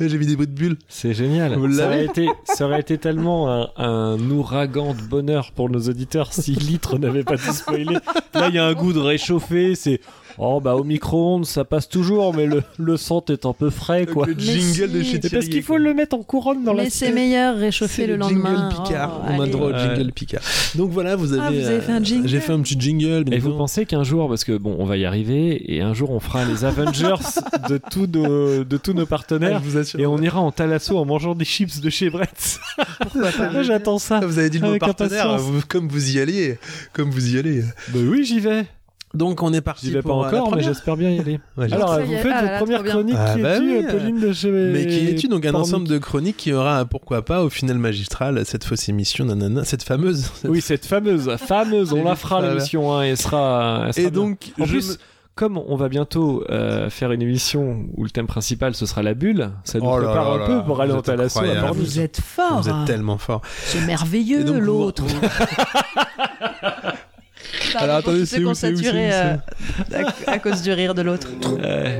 S1: Eh, J'ai mis des bouts de bulles.
S3: C'est génial.
S1: Vous
S3: Ça
S1: l'avez
S3: aurait, été, ça aurait été tellement un, un ouragan de bonheur pour nos auditeurs si Litre n'avait pas tout spoilé. Là, il y a un goût de réchauffé. C'est oh bah au micro-ondes, ça passe toujours, mais le, le sang est un peu frais quoi.
S1: Le
S6: jingle
S1: jingle
S6: si. de
S1: de
S6: chez
S1: chez
S3: C'est parce qu'il faut le mettre en couronne dans la.
S6: Mais c'est meilleur réchauffer le, lendemain.
S1: Jingle Picard.
S6: Oh,
S1: On a
S6: allez.
S1: droit au
S3: Ouais.
S1: jingle Picard. Donc voilà, vous avez. euh,
S6: Ah, vous avez fait un jingle.
S1: J'ai fait un petit jingle. mais
S3: Et vous
S1: non.
S3: pensez qu'un jour, parce que bon, on va y arriver, et un jour on fera les Avengers de tous nos, de tous nos
S1: Ah, je
S3: partenaires,
S1: vous assure.
S3: et on ira en thalasso en mangeant des chips de chez Bretz. Moi,
S1: Ah,
S3: J'attends ça.
S1: Vous avez dit le mot
S3: Avec
S1: partenaire,
S3: impatience.
S1: vous- comme vous y alliez, comme vous y allez.
S3: Bah oui, j'y vais.
S1: Donc on est parti.
S3: J'y vais pas
S1: pour, euh, la
S3: encore, mais
S1: première.
S3: j'espère bien y aller.
S1: Ouais, j'ai-
S3: Alors,
S6: Ça
S3: vous
S6: y est.
S3: faites
S6: Ah là
S3: votre
S6: là,
S3: première
S6: trop bien.
S3: chronique
S1: Ah
S3: qui
S1: bah
S3: es-tu,
S1: oui,
S3: euh, Pauline de chez
S1: Mais qui es-tu donc un
S3: Pornic.
S1: ensemble de chroniques qui aura pourquoi pas au final magistral cette fausse émission nanana cette fameuse
S3: Oui, cette fameuse, fameuse, on la fera
S1: Voilà.
S3: l'émission, hein, et elle sera. elle sera
S1: et
S3: bien.
S1: donc
S3: En
S1: je
S3: plus,
S1: me-
S3: comme on va bientôt euh, faire une émission où le thème principal ce sera la bulle, ça nous
S1: Oh là
S3: prépare
S1: là
S3: un peu
S1: là,
S3: pour aller
S1: vous
S3: en
S1: êtes
S3: thalasso à
S1: incroyable.
S3: Pornic.
S6: Vous êtes fort.
S1: vous
S6: hein.
S1: êtes tellement fort
S6: C'est
S1: Et donc,
S6: merveilleux
S1: vous-
S6: l'autre.
S1: vous-
S6: Pardon
S1: Alors,
S6: pour
S1: attendez,
S6: tous
S1: c'est
S6: ceux qui
S1: où,
S6: ont
S1: c'est où,
S6: saturé,
S1: c'est où, Euh.
S6: euh, à- à cause du rire de l'autre.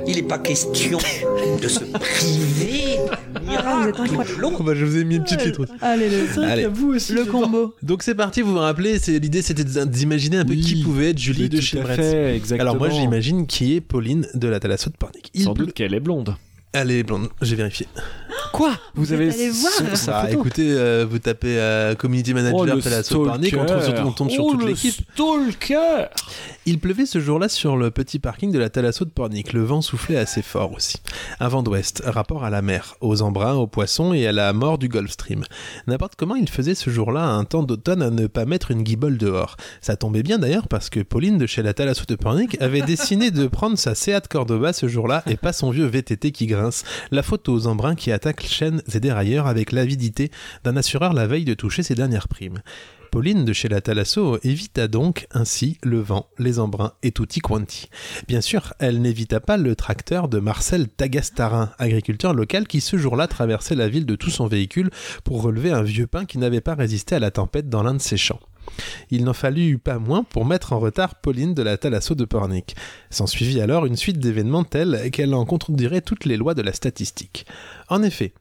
S8: Il n'est pas question de se priver
S6: Ah,
S8: du miracle de l'autre.
S1: Oh, bah, je vous ai mis une petite lettre
S6: Allez, le,
S1: Allez.
S3: vous aussi.
S6: le combo.
S1: donc c'est parti vous vous rappelez c'est l'idée c'était d'imaginer un peu
S3: Oui,
S1: qui pouvait être Julie de chez
S3: chez
S1: Bretz.
S3: fait, exactement.
S1: Alors moi j'imagine qui est Pauline de la Thalasso de Pornic. Il
S3: Sans
S1: pleut-
S3: doute qu'elle est blonde.
S1: Elle est blonde, j'ai vérifié.
S3: Quoi Vous
S6: êtes
S3: avez
S6: allé voir
S3: son- sa
S1: Bah,
S3: photo
S1: écoutez, euh, vous tapez euh, Community Manager
S3: Oh, le
S1: Thalasso de Pornic, on, trouve surtout- on tombe sur
S3: Oh,
S1: toute
S3: le
S1: l'équipe.
S3: stalker
S1: Il pleuvait ce jour-là sur le petit parking de la Thalasso de Pornic. Le vent soufflait assez fort aussi. Un vent d'ouest, rapport à la mer, aux embruns, aux poissons et à la mort du Gulf Stream. N'importe comment, il faisait ce jour-là un temps d'automne à ne pas mettre une guibole dehors. Ça tombait bien d'ailleurs parce que Pauline de chez la Thalasso de Pornic avait décidé de prendre sa Seat Cordoba ce jour-là et pas son vieux VTT qui grince. La faute aux embruns qui attaquent chaînes et dérailleurs avec l'avidité d'un assureur la veille de toucher ses dernières primes. Pauline de chez la Thalasso évita donc ainsi le vent, les embruns et tutti quanti. Bien sûr, elle n'évita pas le tracteur de Marcel Tagastarin, agriculteur local qui ce jour-là traversait la ville de tout son véhicule pour relever un vieux pin qui n'avait pas résisté à la tempête dans l'un de ses champs. Il n'en fallut pas moins pour mettre en retard Pauline de la Thalasso de Pornic. S'ensuivit alors une suite d'événements tels qu'elle en contredirait toutes les lois de la statistique. En effet,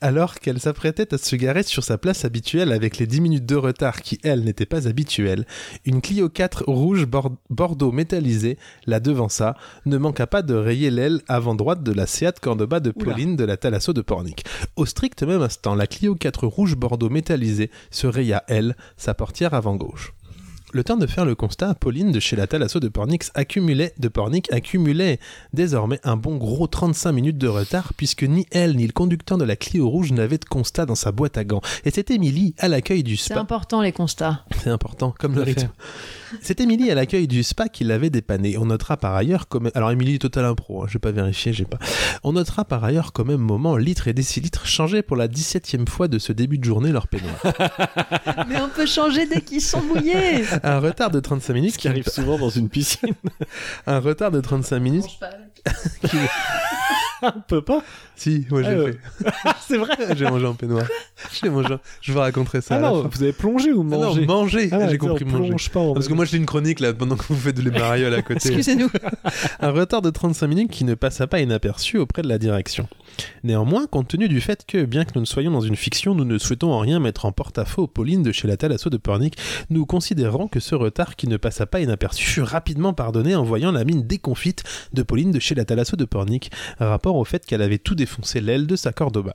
S1: alors qu'elle s'apprêtait à se garer sur sa place habituelle avec les 10 minutes de retard qui, elle, n'étaient pas habituelles, une Clio 4 rouge bord- bordeaux métallisée, la devança, ne manqua pas de rayer l'aile avant droite de la Seat Cordoba de
S3: Oula.
S1: Pauline de la Thalasso de Pornic. Au strict même instant, la Clio 4 rouge bordeaux métallisée se raya, elle, sa portière avant gauche. Le temps de faire le constat, Pauline de chez la Thalasso de Pornix accumulait, de Pornic accumulait désormais un bon gros 35 minutes de retard puisque ni elle ni le conducteur de la Clio Rouge n'avaient de constat dans sa boîte à gants. Et c'est Émilie à l'accueil du
S6: C'est
S1: spa.
S6: important les constats.
S1: C'est important, comme
S3: Tout
S1: le
S3: à fait.
S1: rythme. C'est Émilie à l'accueil du spa qui l'avait dépanné. On notera par ailleurs comme alors Émilie total impro, hein, je vais pas vérifier, j'ai pas. On notera par ailleurs qu'au même moment litres et décilitres changeaient pour la 17e fois de ce début de journée leur peignoir.
S6: Mais on peut changer dès qu'ils sont mouillés.
S1: Un retard de 35 minutes
S3: Ce qui arrive souvent dans une piscine.
S1: un retard de 35 minutes.
S3: On peut pas.
S1: Si, moi j'ai
S3: Ah,
S1: fait. C'est vrai J'ai mangé en peignoir. J'ai mangé. en- Je vous raconterai ça.
S3: Ah
S1: à la
S3: non,
S1: fin.
S3: vous avez plongé ou
S1: Ah non,
S3: mangé
S1: manger.
S3: Ah,
S1: j'ai
S3: attends,
S1: compris
S3: on
S1: manger.
S3: plonge pas en
S1: Ah, Parce que moi j'ai une chronique là pendant que vous faites les marioles à côté.
S6: Excusez-nous.
S1: un retard de 35 minutes qui ne passa pas inaperçu auprès de la direction. Néanmoins, compte tenu du fait que, bien que nous ne soyons dans une fiction, nous ne souhaitons en rien mettre en porte-à-faux Pauline de chez la Thalasso de Pornic, nous considérons que ce retard qui ne passa pas inaperçu fut rapidement pardonné en voyant la mine déconfite de Pauline de chez la Thalasso de Pornic, rapport au fait qu'elle avait tout défoncé l'aile de sa Cordoba.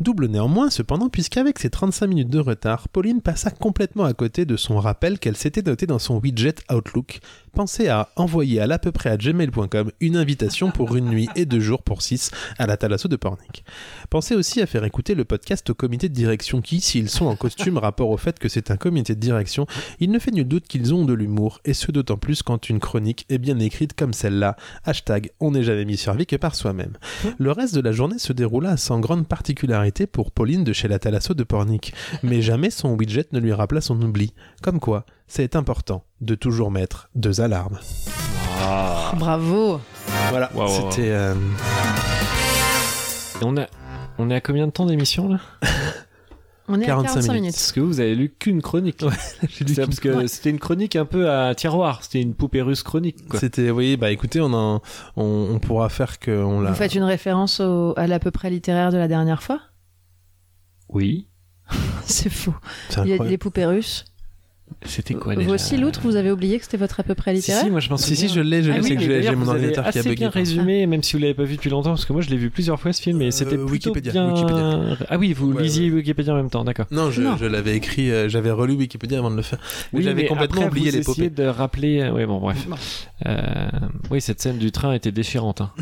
S1: Double néanmoins, cependant, puisqu'avec ses 35 minutes de retard, Pauline passa complètement à côté de son rappel qu'elle s'était noté dans son widget Outlook. Pensez à envoyer à l'à peu près à gmail.com une invitation pour une nuit et deux jours pour six à la Thalasso de Pornic. Pensez aussi à faire écouter le podcast au comité de direction qui, s'ils sont en costume, rapport au fait que c'est un comité de direction, il ne fait nul doute qu'ils ont de l'humour, et ce d'autant plus quand une chronique est bien écrite comme celle-là. Hashtag on n'est jamais mis servi que par soi-même.
S3: Hein
S1: Le reste de la journée se déroula sans grande particularité pour Pauline de chez la Thalasso de Pornic, mais jamais son widget ne lui rappela son oubli. Comme quoi, c'est important de toujours mettre deux alarmes.
S6: Bravo.
S1: Voilà,
S3: Waouh, waouh,
S1: c'était... euh,
S3: Et on, a... on est à combien de temps d'émission là
S6: On
S1: 45
S6: est à 45
S1: minutes.
S6: minutes.
S3: Parce que vous avez lu qu'une chronique.
S1: j'ai lu
S3: C'est parce que c'était une chronique un peu à tiroir. C'était une poupée russe chronique. Quoi.
S1: C'était, oui, bah écoutez, on, en- on, on pourra faire que on l'a.
S6: Vous faites une référence au- à l'à peu près littéraire de la dernière fois
S3: Oui.
S6: C'est fou.
S1: C'est
S6: Il y a
S1: incroyable.
S6: les poupées russes.
S3: C'était quoi déjà
S6: Vous aussi, l'outre, vous avez oublié que c'était votre à peu près
S3: Si,
S6: littéraire
S3: si, moi je m'en
S1: Si,
S3: souviens.
S1: si, je l'ai, je
S3: Ah
S1: l'ai,
S3: oui,
S1: c'est que je
S3: mais
S1: l'ai- j'ai
S3: d'ailleurs,
S1: mon
S3: vous avez
S1: ordinateur qui a
S3: assez
S1: bugué.
S3: bien
S1: par contre.
S3: résumé, même si vous l'avez pas vu depuis longtemps, parce que moi je l'ai vu plusieurs fois ce film, et
S1: Euh,
S3: c'était plutôt
S1: Wikipédia,
S3: bien.
S1: Wikipédia.
S3: Ah oui, vous
S1: Ouais,
S3: lisiez Wikipédia en même temps, d'accord.
S1: Non, je,
S6: Non.
S1: je l'avais écrit, euh, j'avais relu Wikipédia avant de le faire. Mais j'avais
S3: mais
S1: complètement
S3: après,
S1: oublié
S3: vous
S1: les
S3: essayez
S1: poupées.
S3: de rappeler. Oui, bon, bref. Euh, oui, cette scène du train était déchirante. hein.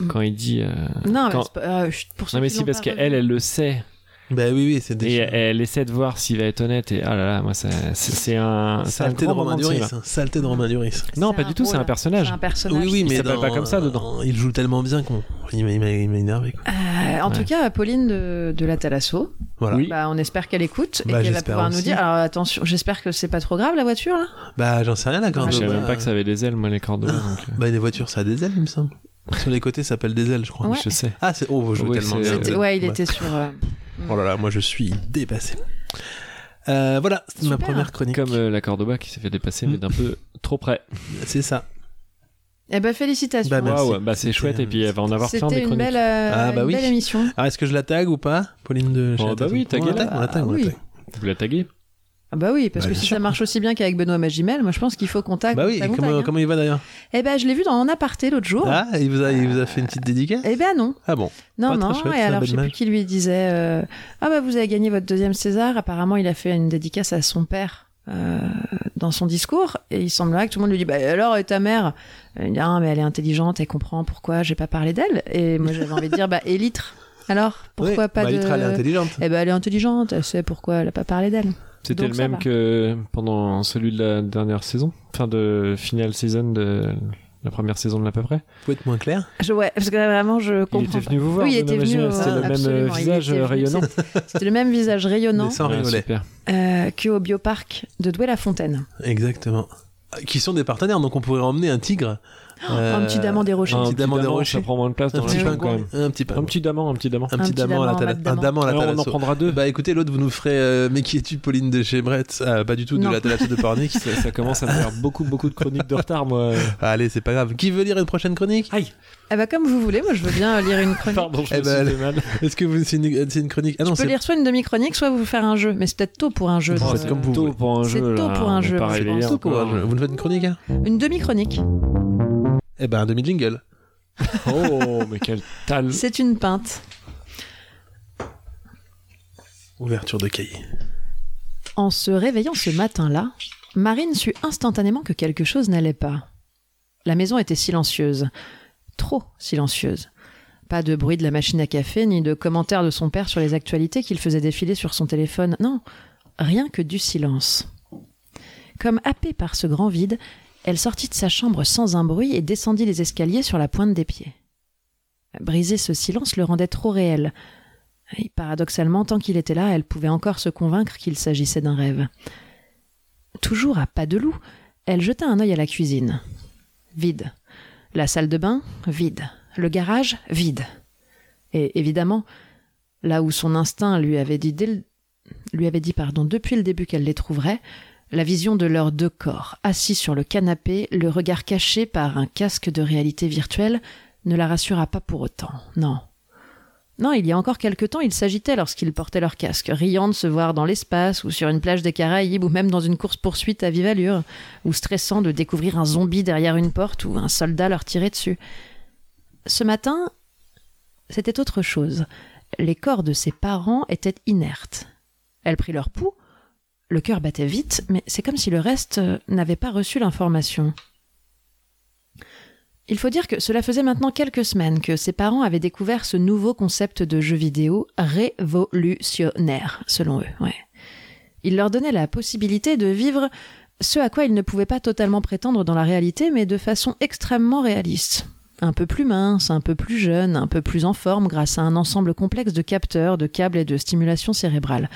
S1: Mm.
S3: Quand il dit. euh,
S6: Non, mais
S3: Quand-
S6: c'est pas- euh, chut, pour ceux
S3: Non, mais
S6: qui
S3: si,
S6: l'ont
S3: parce
S6: pas
S3: qu'elle,
S6: revu.
S3: elle le sait.
S1: Bah oui, oui, c'est
S3: Et euh,
S1: des.
S3: elle, essaie de voir s'il va être honnête. Et ah là là, moi, ça- c'est c'est un. C'est un
S1: Saleté de
S3: grand moment
S1: Romain
S3: de cinéma.
S1: Duris. hein, Saleté de Romain Duris.
S3: Non,
S6: C'est
S3: pas du tout, c'est un
S6: rôle.
S3: personnage.
S6: C'est un personnage.
S1: Oui, oui,
S3: Il
S1: mais
S3: s'appelle
S1: dans-
S3: pas comme ça, dedans.
S1: Il joue tellement bien qu'on. Il m'a- il m'a il m'a énervé, quoi.
S6: Euh, en tout
S3: Ouais.
S6: cas, Pauline de, de la Thalasso,
S1: Voilà.
S3: Oui.
S6: bah, on espère qu'elle écoute
S1: Bah,
S6: et qu'elle va
S1: j'espère
S6: pouvoir nous
S1: aussi.
S6: dire. Alors attention, j'espère que c'est pas trop grave la voiture. Là.
S1: Bah, j'en sais rien, la
S6: Ah,
S1: Cordoba.
S3: Je savais même pas que ça avait des ailes, moi, les cordobas. donc, euh,
S1: Bah, les voitures, ça a des ailes, il me semble. Sur les côtés, ça s'appelle des ailes, je crois.
S6: Ouais.
S3: Je sais.
S1: Ah, c'est. Oh, vous jouez
S3: Oui,
S1: tellement
S3: c'est-
S1: bien.
S3: C'était-
S6: Ouais,
S3: Euh,
S6: il était sur. euh,
S1: Oh là là, moi, je suis dépassé. Euh, voilà, c'est ma
S6: Super.
S1: première chronique.
S3: Comme euh, la cordoba qui s'est fait dépasser, mais d'un peu trop près.
S1: C'est ça.
S6: Eh ben félicitations.
S1: Bah, merci.
S3: Waouh, bah c'est
S1: C'était-
S3: chouette, et puis elle va en avoir plein
S6: C'était
S3: des
S6: une
S3: chroniques.
S6: belle, euh,
S1: Ah, bah
S6: une
S1: oui.
S6: belle émission.
S1: Alors, est-ce que je la tag ou pas, Pauline de
S3: Oh,
S1: chez la
S3: bah oui,
S1: Tatou On la
S3: taguez-la.
S1: tag, on la tag, on la
S6: Ah Oui.
S1: tag.
S3: Vous la taguez
S6: Ah bah oui, parce
S1: Bah,
S6: que
S1: bien
S6: si
S1: sûr.
S6: ça marche aussi bien qu'avec Benoît Magimel, moi je pense qu'il faut qu'on tague.
S1: Bah oui,
S6: qu'on
S1: et
S6: tague,
S1: comment,
S6: hein. Oh.
S1: comment il va d'ailleurs
S6: Eh ben je l'ai vu dans En aparté l'autre jour.
S1: Ah, il vous, a, il vous a fait une petite dédicace
S6: Eh ben non,
S1: Ah bon Pas
S6: non,
S1: très
S6: non.
S1: chouette,
S6: et
S1: ça,
S6: alors
S1: bonne
S6: je sais plus
S1: image.
S6: qui lui disait euh, Ah bah vous avez gagné votre deuxième César. Apparemment il a fait une dédicace à son père. euh, dans son discours, et il semblerait que tout le monde lui dit Bah alors, et ta mère Il dit Ah, mais elle est intelligente, elle comprend pourquoi j'ai pas parlé d'elle. Et moi j'avais envie de dire Bah, élitre Alors, pourquoi
S1: Ouais,
S6: pas
S1: bah,
S6: de.
S1: Litra, elle est intelligente.
S6: Eh ben, elle est intelligente, elle sait pourquoi elle a pas parlé d'elle.
S3: C'était
S6: Donc
S3: le
S6: ça
S3: même
S6: va.
S3: que pendant celui de la dernière saison Enfin, de final season de la première saison de l'à peu près
S1: Faut être moins clair.
S6: Je, ouais, parce que là, vraiment, je
S3: Il
S6: comprends.
S3: était
S6: pas.
S3: venu vous voir,
S6: oui, il
S3: Benoît
S6: était venu.
S3: Magimel,
S6: euh,
S3: C'était le même
S6: absolument,
S3: euh,
S6: il
S3: visage
S6: était venu,
S3: rayonnant
S6: c'est- C'était le même visage rayonnant
S1: Mais sans
S3: Ouais,
S1: rigoler.
S3: super.
S6: euh, qu'au bioparc de Douai-la-Fontaine.
S1: Exactement. Qui sont des partenaires, donc on pourrait emmener un tigre. euh,
S6: Oh, Un petit diamant des rochers.
S1: un
S3: Un
S1: petit
S3: petit
S1: diamant des
S3: damant,
S1: rochers.
S3: ça prend moins de place
S1: Un
S3: dans
S1: petit
S3: la
S1: pain
S3: quand même.
S1: Un petit pain.
S3: Un petit damant, un petit damant.
S1: Un petit damant à la
S6: damant,
S1: Thala-
S6: un
S1: Un damant à la
S3: Alors, on en
S1: Thalasso.
S3: prendra deux.
S1: Bah écoutez, l'autre, vous nous ferez euh, Mais qui es-tu, Pauline de chez Brett Ah, Pas du tout, de
S6: Non.
S1: la Thalasso de Pornic.
S3: ça, ça commence à me faire beaucoup, beaucoup de chroniques de retard, moi.
S1: Ah, Allez, c'est pas grave. Qui veut lire une prochaine chronique
S3: Aïe
S6: Ah bah, comme vous voulez, moi je veux bien lire une chronique.
S3: Pardon, je
S1: Eh
S3: me
S1: ben,
S3: suis fait mal.
S1: Est-ce que vous- c'est une, c'est une chronique Ah non,
S6: Je peux
S1: c'est.
S6: lire soit une demi-chronique, soit vous faire un jeu. Mais c'est peut-être tôt pour un jeu.
S1: Oh,
S6: donc,
S1: c'est
S6: euh,
S1: comme vous
S3: Tôt
S1: voulez.
S3: pour un
S6: C'est
S3: jeu.
S6: tôt
S3: là,
S6: pour un
S3: on est
S6: jeu,
S3: pas
S6: je
S3: réveillé
S6: pense.
S1: Tôt pour un
S3: encore.
S1: jeu. Vous nous faites une chronique, hein
S6: Une demi-chronique.
S1: Eh ben, un demi-jingle.
S3: Oh, mais quel tal.
S6: C'est une pinte.
S1: Ouverture de cahier.
S6: En se réveillant ce matin-là, Marine sut instantanément que quelque chose n'allait pas. La maison était silencieuse, trop silencieuse. Pas de bruit de la machine à café, ni de commentaires de son père sur les actualités qu'il faisait défiler sur son téléphone, non, rien que du silence. Comme happée par ce grand vide, elle sortit de sa chambre sans un bruit et descendit les escaliers sur la pointe des pieds. Briser ce silence le rendait trop réel. Et paradoxalement, tant qu'il était là, elle pouvait encore se convaincre qu'il s'agissait d'un rêve. Toujours à pas de loup, elle jeta un œil à la cuisine. Vide. La salle de bain, vide. Le garage, vide. Et évidemment, là où son instinct lui avait dit, dès le- lui avait dit pardon, depuis le début qu'elle les trouverait, la vision de leurs deux corps, assis sur le canapé, le regard caché par un casque de réalité virtuelle, ne la rassura pas pour autant. Non. Non, il y a encore quelque temps, ils s'agitaient lorsqu'ils portaient leur casque, riant de se voir dans l'espace, ou sur une plage des Caraïbes, ou même dans une course-poursuite à vive allure, ou stressant de découvrir un zombie derrière une porte, ou un soldat leur tirer dessus. Ce matin, c'était autre chose. Les corps de ses parents étaient inertes. Elle prit leur pouls, le cœur battait vite, mais c'est comme si le reste euh, n'avait pas reçu l'information. Il faut dire que cela faisait maintenant quelques semaines que ses parents avaient découvert ce nouveau concept de jeu vidéo révolutionnaire, selon eux. Ouais. Il leur donnait la possibilité de vivre ce à quoi ils ne pouvaient pas totalement prétendre dans la réalité, mais de façon extrêmement réaliste. Un peu plus mince, un peu plus jeune, un peu plus en forme grâce à un ensemble complexe de capteurs, de câbles et de stimulation cérébrale.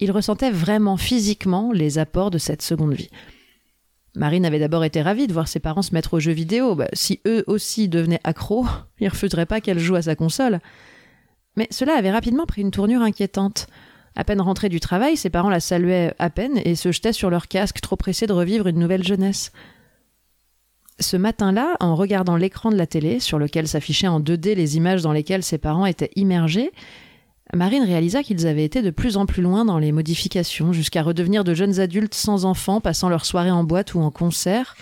S6: Ils ressentaient vraiment physiquement les apports de cette seconde vie. Marine avait d'abord été ravie de voir ses parents se mettre aux jeux vidéo. Bah, si eux aussi devenaient accros, ils refuseraient pas qu'elle joue à sa console. Mais cela avait rapidement pris une tournure inquiétante. À peine rentrée du travail, ses parents la saluaient à peine et se jetaient sur leur casque, trop pressés de revivre une nouvelle jeunesse. Ce matin-là, en regardant l'écran de la télé, sur lequel s'affichaient en 2D les images dans lesquelles ses parents étaient immergés, Marine réalisa qu'ils avaient été de plus en plus loin dans les modifications, jusqu'à redevenir de jeunes adultes sans enfants, passant leurs soirées en boîte ou en concert.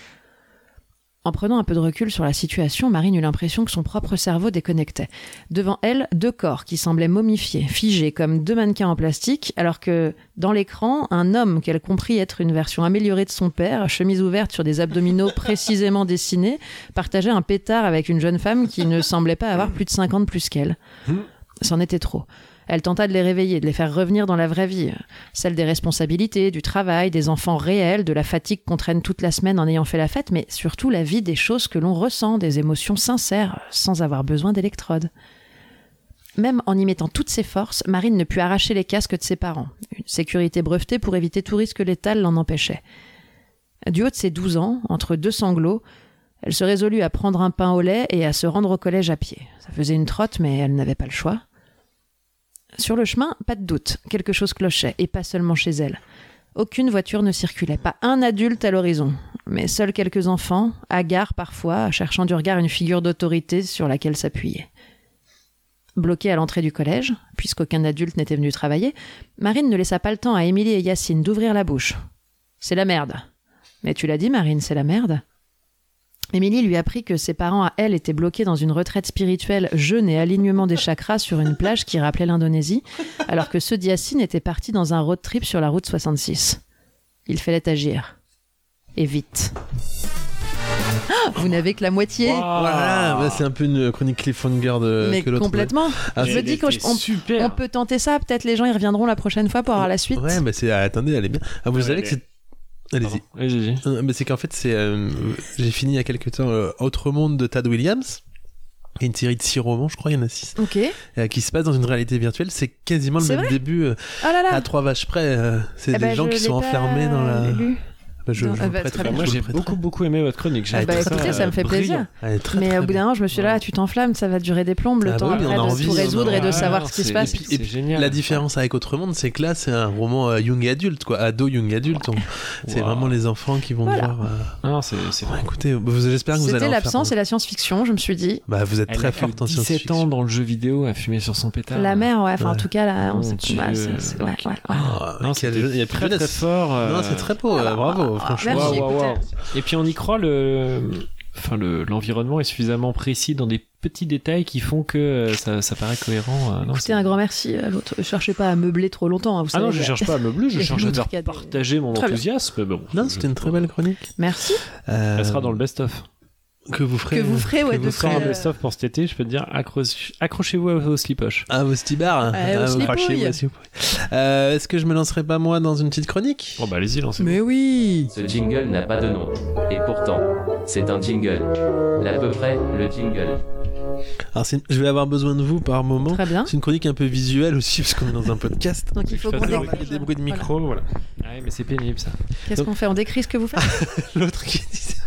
S6: En prenant un peu de recul sur la situation, Marine eut l'impression que son propre cerveau déconnectait. Devant elle, deux corps qui semblaient momifiés, figés comme deux mannequins en plastique, alors que, dans l'écran, un homme qu'elle comprit être une version améliorée de son père, chemise ouverte sur des abdominaux précisément dessinés, partageait un pétard avec une jeune femme qui ne semblait pas avoir plus de 50 plus qu'elle. C'en était trop. Elle tenta de les réveiller, de les faire revenir dans la vraie vie, celle des responsabilités, du travail, des enfants réels, de la fatigue qu'on traîne toute la semaine en ayant fait la fête, mais surtout la vie des choses que l'on ressent, des émotions sincères, sans avoir besoin d'électrodes. Même en y mettant toutes ses forces, Marine ne put arracher les casques de ses parents, une sécurité brevetée pour éviter tout risque létal l'en empêchait. Du haut de ses 12 ans, entre deux sanglots, elle se résolut à prendre un pain au lait et à se rendre au collège à pied. Ça faisait une trotte, mais elle n'avait pas le choix. Sur le chemin, pas de doute, quelque chose clochait, et pas seulement chez elle. Aucune voiture ne circulait, pas un adulte à l'horizon, mais seuls quelques enfants, hagards parfois, cherchant du regard une figure d'autorité sur laquelle s'appuyer. Bloquée à l'entrée du collège, puisqu'aucun adulte n'était venu travailler, Marine ne laissa pas le temps à Émilie et Yacine d'ouvrir la bouche. C'est la merde. Mais tu l'as dit, Marine, c'est la merde. Émilie lui apprit que ses parents à elle étaient bloqués dans une retraite spirituelle jeûne et alignement des chakras sur une plage qui rappelait l'Indonésie, alors que ceux d'Yacine étaient partis dans un road trip sur la route 66. Il fallait agir. Et vite. Ah, Vous n'avez que la moitié
S1: Voilà, bah, c'est un peu une chronique cliffhanger de,
S6: Mais
S1: Euh, que l'autre.
S6: complètement.
S1: Ah,
S6: je me
S1: c'est-
S6: dis qu'on on-
S3: super.
S6: on peut tenter ça, peut-être les gens ils reviendront la prochaine fois pour avoir la suite.
S1: Ouais, mais c'est. ah, attendez, elle est bien. Ah, vous savez que c'est. Allez-y. Euh, Mais c'est qu'en fait, c'est. euh, J'ai fini il y a quelques temps euh, Autre Monde de Tad Williams. qui est Une série de six romans, je crois, il y en a six,
S6: Ok.
S1: euh, qui se passe dans une réalité virtuelle. C'est quasiment le
S6: C'est
S1: même
S6: vrai
S1: début. euh,
S6: Oh là là.
S1: à trois vaches près. euh, c'est
S6: Eh
S1: des
S6: ben,
S1: gens
S6: je
S1: qui
S6: l'ai
S1: sont
S6: pas
S1: enfermés dans la.
S6: lu.
S1: Bah, je,
S6: Dans-
S1: je
S6: ah,
S1: vous
S6: bah,
S1: prête-
S6: très bien.
S1: je
S3: moi
S1: vous
S3: j'ai
S1: prête-
S3: beaucoup beaucoup aimé votre chronique. J'ai
S1: Ah,
S3: trouvé
S1: bah,
S3: ça,
S1: écoutez,
S3: euh,
S6: ça me fait
S3: brillant.
S6: plaisir.
S1: Elle est très,
S6: Mais
S1: très
S6: au bout
S1: bien.
S6: d'un an, je me suis là, tu t'enflammes, ça va durer des plombes le
S1: Ah
S6: temps
S1: bah oui,
S6: après
S1: on a
S6: de
S1: envie,
S6: tout
S1: on a
S6: résoudre et de
S1: envie.
S6: savoir ce qui se
S3: C'est-
S6: passe.
S3: et puis- c'est génial.
S1: La différence avec Autre Monde, c'est que là, c'est un roman euh, young adulte, quoi, ado young adulte. On- C'est
S3: Wow.
S1: vraiment les enfants qui vont
S6: Voilà.
S1: devoir. euh,
S3: Ah, non, c'est c'est
S1: bah, écoutez, vous- j'espère que vous allez.
S6: C'était
S1: en faire-
S6: l'absence et la science-fiction, je me suis dit.
S1: Bah, vous êtes
S3: Elle
S1: très
S3: a que
S1: forte en
S3: 17
S1: science-fiction.
S3: ans dans le jeu vidéo à fumer sur son pétard.
S6: La mère, ouais, enfin en
S1: Ouais.
S6: tout cas, là, on
S3: Mon
S6: sait
S3: Dieu.
S6: ouais, c'est- c'est- ouais, ouais, ouais.
S1: Ah,
S3: Non,
S1: quel-
S3: c'était
S1: il y a plus
S3: très
S1: de-
S3: très fort. euh,
S1: Ah, Non, c'est très beau, euh, bravo, franchement.
S6: Merci,
S3: Waouh, waouh,
S6: écoutez.
S3: waouh. Et puis on y croit le enfin, le- l'environnement est suffisamment précis dans des petits détails qui font que euh, ça, ça paraît cohérent. euh, non,
S6: Écoutez, un grand merci à l'autre. Ne cherchez pas à meubler trop longtemps. hein, vous
S3: Ah non,
S6: savez.
S3: je cherche pas à meubler, je
S6: Il y a
S3: cherche
S6: une
S3: à
S6: autre qui a
S3: faire
S6: des-
S3: partager mon
S6: Très bien.
S3: enthousiasme. Bon,
S1: Non,
S3: je-
S1: c'était une très belle chronique.
S6: Merci.
S1: Euh,
S3: Elle sera dans le best-of.
S1: que vous ferez.
S6: que vous ferez, ouais,
S1: que
S6: de
S1: vous
S3: Ce sera un
S6: Euh,
S3: best-of pour cet été, je peux te dire, accroche- accrochez-vous au au slipoche.
S1: Ah, vos stibards.
S6: Ouais, aux
S1: Ah, vous
S6: slipouilles.
S1: crachez, moi, si vous pouvez. Euh, Est-ce que je me lancerai pas moi dans une petite chronique
S3: Bon bah allez-y, lancez
S6: Mais oui
S7: Ce jingle n'a pas de nom. Et pourtant, c'est un jingle. L'à peu près, le jingle.
S1: Alors, c'est- je vais avoir besoin de vous par moment.
S6: Très bien.
S1: C'est une chronique un peu visuelle aussi, parce qu'on est dans un podcast.
S6: Donc il faut
S3: Je
S6: qu'on
S3: fais des-
S6: décrise.
S1: des bruits de
S6: Voilà.
S1: micro, voilà.
S3: Ah ouais, mais c'est pénible ça.
S6: Qu'est-ce qu'on fait On décrit ce que vous faites
S1: L'autre qui dit ça.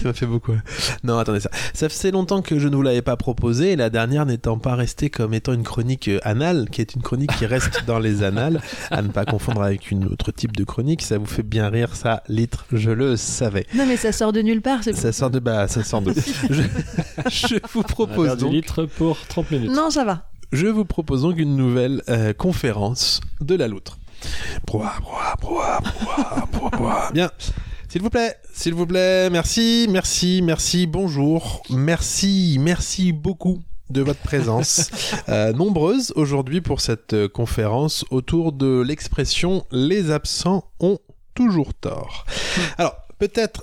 S1: Ça m'a fait beaucoup. rire. Non, attendez ça. Ça faisait longtemps que je ne vous l'avais pas proposé, et la dernière n'étant pas restée comme étant une chronique euh, anale, qui est une chronique qui reste dans les annales, à ne pas confondre avec une autre type de chronique. Ça vous fait bien rire, ça, litre, je le savais.
S6: Non, mais ça sort de nulle part. c'est-
S1: Ça sort de bah, ça sort de. Je, je vous propose
S3: du
S1: donc,
S3: litre pour 30 minutes.
S6: Non, ça va.
S1: je vous propose donc une nouvelle euh, conférence de la loutre. Broa, broa, broa, broa, broa, broa. Bien. S'il vous plaît, s'il vous plaît, merci, merci, merci, bonjour, merci, merci beaucoup de votre présence euh, nombreuse aujourd'hui pour cette euh, conférence autour de l'expression les absents ont toujours tort. Alors, peut-être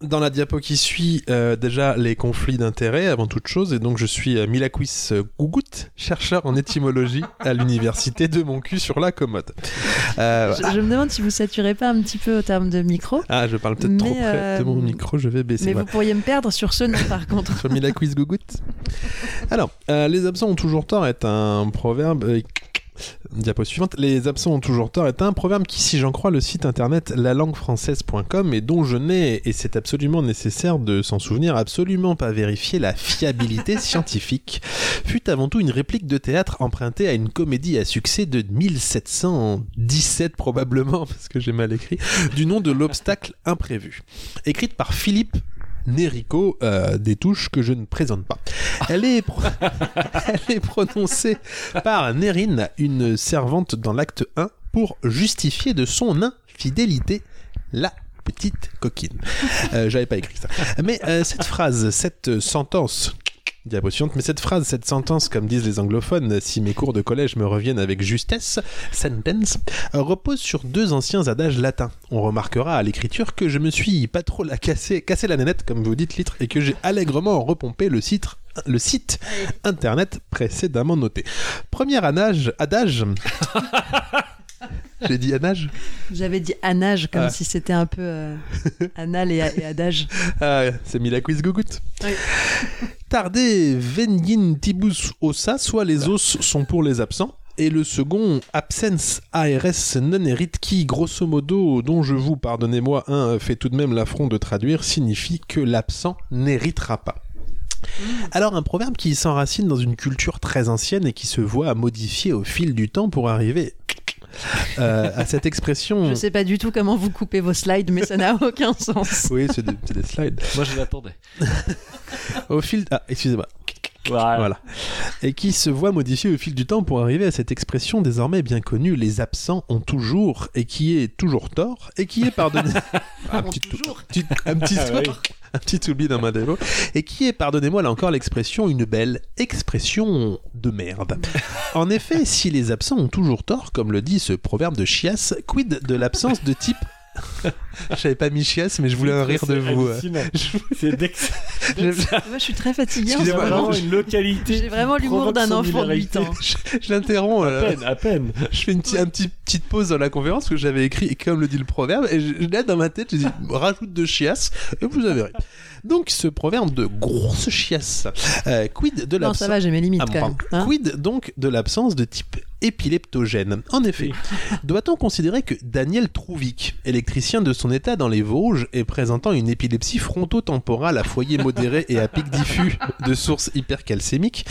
S1: dans la diapo qui suit, euh, déjà les conflits d'intérêts avant toute chose, et donc je suis euh, Milakouis euh, Gougout, chercheur en étymologie à l'université de mon cul sur la commode. Euh,
S6: Je, je me demande si vous saturez pas un petit peu au terme de micro.
S1: ah, je parle peut-être trop
S6: Mais,
S1: près de mon
S6: euh,
S1: micro, je vais baisser.
S6: Mais
S1: voilà.
S6: vous pourriez me perdre sur ce nom par contre.
S1: Sur Mila Quiz Gougoute. Alors, euh, les absents ont toujours tort est un proverbe. euh, Diapo suivante. Les absents ont toujours tort est un proverbe qui, si j'en crois le site internet lalanguefrançaise.com et dont je n'ai, et c'est absolument nécessaire de s'en souvenir, absolument pas vérifié la fiabilité scientifique, fut avant tout une réplique de théâtre empruntée à une comédie à succès de 1717 probablement, parce que j'ai mal écrit, du nom de L'obstacle imprévu, écrite par Philippe Nérico euh, des touches que je ne présente pas. Elle est, pro- Elle est prononcée par Nérine, une servante dans l'acte 1, pour justifier de son infidélité la petite coquine. Euh, J'avais pas écrit ça. Mais euh, cette phrase, cette euh, sentence... Diapo suivante, mais cette phrase, cette sentence, comme disent les anglophones, si mes cours de collège me reviennent avec justesse, sentence, repose sur deux anciens adages latins. On remarquera à l'écriture que je me suis pas trop la cassé, cassé la nénette, comme vous dites, litre, et que j'ai allègrement repompé le site, le site internet précédemment noté. Premier adage, adage. j'ai dit adage
S6: J'avais dit anage comme
S1: Ouais.
S6: si c'était un peu euh, anal et, et adage.
S1: Ah, c'est mis la quiz gougoute.
S6: Oui.
S1: Tardé vengin tibus ossa, soit les os sont pour les absents. Et le second, absence ARS non erit, qui, grosso modo, dont je vous, pardonnez-moi, hein, fait tout de même l'affront de traduire, signifie que l'absent n'héritera pas.
S6: Hmm.
S1: Alors un proverbe qui s'enracine dans une culture très ancienne et qui se voit modifier au fil du temps pour arriver euh, à cette expression.
S6: Je sais pas du tout comment vous coupez vos slides, mais ça n'a aucun sens.
S1: Oui, c'est des- c'est des slides.
S3: Moi je l'attendais.
S1: Au fil... Ah, excusez-moi.
S3: Voilà.
S1: Voilà. Et qui se voit modifié au fil du temps pour arriver à cette expression désormais bien connue, les absents ont toujours, et qui est toujours tort, et qui est pardonné. Ah, un, petit tou- petit- un petit
S3: Ah oui.
S1: sourd. Un petit oubli dans ma démo. Et qui est, pardonnez-moi là encore l'expression, une belle expression de merde. En effet, si les absents ont toujours tort, comme le dit ce proverbe de Chiasse, quid de l'absence de type. J'avais pas mis Chiasse, mais je voulais un rire de
S3: C'est
S1: vous. hein.
S3: hallucinant.
S1: Je-
S3: C'est d'ex-
S1: je-
S6: Moi, je suis très fatiguée. en ce
S1: Bah, Excusez-moi,
S6: moment.
S1: non,
S3: vraiment une localité.
S6: J'ai vraiment
S3: qui
S6: l'humour
S3: provoque
S6: d'un
S3: son
S6: enfant de 8
S3: hilarité.
S6: ans.
S1: euh. Je l'interromps. euh,
S3: À
S1: là.
S3: peine, à peine.
S1: je fais une petite- un petit- petite pause dans la conférence que j'avais écrit et comme le dit le proverbe et je- là dans ma tête je dis rajoute de chiasse et vous avez ri. donc ce proverbe de grosse chiasse euh, quid de
S6: Non,
S1: l'absence
S6: ça va, j'ai mes limites
S1: ah,
S6: quand même.
S1: pardon.
S6: hein.
S1: Quid donc de l'absence de type épileptogène En effet, doit-on considérer que Daniel Trouvic, électricien de son état dans les Vosges et présentant une épilepsie frontotemporale à foyer modéré et à pic diffus de source hypercalcémique,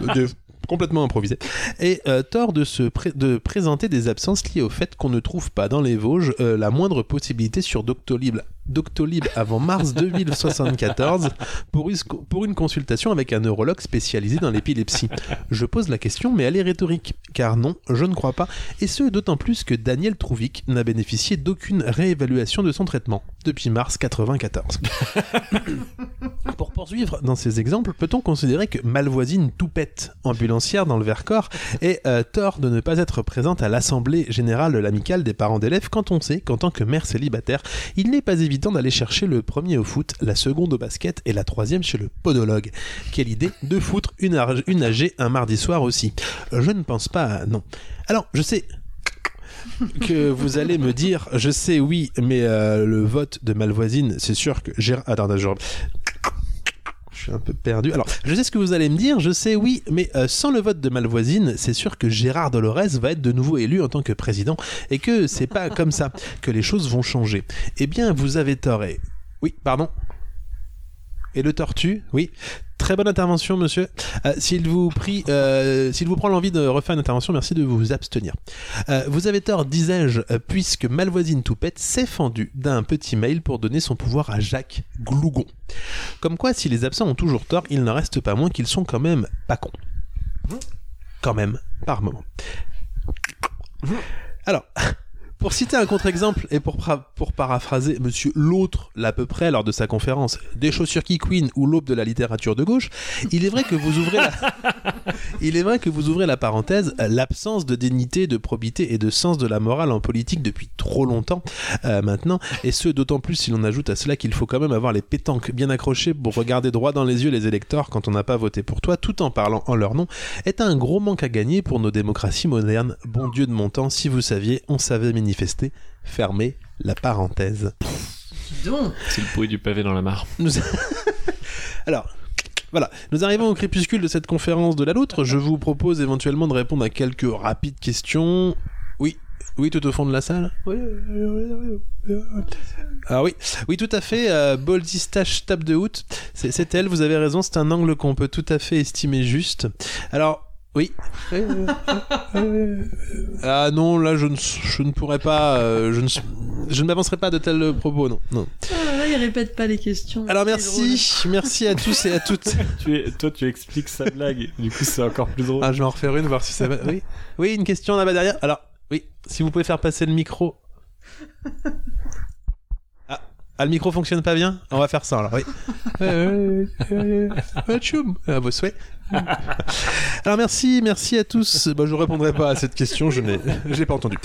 S1: Euh, de complètement improvisé, et euh, tort de, se pré- de présenter des absences liées au fait qu'on ne trouve pas dans les Vosges euh, la moindre possibilité sur Doctolib Doctolib avant mars 2074 pour une, pour une consultation avec un neurologue spécialisé dans l'épilepsie. Je pose la question, mais elle est rhétorique, car non, je ne crois pas, et ce d'autant plus que Daniel Trouvic n'a bénéficié d'aucune réévaluation de son traitement depuis mars 94. pour poursuivre dans ces exemples, peut-on considérer que Malvoisine Toupette, ambulancière dans le Vercors, est euh, tort de ne pas être présente à l'Assemblée générale l'amicale des parents d'élèves quand on sait qu'en tant que mère célibataire, il n'est pas évident d'aller chercher le premier au foot, la seconde au basket et la troisième chez le podologue. Quelle idée de foutre une, une AG un mardi soir aussi. Je ne pense pas, à... non. Alors, je sais, que vous allez me dire, je sais, oui, mais euh, le vote de Malvoisine, c'est sûr que Gérard. Attends, je... je suis un peu perdu. Alors, je sais ce que vous allez me dire, je sais, oui, mais euh, sans le vote de Malvoisine, c'est sûr que Gérard Dolores va être de nouveau élu en tant que président et que c'est pas comme ça que les choses vont changer. Eh bien, vous avez tort et. Oui, pardon. Et le tortue, oui. Très bonne intervention, monsieur. Euh, s'il vous prie, euh, s'il vous prend l'envie de refaire une intervention, merci de vous abstenir. Euh, vous avez tort, disais-je, euh, puisque Malvoisine Toupette s'est fendue d'un petit mail pour donner son pouvoir à Jacques Glougon. Comme quoi, si les absents ont toujours tort, il n'en reste pas moins qu'ils sont quand même pas cons. Quand même, par moment. Alors. Pour citer un contre-exemple et pour, pour, paraphraser Monsieur l'autre, l'à peu près, lors de sa conférence Des chaussures qui queen ou l'aube de la littérature de gauche, il est vrai que vous ouvrez la, il est vrai que vous ouvrez la parenthèse l'absence de dignité, de probité et de sens de la morale en politique depuis trop longtemps euh, maintenant, et ce d'autant plus si l'on ajoute à cela qu'il faut quand même avoir les pétanques bien accrochées pour regarder droit dans les yeux les électeurs quand on n'a pas voté pour toi, tout en parlant en leur nom, est un gros manque à gagner pour nos démocraties modernes. Bon Dieu de mon temps, si vous saviez, on savait ministre manifester. Fermez la parenthèse.
S3: C'est le bruit du pavé dans la mare.
S1: Nous... Alors. Voilà, nous arrivons au crépuscule de cette conférence de la loutre. Je vous propose éventuellement de répondre à quelques rapides questions. Oui, oui, tout au fond de la salle. Oui, oui, oui, ah oui, oui, tout à fait. Euh, Boldistache tape de hoot. C'est elle, vous avez raison, c'est un angle qu'on peut tout à fait estimer juste. Alors, oui. ah non, là je ne, je ne pourrais pas, euh, je ne, je ne m'avancerai pas de tels propos, non. non.
S10: Ah là là, il répète pas les questions.
S1: Alors merci, merci à tous et à toutes.
S3: tu es, toi tu expliques sa blague, du coup c'est encore plus drôle.
S1: Ah je vais en refaire une, voir si ça va. Oui, oui une question là-bas derrière. Alors oui, si vous pouvez faire passer le micro. Ah, ah le micro fonctionne pas bien On va faire ça alors, oui. À vos souhaits. Ah, Alors merci, merci à tous. Bah, je répondrai pas à cette question, je n'ai, j'ai pas entendu.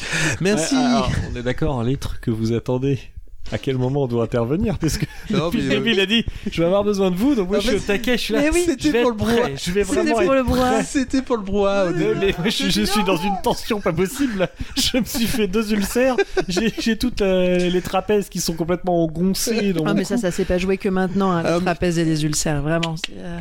S1: Merci. Ouais, alors,
S3: on est d'accord, un litre que vous attendez. À quel moment on doit intervenir Parce que non, depuis le
S1: euh,
S3: début, il a dit Je vais avoir besoin de vous, donc moi non, je suis au taquet, je suis là.
S1: Oui, c'était pour le brouhaha.
S3: Je vais vraiment.
S10: C'était pour le brouhaha.
S1: C'était pour le brouhaha.
S3: Oui, mais, mais je, je suis dans une tension pas possible. Je me suis fait deux ulcères. J'ai toutes euh, les trapèzes qui sont complètement engoncés.
S6: ah, mais coup. ça, ça s'est pas joué que maintenant,
S1: Euh,
S6: hein, les um, trapèzes et les ulcères, vraiment. Euh,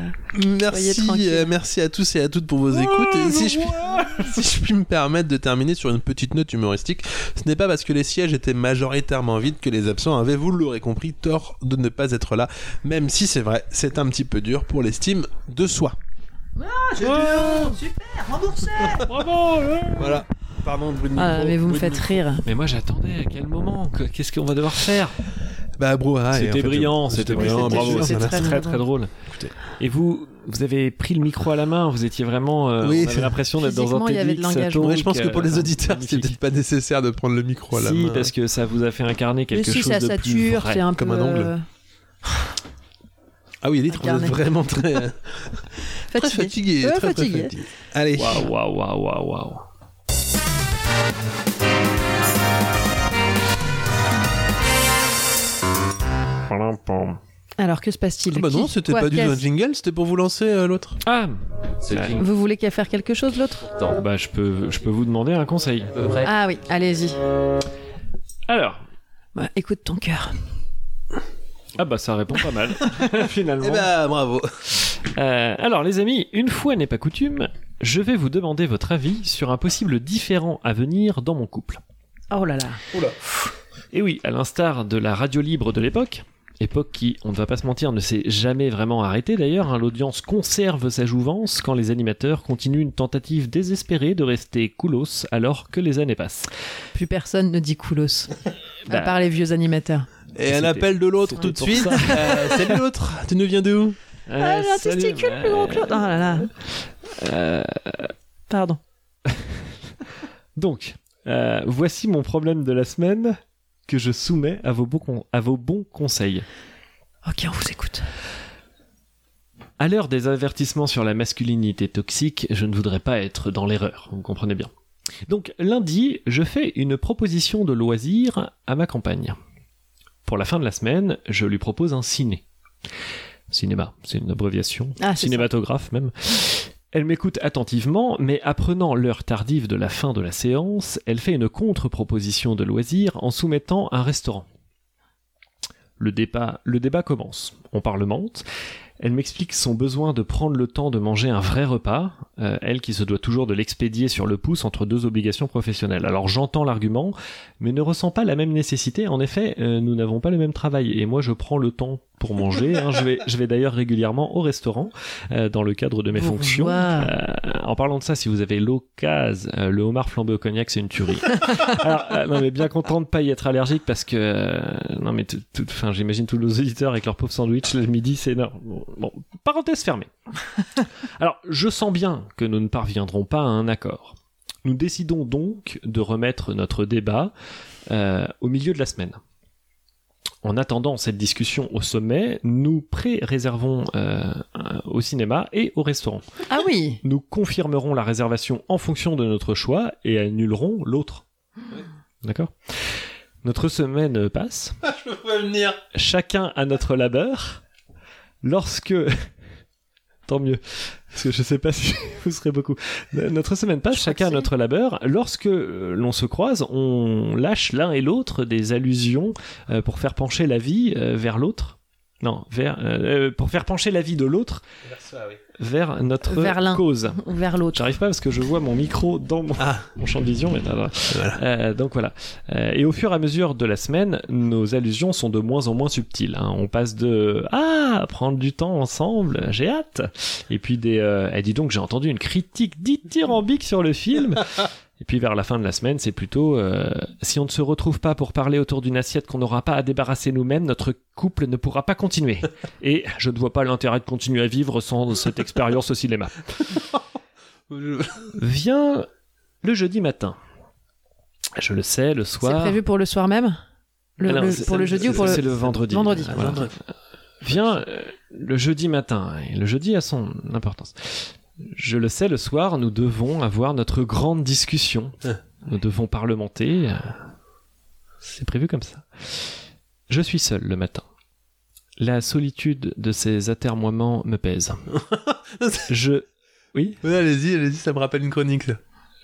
S1: merci, euh, merci à tous et à toutes pour vos écoutes. Ah, et si, je puis, si je puis me permettre de terminer sur une petite note humoristique, ce n'est pas parce que les sièges étaient majoritairement vides que les absents avaient, vous l'aurez compris, tort de ne pas être là, même si c'est vrai, c'est un petit peu dur pour l'estime de soi.
S10: Ah, j'ai ouais. Super, remboursé
S3: Bravo ouais.
S1: Voilà. Pardon, bruit de micro.
S6: Ah, mais vous me faites rire.
S3: Mais moi j'attendais, à quel moment Qu'est-ce qu'on va devoir faire
S1: Bah, brouhaha.
S3: C'était brillant, c'était brillant, bravo,
S6: c'était
S3: très, très très drôle. Écoutez. Et vous vous avez pris le micro à la main, vous étiez vraiment. Euh, oui, on avait l'impression d'être dans un TEDx.
S6: Il y avait de l'engagement.
S1: je pense que pour les auditeurs, c'est peut-être pas nécessaire de prendre le micro à la
S3: euh, si,
S1: main.
S3: Si, parce que ça vous a fait incarner quelque
S6: Mais si,
S3: chose
S6: ça
S3: de
S6: sature,
S3: plus
S6: vrai, un
S1: comme
S6: peu...
S1: un
S6: euh,
S1: ongle. Ah oui, Elite, on est vraiment très, très fatigué,
S6: euh,
S1: très,
S6: fatigué.
S1: Très fatigué. Allez.
S3: Waouh, waouh, waouh, waouh. Wow.
S6: Alors que se passe-t-il
S1: ah Bah non, c'était pas du tout un jingle, c'était pour vous lancer euh, l'autre.
S3: Ah
S6: Vous voulez qu'à faire quelque chose l'autre
S3: Non, bah je peux, je peux vous demander un conseil.
S6: Ah oui, allez-y.
S3: Alors
S6: bah, Écoute ton cœur.
S3: Ah bah ça répond pas mal, finalement.
S1: Eh bah bravo
S3: euh, Alors les amis, une fois n'est pas coutume, je vais vous demander votre avis sur un possible différent à venir dans mon couple.
S6: Oh là là
S1: Oula
S3: Et Eh oui, à l'instar de la radio libre de l'époque, époque qui, on ne va pas se mentir, ne s'est jamais vraiment arrêtée d'ailleurs. Hein, L'audience conserve sa jouvence quand les animateurs continuent une tentative désespérée de rester coolos alors que les années passent.
S6: Plus personne ne dit coolos, bah, à part les vieux animateurs.
S1: Et un appel de l'autre tout de suite. Euh, salut l'autre, tu nous viens de où
S3: Euh,
S6: Ah, j'ai un testicule plus gros que l'autre. Oh là là. Euh, Pardon.
S3: Donc, euh, voici mon problème de la semaine que je soumets à vos, bons con- à vos bons conseils.
S6: Ok, on vous écoute.
S3: À l'heure des avertissements sur la masculinité toxique, je ne voudrais pas être dans l'erreur, vous comprenez bien. Donc lundi, je fais une proposition de loisir à ma compagne. Pour la fin de la semaine, je lui propose un ciné. Cinéma, c'est une abréviation.
S6: Ah, c'est
S3: Cinématographe même. Elle m'écoute attentivement, mais apprenant l'heure tardive de la fin de la séance, elle fait une contre-proposition de loisir en soumettant un restaurant. Le débat, le débat commence. On parlemente. Elle m'explique son besoin de prendre le temps de manger un vrai repas, euh, elle qui se doit toujours de l'expédier sur le pouce entre deux obligations professionnelles. Alors j'entends l'argument, mais ne ressens pas la même nécessité. En effet, euh, nous n'avons pas le même travail, et moi je prends le temps pour manger. hein. Je vais, je vais d'ailleurs régulièrement au restaurant euh, dans le cadre de mes
S6: Bourgeois.
S3: fonctions. Euh, en parlant de ça, si vous avez l'occasion, euh, le homard flambé au cognac, c'est une tuerie. Alors, euh, non, mais bien content de pas y être allergique parce que, euh, non, mais tout, tout- enfin, j'imagine tous nos auditeurs avec leur pauvre sandwich le midi, c'est énorme. Bon, Bon, parenthèse fermée. Alors, je sens bien que nous ne parviendrons pas à un accord. Nous décidons donc de remettre notre débat euh, au milieu de la semaine. En attendant cette discussion au sommet, nous pré-réservons euh, un- au cinéma et au restaurant.
S6: Ah oui.
S3: Nous confirmerons la réservation en fonction de notre choix et annulerons l'autre. D'accord Notre semaine passe.
S1: Je peux venir.
S3: Chacun à notre labeur. Lorsque. Tant mieux. Parce que je sais pas si vous serez beaucoup. N- Notre semaine passe, chacun à notre labeur. Lorsque euh, l'on se croise, on lâche l'un et l'autre des allusions euh, pour faire pencher la vie euh, vers l'autre. Non, vers, euh, euh, pour faire pencher la vie de l'autre vers notre
S6: Vers l'un.
S3: cause.
S6: Ou vers l'autre.
S3: J'arrive pas parce que je vois mon micro dans mon,
S1: Ah.
S3: mon champ de vision. Mais là, là.
S1: Voilà.
S3: Euh, donc voilà. Euh, et au fur et à mesure de la semaine, nos allusions sont de moins en moins subtiles. hein. On passe de Ah, prendre du temps ensemble, j'ai hâte. Et puis des euh, Eh, dis donc, j'ai entendu une critique dithyrambique sur le film. Et puis vers la fin de la semaine, c'est plutôt euh, si on ne se retrouve pas pour parler autour d'une assiette qu'on n'aura pas à débarrasser nous-mêmes, notre couple ne pourra pas continuer. Et je ne vois pas l'intérêt de continuer à vivre sans cette expérience au cinéma vient le jeudi matin. Je le sais, le
S6: C'est
S3: soir.
S6: prévu pour le soir même le,
S3: Ah non,
S6: le-
S3: c'est-
S6: Pour le jeudi
S3: c'est-
S6: ou pour le.
S3: C'est le vendredi.
S6: Vendredi.
S3: Voilà.
S1: Vendredi.
S3: Vient euh, le jeudi matin. Et le jeudi a son importance. Je le sais, le soir, nous devons avoir notre grande discussion.
S1: Ah.
S3: Nous devons parlementer. euh, C'est prévu comme ça. Je suis seul le matin. La solitude de ces atermoiements me pèse. Je. Oui
S1: Ouais, allez-y, allez-y, ça me rappelle une chronique. ça.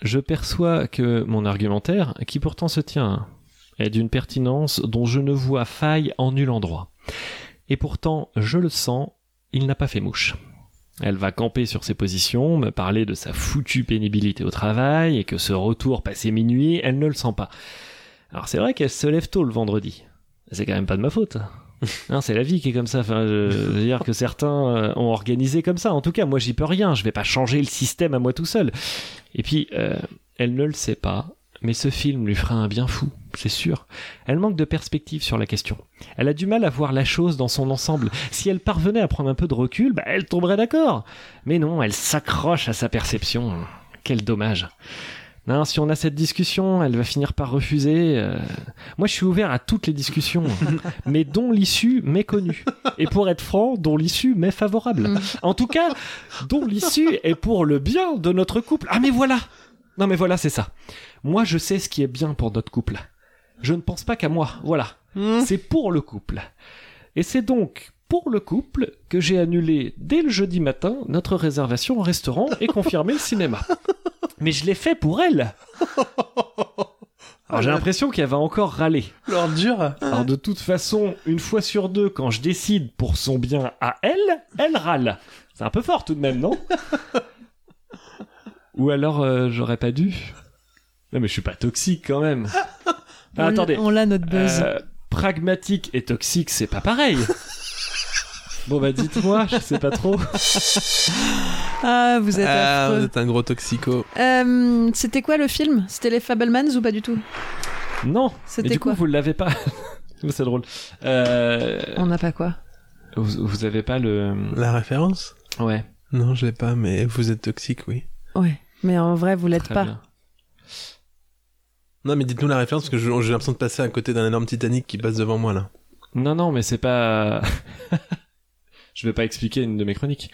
S3: je perçois que mon argumentaire, qui pourtant se tient, est d'une pertinence dont je ne vois faille en nul endroit. Et pourtant, je le sens, il n'a pas fait mouche. Elle va camper sur ses positions, me parler de sa foutue pénibilité au travail, et que ce retour passé minuit, elle ne le sent pas. Alors c'est vrai qu'elle se lève tôt le vendredi. C'est quand même pas de ma faute. Hein, c'est la vie qui est comme ça. Enfin, je, je veux dire que certains euh, ont organisé comme ça. En tout cas, moi, j'y peux rien. Je vais pas changer le système à moi tout seul. Et puis, euh, elle ne le sait pas, mais ce film lui fera un bien fou, c'est sûr. Elle manque de perspective sur la question. Elle a du mal à voir la chose dans son ensemble. Si elle parvenait à prendre un peu de recul, bah, elle tomberait d'accord. Mais non, elle s'accroche à sa perception. Quel dommage. Non, si on a cette discussion, elle va finir par refuser. euh, Moi, je suis ouvert à toutes les discussions, mais dont l'issue m'est connue. Et pour être franc, dont l'issue m'est favorable.
S6: Mm.
S3: En tout cas, dont l'issue est pour le bien de notre couple. Ah mais voilà Non mais voilà, c'est ça. Moi je sais ce qui est bien pour notre couple. Je ne pense pas qu'à moi, voilà. C'est pour le couple. Et c'est donc pour le couple que j'ai annulé dès le jeudi matin notre réservation au restaurant et confirmé le cinéma. Mais je l'ai fait pour elle. Alors j'ai l'impression qu'elle va encore râler.
S1: L'ordure.
S3: Alors de toute façon, une fois sur deux, quand je décide pour son bien à elle, elle râle. C'est un peu fort tout de même, non Ou alors euh, j'aurais pas dû. Non mais je suis pas toxique quand même. Ah,
S6: On-
S3: attendez.
S6: On l'a notre buzz.
S3: Euh, pragmatique et toxique, c'est pas pareil. bon bah dites-moi, je sais pas trop.
S6: Ah, vous êtes
S1: Ah, vous
S6: affreux.
S1: êtes un gros toxico.
S6: Euh, C'était quoi le film C'était les Fablemans ou pas du tout
S3: Non. Mais
S6: C'était
S3: du coup,
S6: quoi
S3: vous l'avez pas. c'est drôle. Euh,
S6: On n'a pas quoi
S3: vous, vous avez pas le.
S1: La référence
S3: Ouais.
S1: Non, je l'ai pas, mais vous êtes toxique, oui.
S6: Ouais, mais en vrai, vous l'êtes
S3: Très
S6: pas.
S3: bien.
S1: Non, mais dites-nous la référence, parce que je- j'ai l'impression de passer à côté d'un énorme Titanic qui passe devant moi, là.
S3: Non, non, mais c'est pas. je vais pas expliquer une de mes chroniques.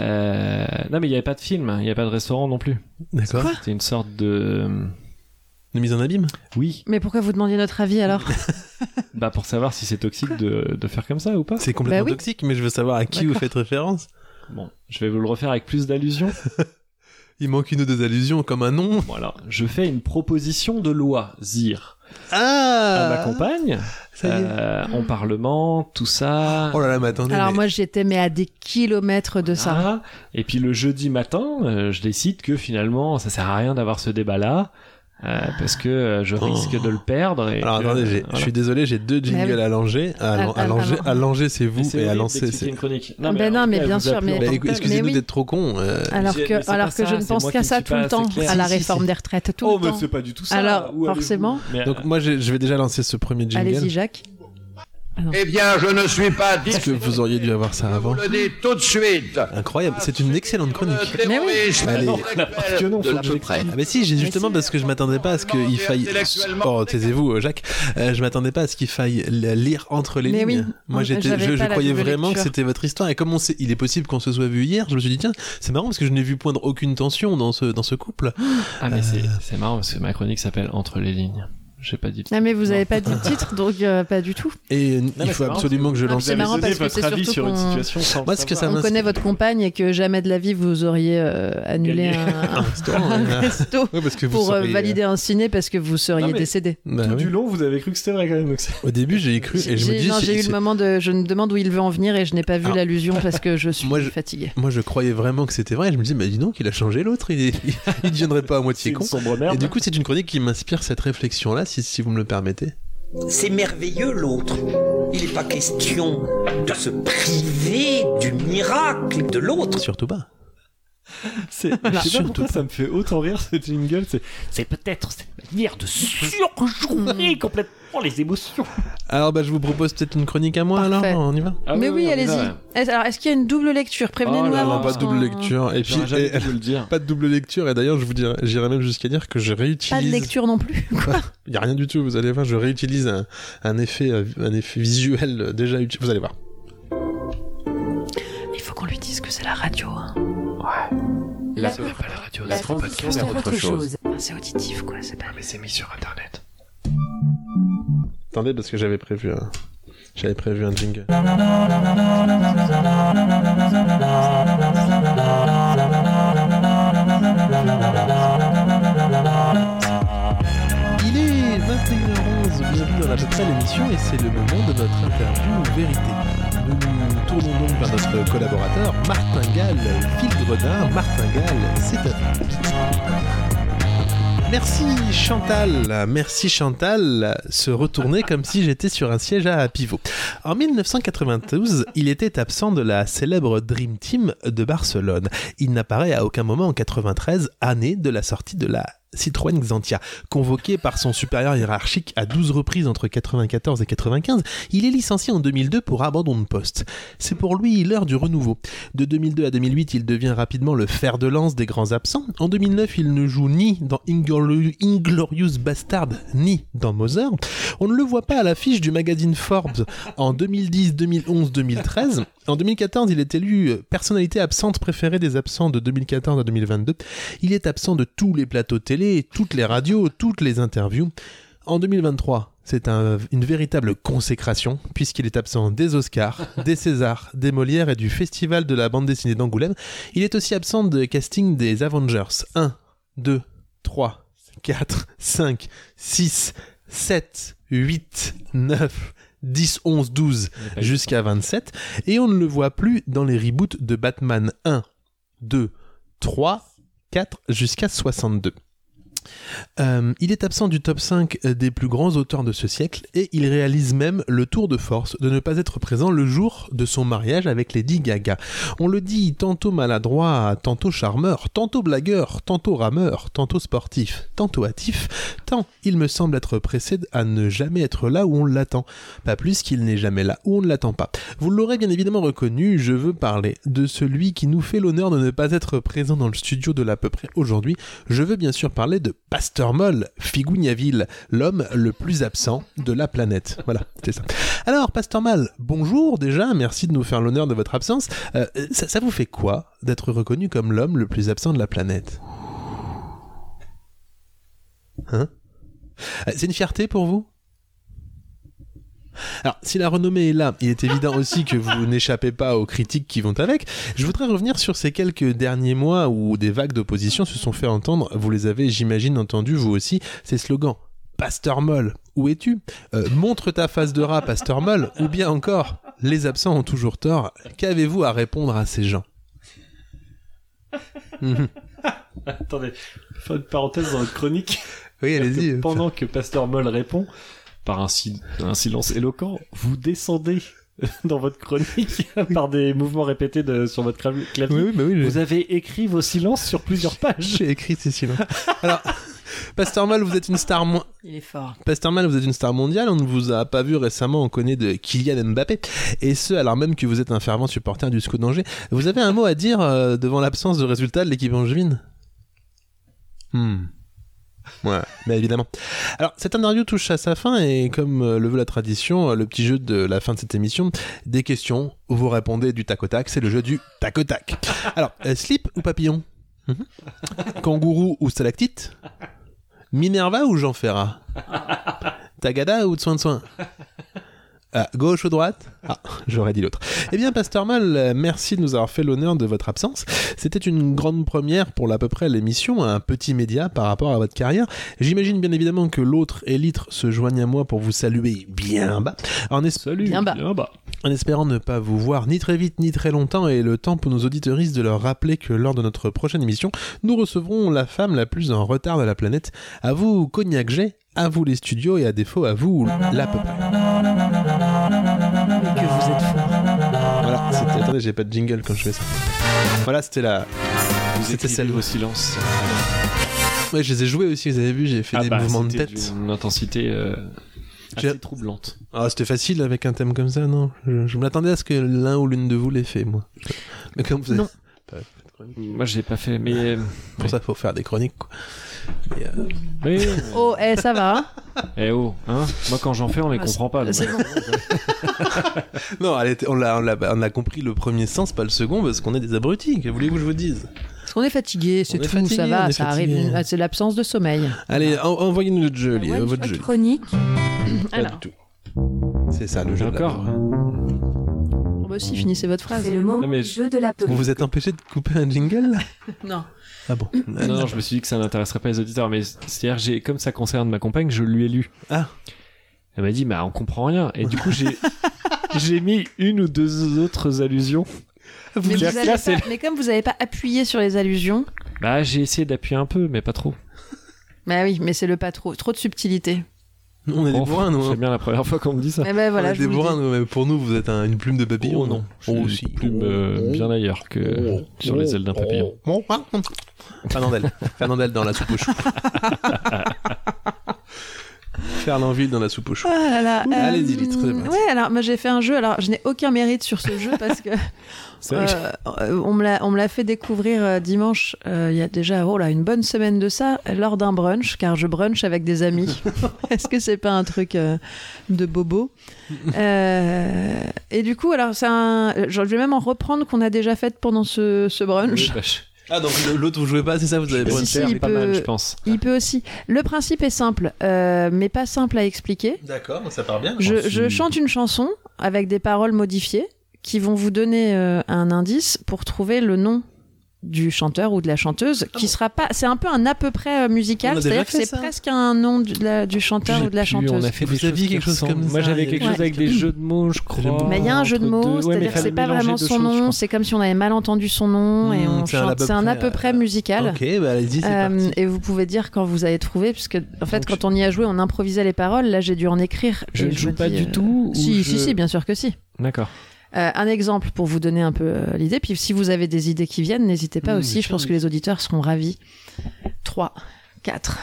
S3: Euh, Non, mais il n'y avait pas de film, il n'y avait pas de restaurant non plus.
S1: D'accord.
S3: C'était une sorte de.
S1: Une mise en abîme
S3: Oui,
S6: Mais pourquoi vous demandiez notre avis alors
S3: bah pour savoir si c'est toxique de, de faire comme ça ou pas.
S1: C'est complètement
S6: Bah oui.
S1: toxique, mais je veux savoir à qui vous faites référence.
S3: Bon, je vais vous le refaire avec plus d'allusions.
S1: Il manque une ou deux allusions, comme un nom.
S3: Bon, alors, je fais une proposition de loi, ZIR, à ma
S1: Ah
S3: compagne,
S1: Ça y est.
S3: euh, en parlement, tout ça.
S1: Oh là là, mais attendez.
S6: Alors
S1: mais-
S6: moi j'étais mais à des kilomètres de ça.
S3: Voilà. Et puis le jeudi matin, euh, je décide que finalement, ça sert à rien d'avoir ce débat-là. euh, parce que euh, je
S1: Oh.
S3: risque de le perdre. Et
S1: Alors
S3: que,
S1: attendez, j'ai-
S3: euh, voilà.
S1: je suis désolé, j'ai deux jingles
S6: Bah oui.
S1: à langer. À, lan-
S6: Ah,
S1: à
S6: ah,
S1: langer,
S6: pardon.
S1: à langer, c'est
S3: Mais
S1: vous,
S3: c'est
S1: et à
S3: horrible
S1: lancer,
S3: d'expliquer
S1: c'est.
S3: une chronique. en
S6: Ben non,
S3: tout
S6: mais
S3: cas,
S6: bien
S3: vous
S6: sûr,
S3: appelez
S6: mais-
S3: en
S1: Bah,
S3: tant
S1: écou-
S3: que tel.
S1: Excusez-nous
S6: mais oui.
S1: d'être trop con. euh,
S6: Alors
S3: Mais c'est
S6: que,
S3: pas
S6: alors
S3: ça,
S6: que je ne
S3: c'est
S6: pense
S3: moi
S6: qu'à
S3: qui ne
S6: ça
S3: suis
S6: tout
S3: pas
S6: le temps,
S3: assez clair.
S6: à la
S3: Si, si,
S6: réforme des retraites, tout
S3: Oh,
S6: le
S3: mais
S6: temps.
S3: c'est pas du tout ça.
S6: Alors,
S3: Où allez-vous
S6: forcément.
S3: Mais,
S1: Donc
S3: euh,
S1: moi, je je vais déjà lancer ce premier
S6: Allez-y
S1: jingle.
S6: Jacques.
S4: Eh bien, je ne suis pas dit.
S1: Est-ce que vous auriez dû avoir ça avant
S4: le dis tout de suite.
S1: Incroyable, c'est une excellente chronique.
S6: Mais oui.
S1: Allez.
S3: que non,
S4: de
S3: faut
S4: l'à
S3: que
S4: peu
S3: je-
S4: près.
S1: Ah mais si, j'ai justement parce que je m'attendais pas à ce qu'il faille.
S4: intellectuellement
S1: Oh, taisez-vous, euh, Jacques. Euh, je m'attendais pas à ce qu'il faille la lire entre les
S6: Mais oui.
S1: lignes. Moi,
S6: En-
S1: j'étais,
S6: j'avais
S1: je,
S6: pas
S1: je
S6: la
S1: croyais
S6: double
S1: vraiment que
S6: lecture.
S1: c'était votre histoire. Et comme on sait, il est possible qu'on se soit vu hier. Je me suis dit tiens, c'est marrant parce que je n'ai vu poindre aucune tension dans ce dans ce couple.
S3: Ah, mais c'est-
S1: Euh.
S3: c'est marrant parce que ma chronique s'appelle Entre les lignes. J'ai pas dit.
S6: Ah mais vous
S3: Non.
S6: avez pas dit le titre donc euh, pas du tout.
S1: Et
S3: mais
S1: il faut
S3: c'est marrant,
S1: absolument que je
S6: Ah,
S1: lance.
S6: c'est
S3: Vous avez
S6: marrant
S3: donné
S6: parce que
S3: votre
S6: c'est
S3: avis
S6: surtout
S3: sur une
S6: qu'on-
S3: situation sans
S1: Moi,
S3: le
S1: ce que ça
S3: savoir.
S1: m'a-
S6: On connaît votre compagne et que jamais de la vie vous auriez euh, annulé
S3: Gagné.
S1: Un
S6: un,
S1: restaurant,
S6: un
S1: ouais.
S6: resto
S1: Ouais, parce que vous
S6: pour euh,
S1: seriez-
S6: valider un ciné parce que vous seriez
S3: Non, mais-
S6: décédé.
S1: Bah
S3: Tout
S1: oui.
S3: du long, vous avez cru que c'était vrai quand même. donc c'est-
S1: Au début, j'ai cru et je me
S6: J'ai-
S1: dis.
S6: non,
S1: c'est-
S6: j'ai eu
S1: c'est-
S6: le moment de je me demande où il veut en venir et je n'ai pas vu
S1: Alors-
S6: l'allusion parce que je suis
S1: Moi, je-
S6: fatigué.
S1: Moi, je croyais vraiment que c'était vrai. Et je me dis mais dis donc, il a changé l'autre. Il, il, il deviendrait pas à
S3: C'est
S1: moitié
S3: une
S1: con.
S3: sombre
S1: Et
S3: merde.
S1: du coup, c'est une chronique qui m'inspire cette réflexion-là, si, si vous me le permettez.
S8: C'est merveilleux l'autre. Il n'est pas question de se priver du miracle de l'autre.
S1: Surtout pas.
S3: C'est- Je sais pas
S1: Surtout
S3: pourquoi ça me fait autant rire ce jingle. c'est-
S2: C'est peut-être cette manière de surjouer complètement les émotions.
S1: Alors bah je vous propose peut-être une chronique à moi
S6: Parfait.
S1: alors, on y va
S3: Ah
S6: mais oui,
S3: on y
S6: allez-y.
S3: va.
S6: Est-ce- Alors est-ce qu'il y a une double lecture
S3: Oh
S6: Prévenez-nous
S3: là là,
S6: avant.
S3: pas
S6: parce
S3: de
S6: qu'on-
S1: et
S3: J'aurais jamais
S1: euh,
S3: pu vous le dire.
S1: pas de double lecture et d'ailleurs je vous dirais j'irais même jusqu'à dire que je réutilise
S6: Pas de lecture non plus.
S1: il y a rien du tout vous allez voir je réutilise un, un effet euh, un effet visuel euh, déjà utilisé vous allez voir
S6: Il faut qu'on lui dise que c'est la radio. hein.
S7: La, la
S9: transition
S7: transition vers autre chose.
S6: Enfin, Ah, c'est auditif quoi. C'est pas.
S3: Mais c'est mis sur internet.
S1: attendez parce que j'avais prévu un... j'avais prévu un jingle Il est 21h11, bienvenue dans la Peuple l'émission et c'est le moment de notre interview vérité. Nous nous tournons donc vers notre collaborateur Martin Gall, Phil Gredin. Martin Gall, c'est à vous. Merci Chantal, merci Chantal, se retourner comme si j'étais sur un siège à pivot. En 1992, il était absent de la célèbre Dream Team de Barcelone. Il n'apparaît à aucun moment en 93, année de la sortie de la Citroën Xantia. Convoqué par son supérieur hiérarchique à 12 reprises entre 94 et 95, il est licencié en 2002 pour abandon de poste. C'est pour lui l'heure du renouveau. De 2002 à 2008, il devient rapidement le fer de lance des grands absents. En 2009, il ne joue ni dans Inglourious Inglorious Bastard ni dans Mother. On ne le voit pas à l'affiche du magazine Forbes en 2010, 2011, 2013. En 2014, il est élu euh, personnalité absente préférée des absents de 2014 à 2022. Il est absent de tous les plateaux télé, toutes les radios, toutes les interviews. En 2023, c'est un- une véritable consécration, puisqu'il est absent des Oscars, des Césars, des Molières et du Festival de la bande dessinée d'Angoulême. Il est aussi absent des castings des Avengers 1, 2, 3, 4, 5, 6, 7, 8, 9, 10, 11, 12, jusqu'à 27. Et on ne le voit plus dans les reboots de Batman 1, 2, 3, 4, jusqu'à 62. Euh, il est absent du top 5 des plus grands auteurs de ce siècle et il réalise même le tour de force de ne pas être présent le jour de son mariage avec Lady Gaga. On le dit tantôt maladroit, tantôt charmeur, tantôt blagueur, tantôt rameur, tantôt sportif, tantôt hâtif, tant il me semble être pressé à ne jamais être là où on l'attend, pas plus qu'il n'est jamais là où on ne l'attend pas. Vous l'aurez bien évidemment reconnu, je veux parler de celui qui nous fait l'honneur de ne pas être présent dans le studio de l'à peu près aujourd'hui, je veux bien sûr parler de Pasteur Moll, Figougnaville, l'homme le plus absent de la planète. Voilà, c'est ça. Alors, Pasteur Moll, bonjour déjà, merci de nous faire l'honneur de votre absence. Euh, ça, ça vous fait quoi d'être reconnu comme l'homme le plus absent de la planète Hein C'est une fierté pour vous alors, si la renommée est là, il est évident aussi que vous n'échappez pas aux critiques qui vont avec. Je voudrais revenir sur ces quelques derniers mois où des vagues d'opposition se sont fait entendre. Vous les avez, j'imagine, entendus vous aussi, ces slogans. Pasteur Moll, où es-tu euh, Montre ta face de rat, Pasteur Moll, ou bien encore, les absents ont toujours tort. Qu'avez-vous à répondre à ces gens
S3: Mhm. Attendez, fin de parenthèse dans votre chronique.
S1: Oui,
S3: C'est-à-dire
S1: allez-y. euh,
S3: que Pendant que Pasteur Moll répond, par un, Hein, si- un silence éloquent, vous descendez dans votre chronique par des mouvements répétés de- sur votre clav- clavier.
S1: Oui, oui, bah oui, j'ai-
S3: Vous avez écrit vos silences sur plusieurs pages.
S1: j'ai écrit ces silences. Alors, Pasteur Moll, vous êtes une star moins.
S10: Il est fort.
S1: Pasterman, vous êtes une star mondiale, on ne vous a pas vu récemment, on connaît de Kylian Mbappé, et ce alors même que vous êtes un fervent supporter du SCO d'Angers. Vous avez un mot à dire euh, devant l'absence de résultats de l'équipe angevine Hmm. Ouais, mais évidemment. Alors, cette interview touche à sa fin et comme euh, le veut la tradition, euh, le petit jeu de la fin de cette émission, des questions, vous répondez du tac au tac, c'est le jeu du tac au tac. Alors, euh, slip ou papillon Mhm. Kangourou ou stalactite Minerva ou Jean Ferrat Tagada ou de soin de soin Ah, Gauche ou droite Ah, j'aurais dit l'autre. Eh bien, Pasteur Mal, euh, merci de nous avoir fait l'honneur de votre absence. C'était une grande première pour à peu près l'émission, un petit média par rapport à votre carrière. J'imagine bien évidemment que l'autre et l'ître se joignent à moi pour vous saluer bien bas, en, es-
S3: Salut.
S6: Bien bas.
S1: en espérant ne pas vous voir ni très vite ni très longtemps et le temps pour nos auditeuristes de leur rappeler que lors de notre prochaine émission, nous recevrons la femme la plus en retard de la planète. À vous, Cognac G, à vous les studios et à défaut à vous, la peu près.
S10: Mais que vous êtes fort.
S1: Voilà, c'était. Attendez, j'ai pas de jingle quand je fais ça. Voilà, c'était la.
S3: Vous
S1: C'était
S3: écrivez
S1: celle-
S3: vos silences.
S1: Ouais, je les ai joués aussi, vous avez vu, j'ai fait
S3: Ah
S1: des
S3: bah,
S1: mouvements de
S3: c'était
S1: tête.
S3: Une intensité euh,
S1: J'ai-
S3: assez troublante.
S1: Ah, c'était facile avec un thème comme ça, non Je, je m'attendais à ce que l'un ou l'une de vous l'ait fait, moi. Mais comme vous êtes-
S6: Non.
S1: Mm.
S3: Moi, j'ai pas fait, mais. euh,
S1: Pour ça, faut faire des chroniques, quoi. Et, euh,
S3: Oui.
S6: Oh, eh, ça va. hein
S3: eh oh, hein Moi, quand j'en fais, on les
S6: Ah,
S3: comprend pas. donc.
S6: c'est
S1: Non, elle était- on l'a on l'a- on a compris le premier sens, pas le second, parce qu'on est des abrutis. Que voulez-vous que je vous dise
S6: Parce qu'on est fatigué, c'est
S1: On est
S6: tout,
S1: fatigué,
S6: ça
S1: on
S6: va,
S1: est
S6: ça
S1: fatigué.
S6: arrive. Ah, C'est l'absence de sommeil.
S1: Allez,
S6: Ah.
S1: en- envoyez-nous notre jeu, Lily,
S11: One
S1: votre
S11: shot
S1: jeu.
S11: chronique.
S1: Pas du tout. C'est ça le jeu. de la
S3: Encore.
S1: peur.
S6: Bon, bah si, finissez votre phrase.
S11: C'est le mot
S3: Non, mais-
S11: jeu de la peur.
S1: Vous vous êtes empêché de couper un jingle là
S6: Non.
S1: Ah bon
S3: Non, non, je me suis dit que ça n'intéresserait pas les auditeurs, mais c'est-à-dire, j'ai- comme ça concerne ma compagne, je lui ai lu.
S1: Ah.
S3: Elle m'a dit, bah, on comprend rien. Et du coup, j'ai, j'ai mis une ou deux autres allusions.
S6: Mais, vous
S3: Là,
S6: avez
S3: là,
S6: pas-
S3: c'est-
S6: mais comme vous n'avez pas appuyé sur les allusions,
S3: Bah, j'ai essayé d'appuyer un peu, mais pas trop.
S6: bah oui, mais c'est le pas trop, trop de subtilité.
S1: Nous, on est
S3: Bon,
S1: des bourrins, nous. hein.
S3: C'est bien la première fois qu'on me dit ça.
S6: Mais ben voilà,
S1: Ouais,
S6: je
S1: des
S6: vous le dis.
S1: bourrins, mais pour nous, vous êtes un- une plume de papillon.
S3: Oh non,
S1: Oh,
S3: je suis
S1: si.
S3: une plume
S1: oh,
S3: euh, bien ailleurs que sur les ailes d'un papillon.
S1: Bon, hein. Fernandel. Fernandel dans la soupe au chou. Fernandville dans la soupe au chou.
S6: Oh là là, euh,
S1: Allez-y, Lily, très bien.
S6: Ouais, alors moi j'ai fait un jeu, alors je n'ai aucun mérite sur ce jeu parce que
S3: C'est
S6: Euh, euh, on me l'a- on me l'a fait découvrir euh, dimanche, euh, il y a déjà oh là, une bonne semaine de ça, lors d'un brunch, car je brunch avec des amis. Est-ce que c'est pas un truc euh, de bobo Euh, Et du coup, alors c'est un. Je vais même en reprendre qu'on a déjà fait pendant ce, ce brunch.
S1: Ah, donc le- l'autre, vous jouez pas, c'est ça Vous avez
S6: Si,
S1: pas une
S6: si,
S1: paire
S6: il
S1: avec-
S3: pas
S6: peut-
S3: mal, je pense.
S6: Il peut aussi. Le principe est simple, euh, mais pas simple à expliquer.
S1: D'accord, ça part bien.
S6: Je,
S3: Ensuite-
S6: je chante une chanson avec des paroles modifiées qui vont vous donner euh, un indice pour trouver le nom du chanteur ou de la chanteuse,
S3: Ah
S6: qui sera pas. C'est un peu un à peu près euh, musical,
S1: On a déjà
S6: c'est-à-dire que
S1: fait
S6: c'est
S1: ça
S6: presque un nom du, de la- du chanteur
S3: J'ai
S6: ou de la
S3: pu,
S6: chanteuse.
S3: On a fait
S1: Vous
S3: des
S1: aviez
S3: choses qui
S1: quelque chose
S3: ressemblent.
S1: comme ça,
S3: Moi, j'avais
S1: il y a
S3: quelque
S1: des
S3: chose
S1: choses
S3: avec
S1: qui-
S3: des jeux de mots, je crois.
S6: Mais il y a un jeu de
S3: entre
S6: mots,
S3: deux. Ouais, mais
S6: c'est-à-dire que
S3: fallait
S6: c'est pas
S3: mélanger
S6: vraiment
S3: deux
S6: son
S3: choses, je
S6: nom,
S3: crois. Mmh,
S6: c'est comme si on avait mal entendu son nom et
S1: Hmm,
S6: on
S1: c'est un à
S6: chante.
S1: peu
S6: C'est un à
S1: près,
S6: peu près
S1: euh,
S6: musical.
S1: Ok, bah allez-y, c'est
S6: Euh,
S1: parti.
S6: et vous pouvez dire quand vous avez trouvé, parce que en fait,
S3: Donc,
S6: quand on y a joué, on improvisait les paroles. Là, j'ai dû en écrire.
S3: Je
S6: et
S3: ne joue
S6: me
S3: pas
S6: dis,
S3: du
S6: euh,
S3: tout. ou
S6: Si,
S3: je-
S6: si, si, bien sûr que si.
S3: D'accord.
S6: Euh, un exemple pour vous donner un peu euh, l'idée. Puis si vous avez des idées qui viennent, n'hésitez pas
S1: Mmh, bien
S6: aussi. Je
S1: sûr,
S6: pense
S1: oui.
S6: que les auditeurs seront ravis. 3, 4.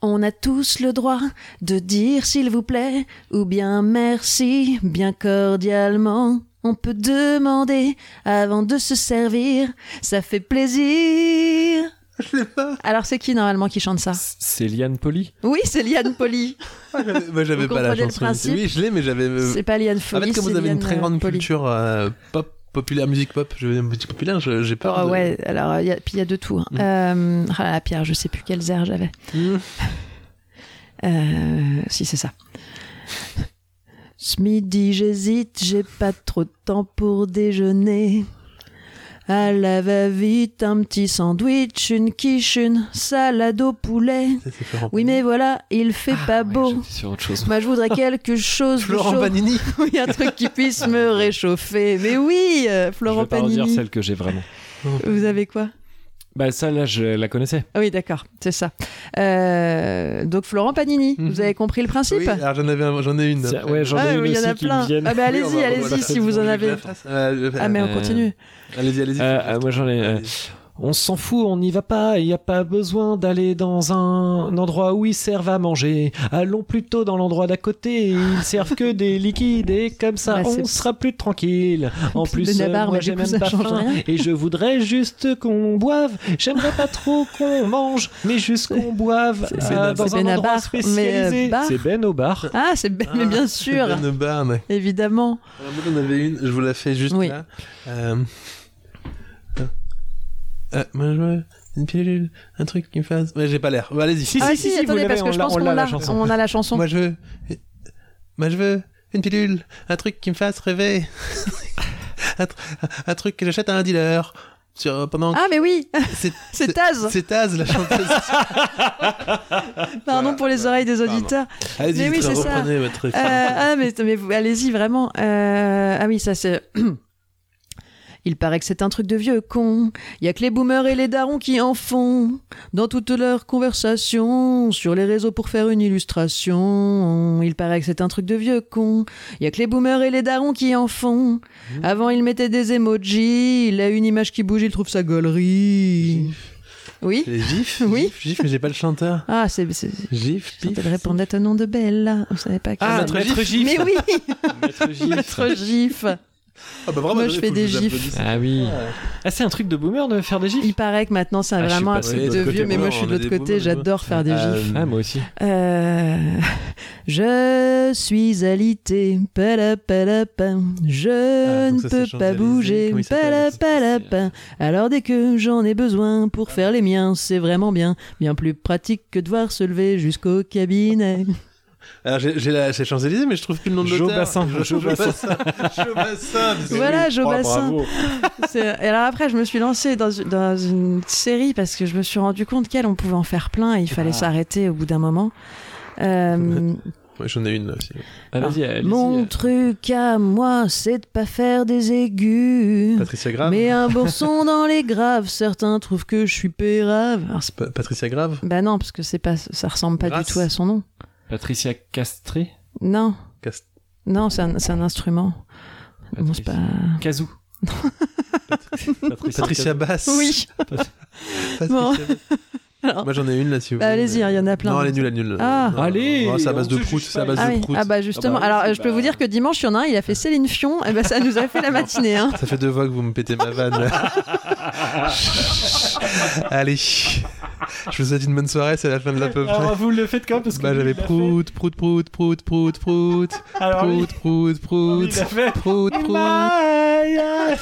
S6: On a tous le droit de dire s'il vous plaît ou bien merci, bien cordialement. On peut demander avant de se servir. Ça fait plaisir.
S1: Je l'ai pas.
S6: Alors c'est qui normalement qui chante ça
S3: C'est Liane Poli
S6: Oui, c'est Liane Poli.
S1: Ah, j'avais- Moi, j'avais
S6: Vous
S1: pas la
S6: comprenez le
S1: chanson.
S6: principe
S1: Oui, je l'ai, mais j'avais. euh,
S6: C'est pas Liane Poli.
S1: En fait, comme
S6: c'est
S1: vous avez une
S6: Liane,
S1: très
S6: euh,
S1: grande
S6: Poli.
S1: culture euh, pop, populaire, musique pop, je veux dire musique populaire, je- j'ai peur.
S6: Ah
S1: de-
S6: ouais, alors il y a- puis il y a de tout. hein.
S1: Mm.
S6: Euh, ah là là, Pierre, je sais plus quels airs j'avais.
S1: Mm.
S6: Euh, si c'est ça. Ce midi j'hésite, j'ai pas trop de temps pour déjeuner. À la va-vite, un petit sandwich, une quiche, une salade au poulet.
S1: C'est- c'est Florent
S6: Oui mais voilà, il fait pas beau.
S3: sur autre chose.
S6: Moi je voudrais quelque chose
S1: Florent
S6: de chaud.
S1: Panini.
S6: Oui, un truc qui puisse me réchauffer. Mais oui, euh,
S3: je
S6: Florent
S3: vais pas redire
S6: Panini.
S3: celle que j'ai vraiment.
S6: Vous avez quoi
S3: Bah ça là je la connaissais.
S6: Ah oui, d'accord, c'est ça. Euh, donc Florent Panini,
S1: Mhm.
S6: vous avez compris le principe
S1: Oui, alors j'en avais, un- j'en ai une.
S3: Ça- Ouais j'en
S6: Ah,
S3: ai
S6: oui,
S3: une
S6: il y en
S3: aussi
S6: a
S3: qui me
S6: plein.
S3: viennent.
S6: Ah, bah,
S1: Oui, on
S6: allez-y,
S1: va- on va
S6: allez-y
S1: la
S6: si
S1: faire.
S6: vous en
S1: Je
S6: avez.
S1: la fasse. Euh, je-
S6: Ah, mais on
S3: Euh,
S6: continue.
S1: Allez-y, allez-y.
S3: Euh, euh, moi j'en ai. euh,
S1: Allez-y.
S3: on s'en fout, on n'y va pas. Il n'y a pas besoin d'aller dans un endroit où ils servent à manger. Allons plutôt dans l'endroit d'à côté. Ils servent que des liquides et comme ça
S6: Bah,
S3: on
S6: c'est-
S3: sera plus tranquille. En
S6: Puis
S3: plus,
S6: de
S3: euh,
S6: Navarre,
S3: moi
S6: mais du
S3: j'ai
S6: coup,
S3: même
S6: ça
S3: pas
S6: change
S3: faim
S6: rien.
S3: et je voudrais juste qu'on boive. J'aimerais pas trop qu'on mange, mais juste qu'on boive
S6: C'est- c'est
S3: euh,
S6: Ben-
S3: dans
S6: c'est
S3: un
S6: Ben à
S3: endroit
S6: bar, mais, euh,
S3: spécialisé.
S6: bar.
S3: C'est Ben au bar.
S6: Ah, c'est ben, mais bien sûr,
S1: Ben Barnes.
S6: évidemment.
S1: Alors, Euh, moi, j'en avais une, je vous la fais juste
S6: Oui.
S1: là. Euh... euh, euh, moi, je veux une pilule, un truc qui me fasse. Ouais, j'ai pas l'air. Bon, Allez-y.
S3: Si,
S6: ah
S3: si,
S6: si,
S3: si, vous
S6: attendez
S3: l'avez,
S6: parce
S3: on
S6: que je
S3: l'a-
S6: pense
S3: on
S6: qu'on
S3: l'a, la
S6: l'a,
S3: chanson.
S6: on a la chanson.
S1: Moi, je veux. Moi, je veux une pilule, un truc qui me fasse rêver. un, tr- un truc que j'achète à un dealer. Sur, pendant
S6: Ah mais oui,
S1: c'est
S6: c'est Taz.
S1: c'est Taz, la chanteuse.
S6: Pardon pour les oreilles des auditeurs.
S1: Allez-y,
S6: Mais oui,
S1: très-
S6: c'est ça.
S1: reprenez votre
S6: Euh, ah mais, mais vous- allez-y vraiment. Euh, ah oui, ça c'est. Il paraît que c'est un truc de vieux con. Il y a que les boomers et les darons qui en font. Dans toutes leurs conversations, sur les réseaux pour faire une illustration. Il paraît que c'est un truc de vieux con. Il y a que les boomers et les darons qui en font.
S1: Mmh.
S6: Avant, il mettait des emojis. Il a une image qui bouge, il trouve sa gaulerie. Oui
S1: Les gifs
S6: Oui.
S1: Gif, gif, mais j'ai pas le chanteur.
S6: Ah, c'est. c'est-
S1: Gif, pif.
S6: Elle répondait au nom de Bella. Vous savez pas qui
S1: Ah,
S6: c'est.
S1: Maître Gif.
S6: Mais oui
S3: Maître Gif.
S6: Maître Gif
S1: Ah, bah, bravo,
S6: Moi,
S1: attendez,
S6: je fais
S1: faut que
S6: des
S1: vous
S6: gifs.
S1: applaudissez.
S3: Ah oui. Ah c'est un truc de boomer de faire des gifs.
S6: Il paraît que maintenant c'est
S3: Ah, je suis
S6: vraiment un
S3: passé
S6: truc
S1: de
S6: de
S1: l'autre
S6: vieux,
S1: côté.
S6: mais moi
S1: Ouais,
S6: je suis
S1: on
S6: de
S1: est
S6: l'autre
S1: des
S6: côté,
S1: boomers,
S6: j'adore faire des
S1: Euh,
S6: gifs.
S3: Ah moi aussi.
S6: Euh, je suis alité, palapalapin, je
S1: Ah, donc ça,
S6: ne
S1: c'est
S6: peux pas
S1: Champs-Élysées,
S6: bouger,
S1: comment il s'appelle
S6: palapalapin. Alors dès que j'en ai besoin pour faire les miens, c'est vraiment bien, bien plus pratique que devoir se lever jusqu'au cabinet.
S1: Alors j'ai j'ai la chez Champs-Élysées, mais je trouve plus le nom de
S3: Jo
S1: l'auteur.
S3: Bassin,
S1: Jo-
S3: Jo
S1: Jo Bassin. Jo Bassin. désolé.
S6: Voilà, Jo Bassin.
S3: bravo.
S6: C'est- Et alors après, je me suis lancée dans, une- dans une série parce que je me suis rendu compte qu'elle, on pouvait en faire plein et il
S3: Ah.
S6: fallait s'arrêter au bout d'un moment. Euh,
S1: Ouais, J'en ai une là aussi.
S3: Ah, vas-y, allez-y.
S6: mon truc à moi, c'est de pas faire des aigus.
S1: Patricia Grave.
S6: Mais
S3: hein.
S6: un bourson dans les graves, certains trouvent que je suis pérave. Alors, c'est-
S1: Pa- Patricia Grave.
S6: bah non, parce que c'est pas, ça ressemble pas
S1: Grasse.
S6: du tout à son nom.
S3: Patricia Castré.
S6: Non,
S1: Cast-
S6: non, c'est un, c'est un instrument.
S3: Ah,
S6: Bon, c'est
S3: Patricia-
S6: pas-
S3: Kazoo. Patricia,
S1: Patricia Basse.
S6: Oui.
S1: Patricia
S6: Bon.
S1: Basse.
S6: Alors-
S1: Moi j'en ai une là si vous
S6: Bah,
S1: voulez,
S6: allez-y,
S1: mais-
S6: il y en a plein.
S1: Non, elle est nulle, elle est nulle.
S6: Ah.
S1: Non,
S3: Allez,
S1: oh, C'est à base
S3: on
S1: de
S3: se
S1: prout.
S3: juge
S1: C'est à
S3: pas.
S1: base
S6: Ah,
S1: de
S6: oui.
S1: prout.
S6: Ah bah justement,
S3: Ah bah oui,
S6: alors
S3: c'est
S6: je peux
S3: pas-
S6: vous dire que dimanche, il y en a un, il a fait Céline Fion, et bah ça nous a fait la matinée. Hein.
S1: Ça fait deux fois que vous me pétez ma vanne. là. Allez. Je vous souhaite une bonne soirée, c'est la fin de l'à peu près.
S3: Alors vous le faites quand parce Ah, que
S1: Bah
S3: lui,
S1: j'avais
S3: il l'a
S1: prout, prout, prout, prout, prout, prout,
S3: fait. Alors lui,
S1: prout, prout,
S3: lui,
S1: prout,
S3: il a fait.
S1: prout, prout.
S3: Maya.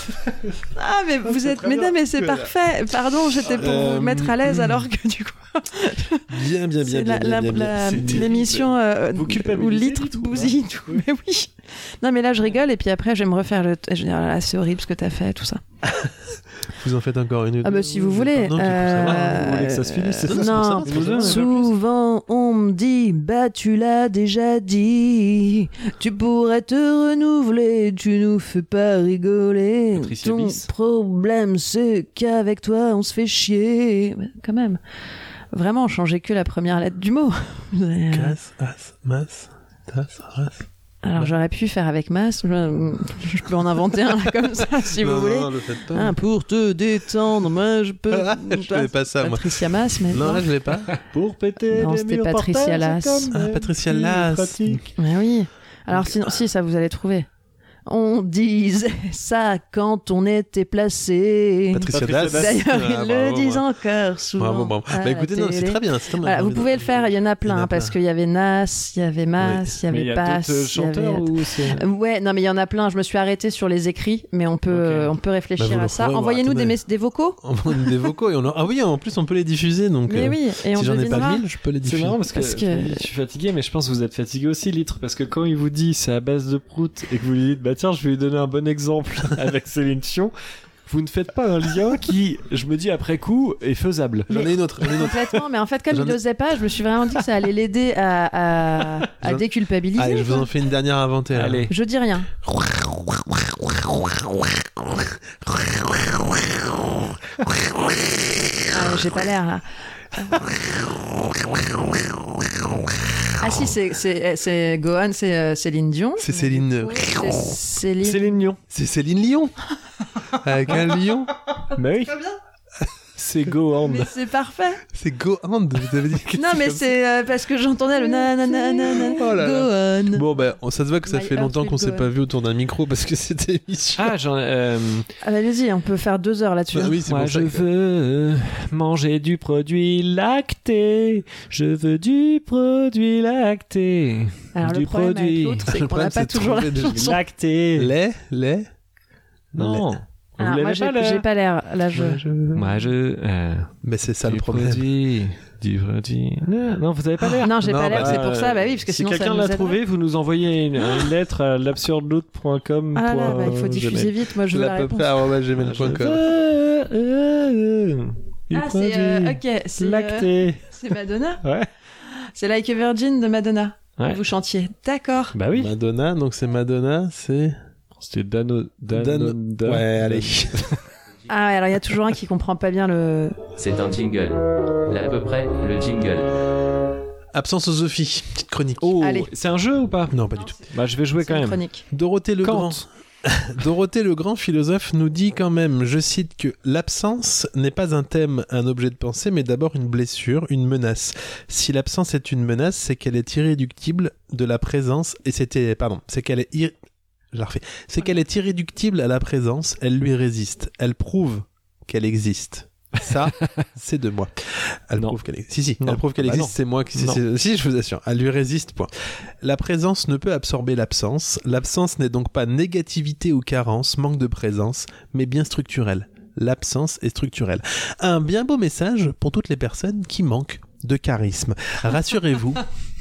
S6: Ah, mais vous êtes.
S1: très
S6: Mais
S1: bien.
S6: non, mais c'est
S1: Voilà.
S6: parfait. Pardon, j'étais pour
S1: Euh,
S6: vous mettre à l'aise alors que du coup,
S1: Bien, bien, bien,
S6: c'est
S1: bien,
S6: la-
S1: bien,
S6: la-
S1: bien, bien.
S6: la-
S1: C'est terrible.
S6: l'émission euh,
S3: Vous
S6: où
S3: culpabilisez,
S6: litre
S3: du coup,
S6: bousille tout. Mais oui. Non, mais là, je rigole et puis après, je vais me refaire le. t- Je vais dire, Ah là là, c'est horrible ce que t'as fait, tout ça.
S1: Vous en faites encore une
S6: Ah, bah, si vous voulez.
S1: Non,
S6: euh,
S1: vous voulez que ça se finisse. c'est
S6: euh,
S1: ça, c'est pour ça,
S6: non.
S1: c'est pour ça.
S6: Souvent on me dit bah tu l'as déjà dit tu pourrais te renouveler tu nous fais pas rigoler
S3: Patricia
S6: ton
S3: Bis.
S6: problème c'est qu'avec toi on se fait chier Ouais, quand même vraiment changez que la première lettre du mot Euh,
S1: Casse, as, masse, tasse, race.
S6: alors j'aurais pu faire avec masse je, je peux en inventer un là, comme ça si
S1: Non,
S6: vous voulez
S1: Non, non, le faites pas.
S6: Hein, pour te détendre moi je peux
S1: Ah, je n'avais pas ça, moi.
S6: Patricia Masse mais
S1: Non, je l'ai pas.
S3: Pour péter
S6: Non,
S3: les
S6: c'était
S3: murs
S6: Patricia
S3: portables,
S6: Lass.
S3: c'est comme
S1: Ah,
S3: des
S1: Patricia
S3: petites
S1: Lass.
S3: pratiques.
S6: Ouais, oui. Alors
S1: euh,
S6: sinon, si ça vous allez trouver. On disait ça quand on était placé.
S1: Patricia
S3: Patricia
S1: Dass.
S3: Dass.
S6: D'ailleurs,
S1: Ah,
S6: ils
S1: bravo,
S6: le disent
S1: bravo.
S6: encore souvent.
S1: Bravo, bravo.
S6: à
S1: Bah
S6: la
S1: écoutez, non, c'est
S6: Ah, télé.
S1: très bien. c'est très bien.
S6: Voilà, vous
S1: J'ai
S6: pouvez le
S1: envie
S6: faire, il y
S1: Il
S6: en a
S1: y en
S6: plein, hein,
S1: a
S6: parce
S1: plein.
S6: qu'il y avait Nas, il y avait Mas, il y
S3: Mais
S6: avait
S3: il y a
S6: Pass.
S3: d'autres euh,
S6: il y avait-
S3: chanteurs ou c'est.
S6: Ouais, non, mais il y en a plein. Je me suis arrêtée sur les écrits, mais on peut,
S3: Ok.
S6: euh, on peut
S1: Bah, vous
S6: réfléchir
S1: le
S6: à ça.
S1: ferez, on va
S6: Envoyez-nous des,
S1: attendre.
S6: mes- des vocaux.
S1: On prend des vocaux et on leur- Ah oui, en plus, on peut les diffuser. Donc,
S6: Mais
S1: euh,
S6: oui, et on
S1: si j'en ai pas
S6: devinera.
S1: mille, je peux les
S3: C'est
S1: diffuser.
S3: marrant parce que,
S6: Parce que-
S3: je suis fatigué, mais je pense que vous êtes fatigué aussi, Litre, parce que quand il vous dit c'est à base de prout et que vous lui dites bah tiens, je vais lui donner un bon exemple avec Céline Dion, vous ne faites pas un lien qui, je me dis après coup, est faisable.
S1: J'en ai une autre. j'en ai une autre.
S6: Complètement, mais en fait, comme
S1: J'en
S6: il
S1: ai-
S6: n'osait pas, je me suis vraiment dit que ça allait l'aider à, à, à
S1: J'en-
S6: déculpabiliser.
S1: Allez, je vous
S6: quoi.
S1: en fais une dernière inventée. là.
S3: Allez,
S6: Je dis rien. Ah, J'ai pas l'air là. Ah si, c'est- c'est c'est Gohan, c'est euh, Céline Dion.
S1: C'est Céline.
S6: C'est Céline.
S3: Céline Dion.
S1: C'est Céline Lyon. Avec un lion.
S3: Mais oui,
S10: Très bien.
S3: c'est Gohan.
S6: Mais c'est parfait.
S1: C'est Gohan. Vous avez dit que
S6: Non mais
S1: comme ça.
S6: c'est euh, parce que j'entendais le nanana
S1: Oh là là.
S6: Gohan.
S1: Bon, ben, on- ça se voit que ça
S6: My
S1: fait
S6: Earth
S1: longtemps
S6: Will
S1: qu'on
S6: Go
S1: s'est
S6: On.
S1: pas vu autour d'un micro parce que c'était émission.
S3: Ah, j'en. euh,
S6: Ah, bah, Allez-y, on peut faire deux heures là-dessus. hein.
S1: Bah oui, c'est
S3: moi,
S1: pour ça
S3: je
S1: que-
S3: veux manger du produit lacté. Je veux du produit lacté.
S6: Alors
S3: Du
S6: le problème
S3: produit.
S6: avec l'autre,
S1: Le
S6: c'est qu'on n'a
S1: problème,
S6: pas
S1: c'est de
S6: toujours la
S1: trouver des-
S6: chanson.
S3: Lacté.
S1: Les, les.
S3: Non. Vous
S6: Alors, Ah, moi,
S3: l'avez
S6: j'ai
S3: pas, là
S6: j'ai pas l'air. Là, je.
S3: Moi, je. euh,
S1: Mais c'est ça
S3: du
S1: le problème.
S3: Produit, du produit. Non, non, vous avez pas l'air.
S6: Non, j'ai
S1: Non,
S6: pas l'air,
S1: bah,
S6: c'est pour ça, bah oui, parce que
S3: si
S6: sinon ça
S3: quelqu'un
S6: nous
S3: l'a
S6: aiderait.
S3: trouvé, vous nous envoyez une, une lettre à l'absurdeloute.com.
S6: Ah là là, bah, il
S3: euh,
S6: faut diffuser vite, moi je veux la réponse.
S1: lapeuple.gmail.com.
S6: Ah, c'est euh, ok, c'est euh,
S3: Lacté.
S6: c'est Madonna.
S3: Ouais.
S6: C'est Like a Virgin de Madonna.
S3: Ouais.
S6: Vous chantiez, d'accord.
S3: Bah oui.
S1: Madonna, donc c'est Madonna, c'est.
S3: C'était Bah, Dano. Dano.
S1: Dan- Ouais, allez.
S6: Ah ouais, alors il y a toujours un qui comprend pas bien le.
S7: C'est un jingle. Là à peu près le jingle.
S1: Absence aux Sophie, petite chronique.
S3: Oh,
S6: Allez.
S3: c'est un jeu ou pas
S1: Non, pas du tout.
S3: Bah, je vais jouer
S6: C'est
S3: quand
S6: une
S3: même.
S6: chronique.
S1: Dorothée le
S3: Kant.
S1: Grand. Dorothée le Grand philosophe nous dit quand même, je cite, que l'absence n'est pas un thème, un objet de pensée, mais d'abord une blessure, une menace. Si l'absence est une menace, c'est qu'elle est irréductible de la présence, et c'était, pardon, c'est qu'elle est ir- je la refais. C'est qu'elle est irréductible à la présence, elle lui résiste, elle prouve qu'elle existe. Ça, c'est de moi. Elle
S3: Non.
S1: prouve qu'elle existe. Si, si,
S3: Non.
S1: elle prouve qu'elle
S3: Bah
S1: existe,
S3: non.
S1: c'est moi qui. Si,
S3: Non.
S1: si, si, je vous assure. Elle lui résiste, point. La présence ne peut absorber l'absence. L'absence n'est donc pas négativité ou carence, manque de présence, mais bien structurelle. L'absence est structurelle. Un bien beau message pour toutes les personnes qui manquent de charisme. Rassurez-vous,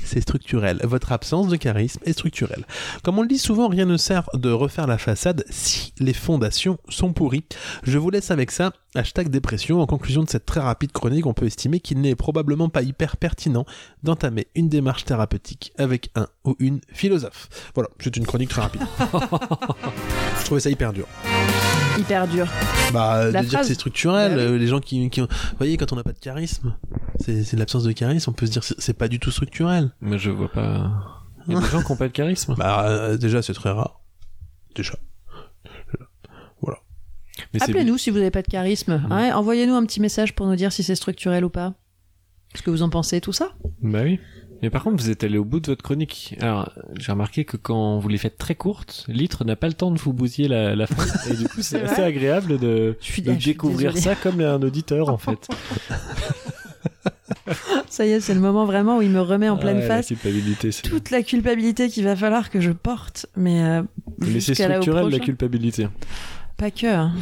S1: c'est structurel. Votre absence de charisme est structurelle. Comme on le dit souvent, rien ne sert de refaire la façade si les fondations sont pourries. Je vous laisse avec ça. Hashtag dépression. En conclusion de cette très rapide chronique, on peut estimer qu'il n'est probablement pas hyper pertinent d'entamer une démarche thérapeutique avec un ou une philosophe. Voilà, c'est une chronique très rapide. Je trouvais ça hyper dur.
S6: Hyper dur.
S1: Bah, euh, de
S6: La
S1: dire que
S6: phrase.
S1: c'est structurel,
S6: Bah oui.
S1: euh, les gens qui, qui ont... Vous voyez, quand on n'a pas de charisme, c'est c'est de l'absence de charisme, on peut se dire c'est- c'est pas du tout structurel.
S3: Mais je vois pas. Il y a des gens qui n'ont pas de charisme.
S1: Bah, euh, déjà, c'est très rare. Déjà.
S3: Mais c'est- Mmh.
S6: Appelez-nous si vous n'avez pas de charisme. Ouais, Envoyez-nous un petit message pour nous dire si c'est structurel ou pas. Ce que vous en pensez, tout ça.
S3: Bah oui. Mais par contre, vous êtes allé au bout de votre chronique. Alors, j'ai remarqué que quand vous les faites très courtes, Litre n'a pas le temps de vous bousiller la, la fin. Et du coup, c'est
S6: C'est
S3: assez
S6: vrai.
S3: agréable de,
S6: Je suis
S3: de
S6: ah, je suis
S3: découvrir
S6: désolée.
S3: ça comme un auditeur, en fait.
S6: Ça y est, c'est le moment vraiment où il me remet en pleine
S3: Ah,
S6: face.
S3: La culpabilité, c'est...
S6: toute la culpabilité qu'il va falloir que je porte, mais, euh,
S3: Mais c'est
S6: jusqu'à là au
S3: structurel, la
S6: prochain.
S3: culpabilité.
S6: Pas que. hein.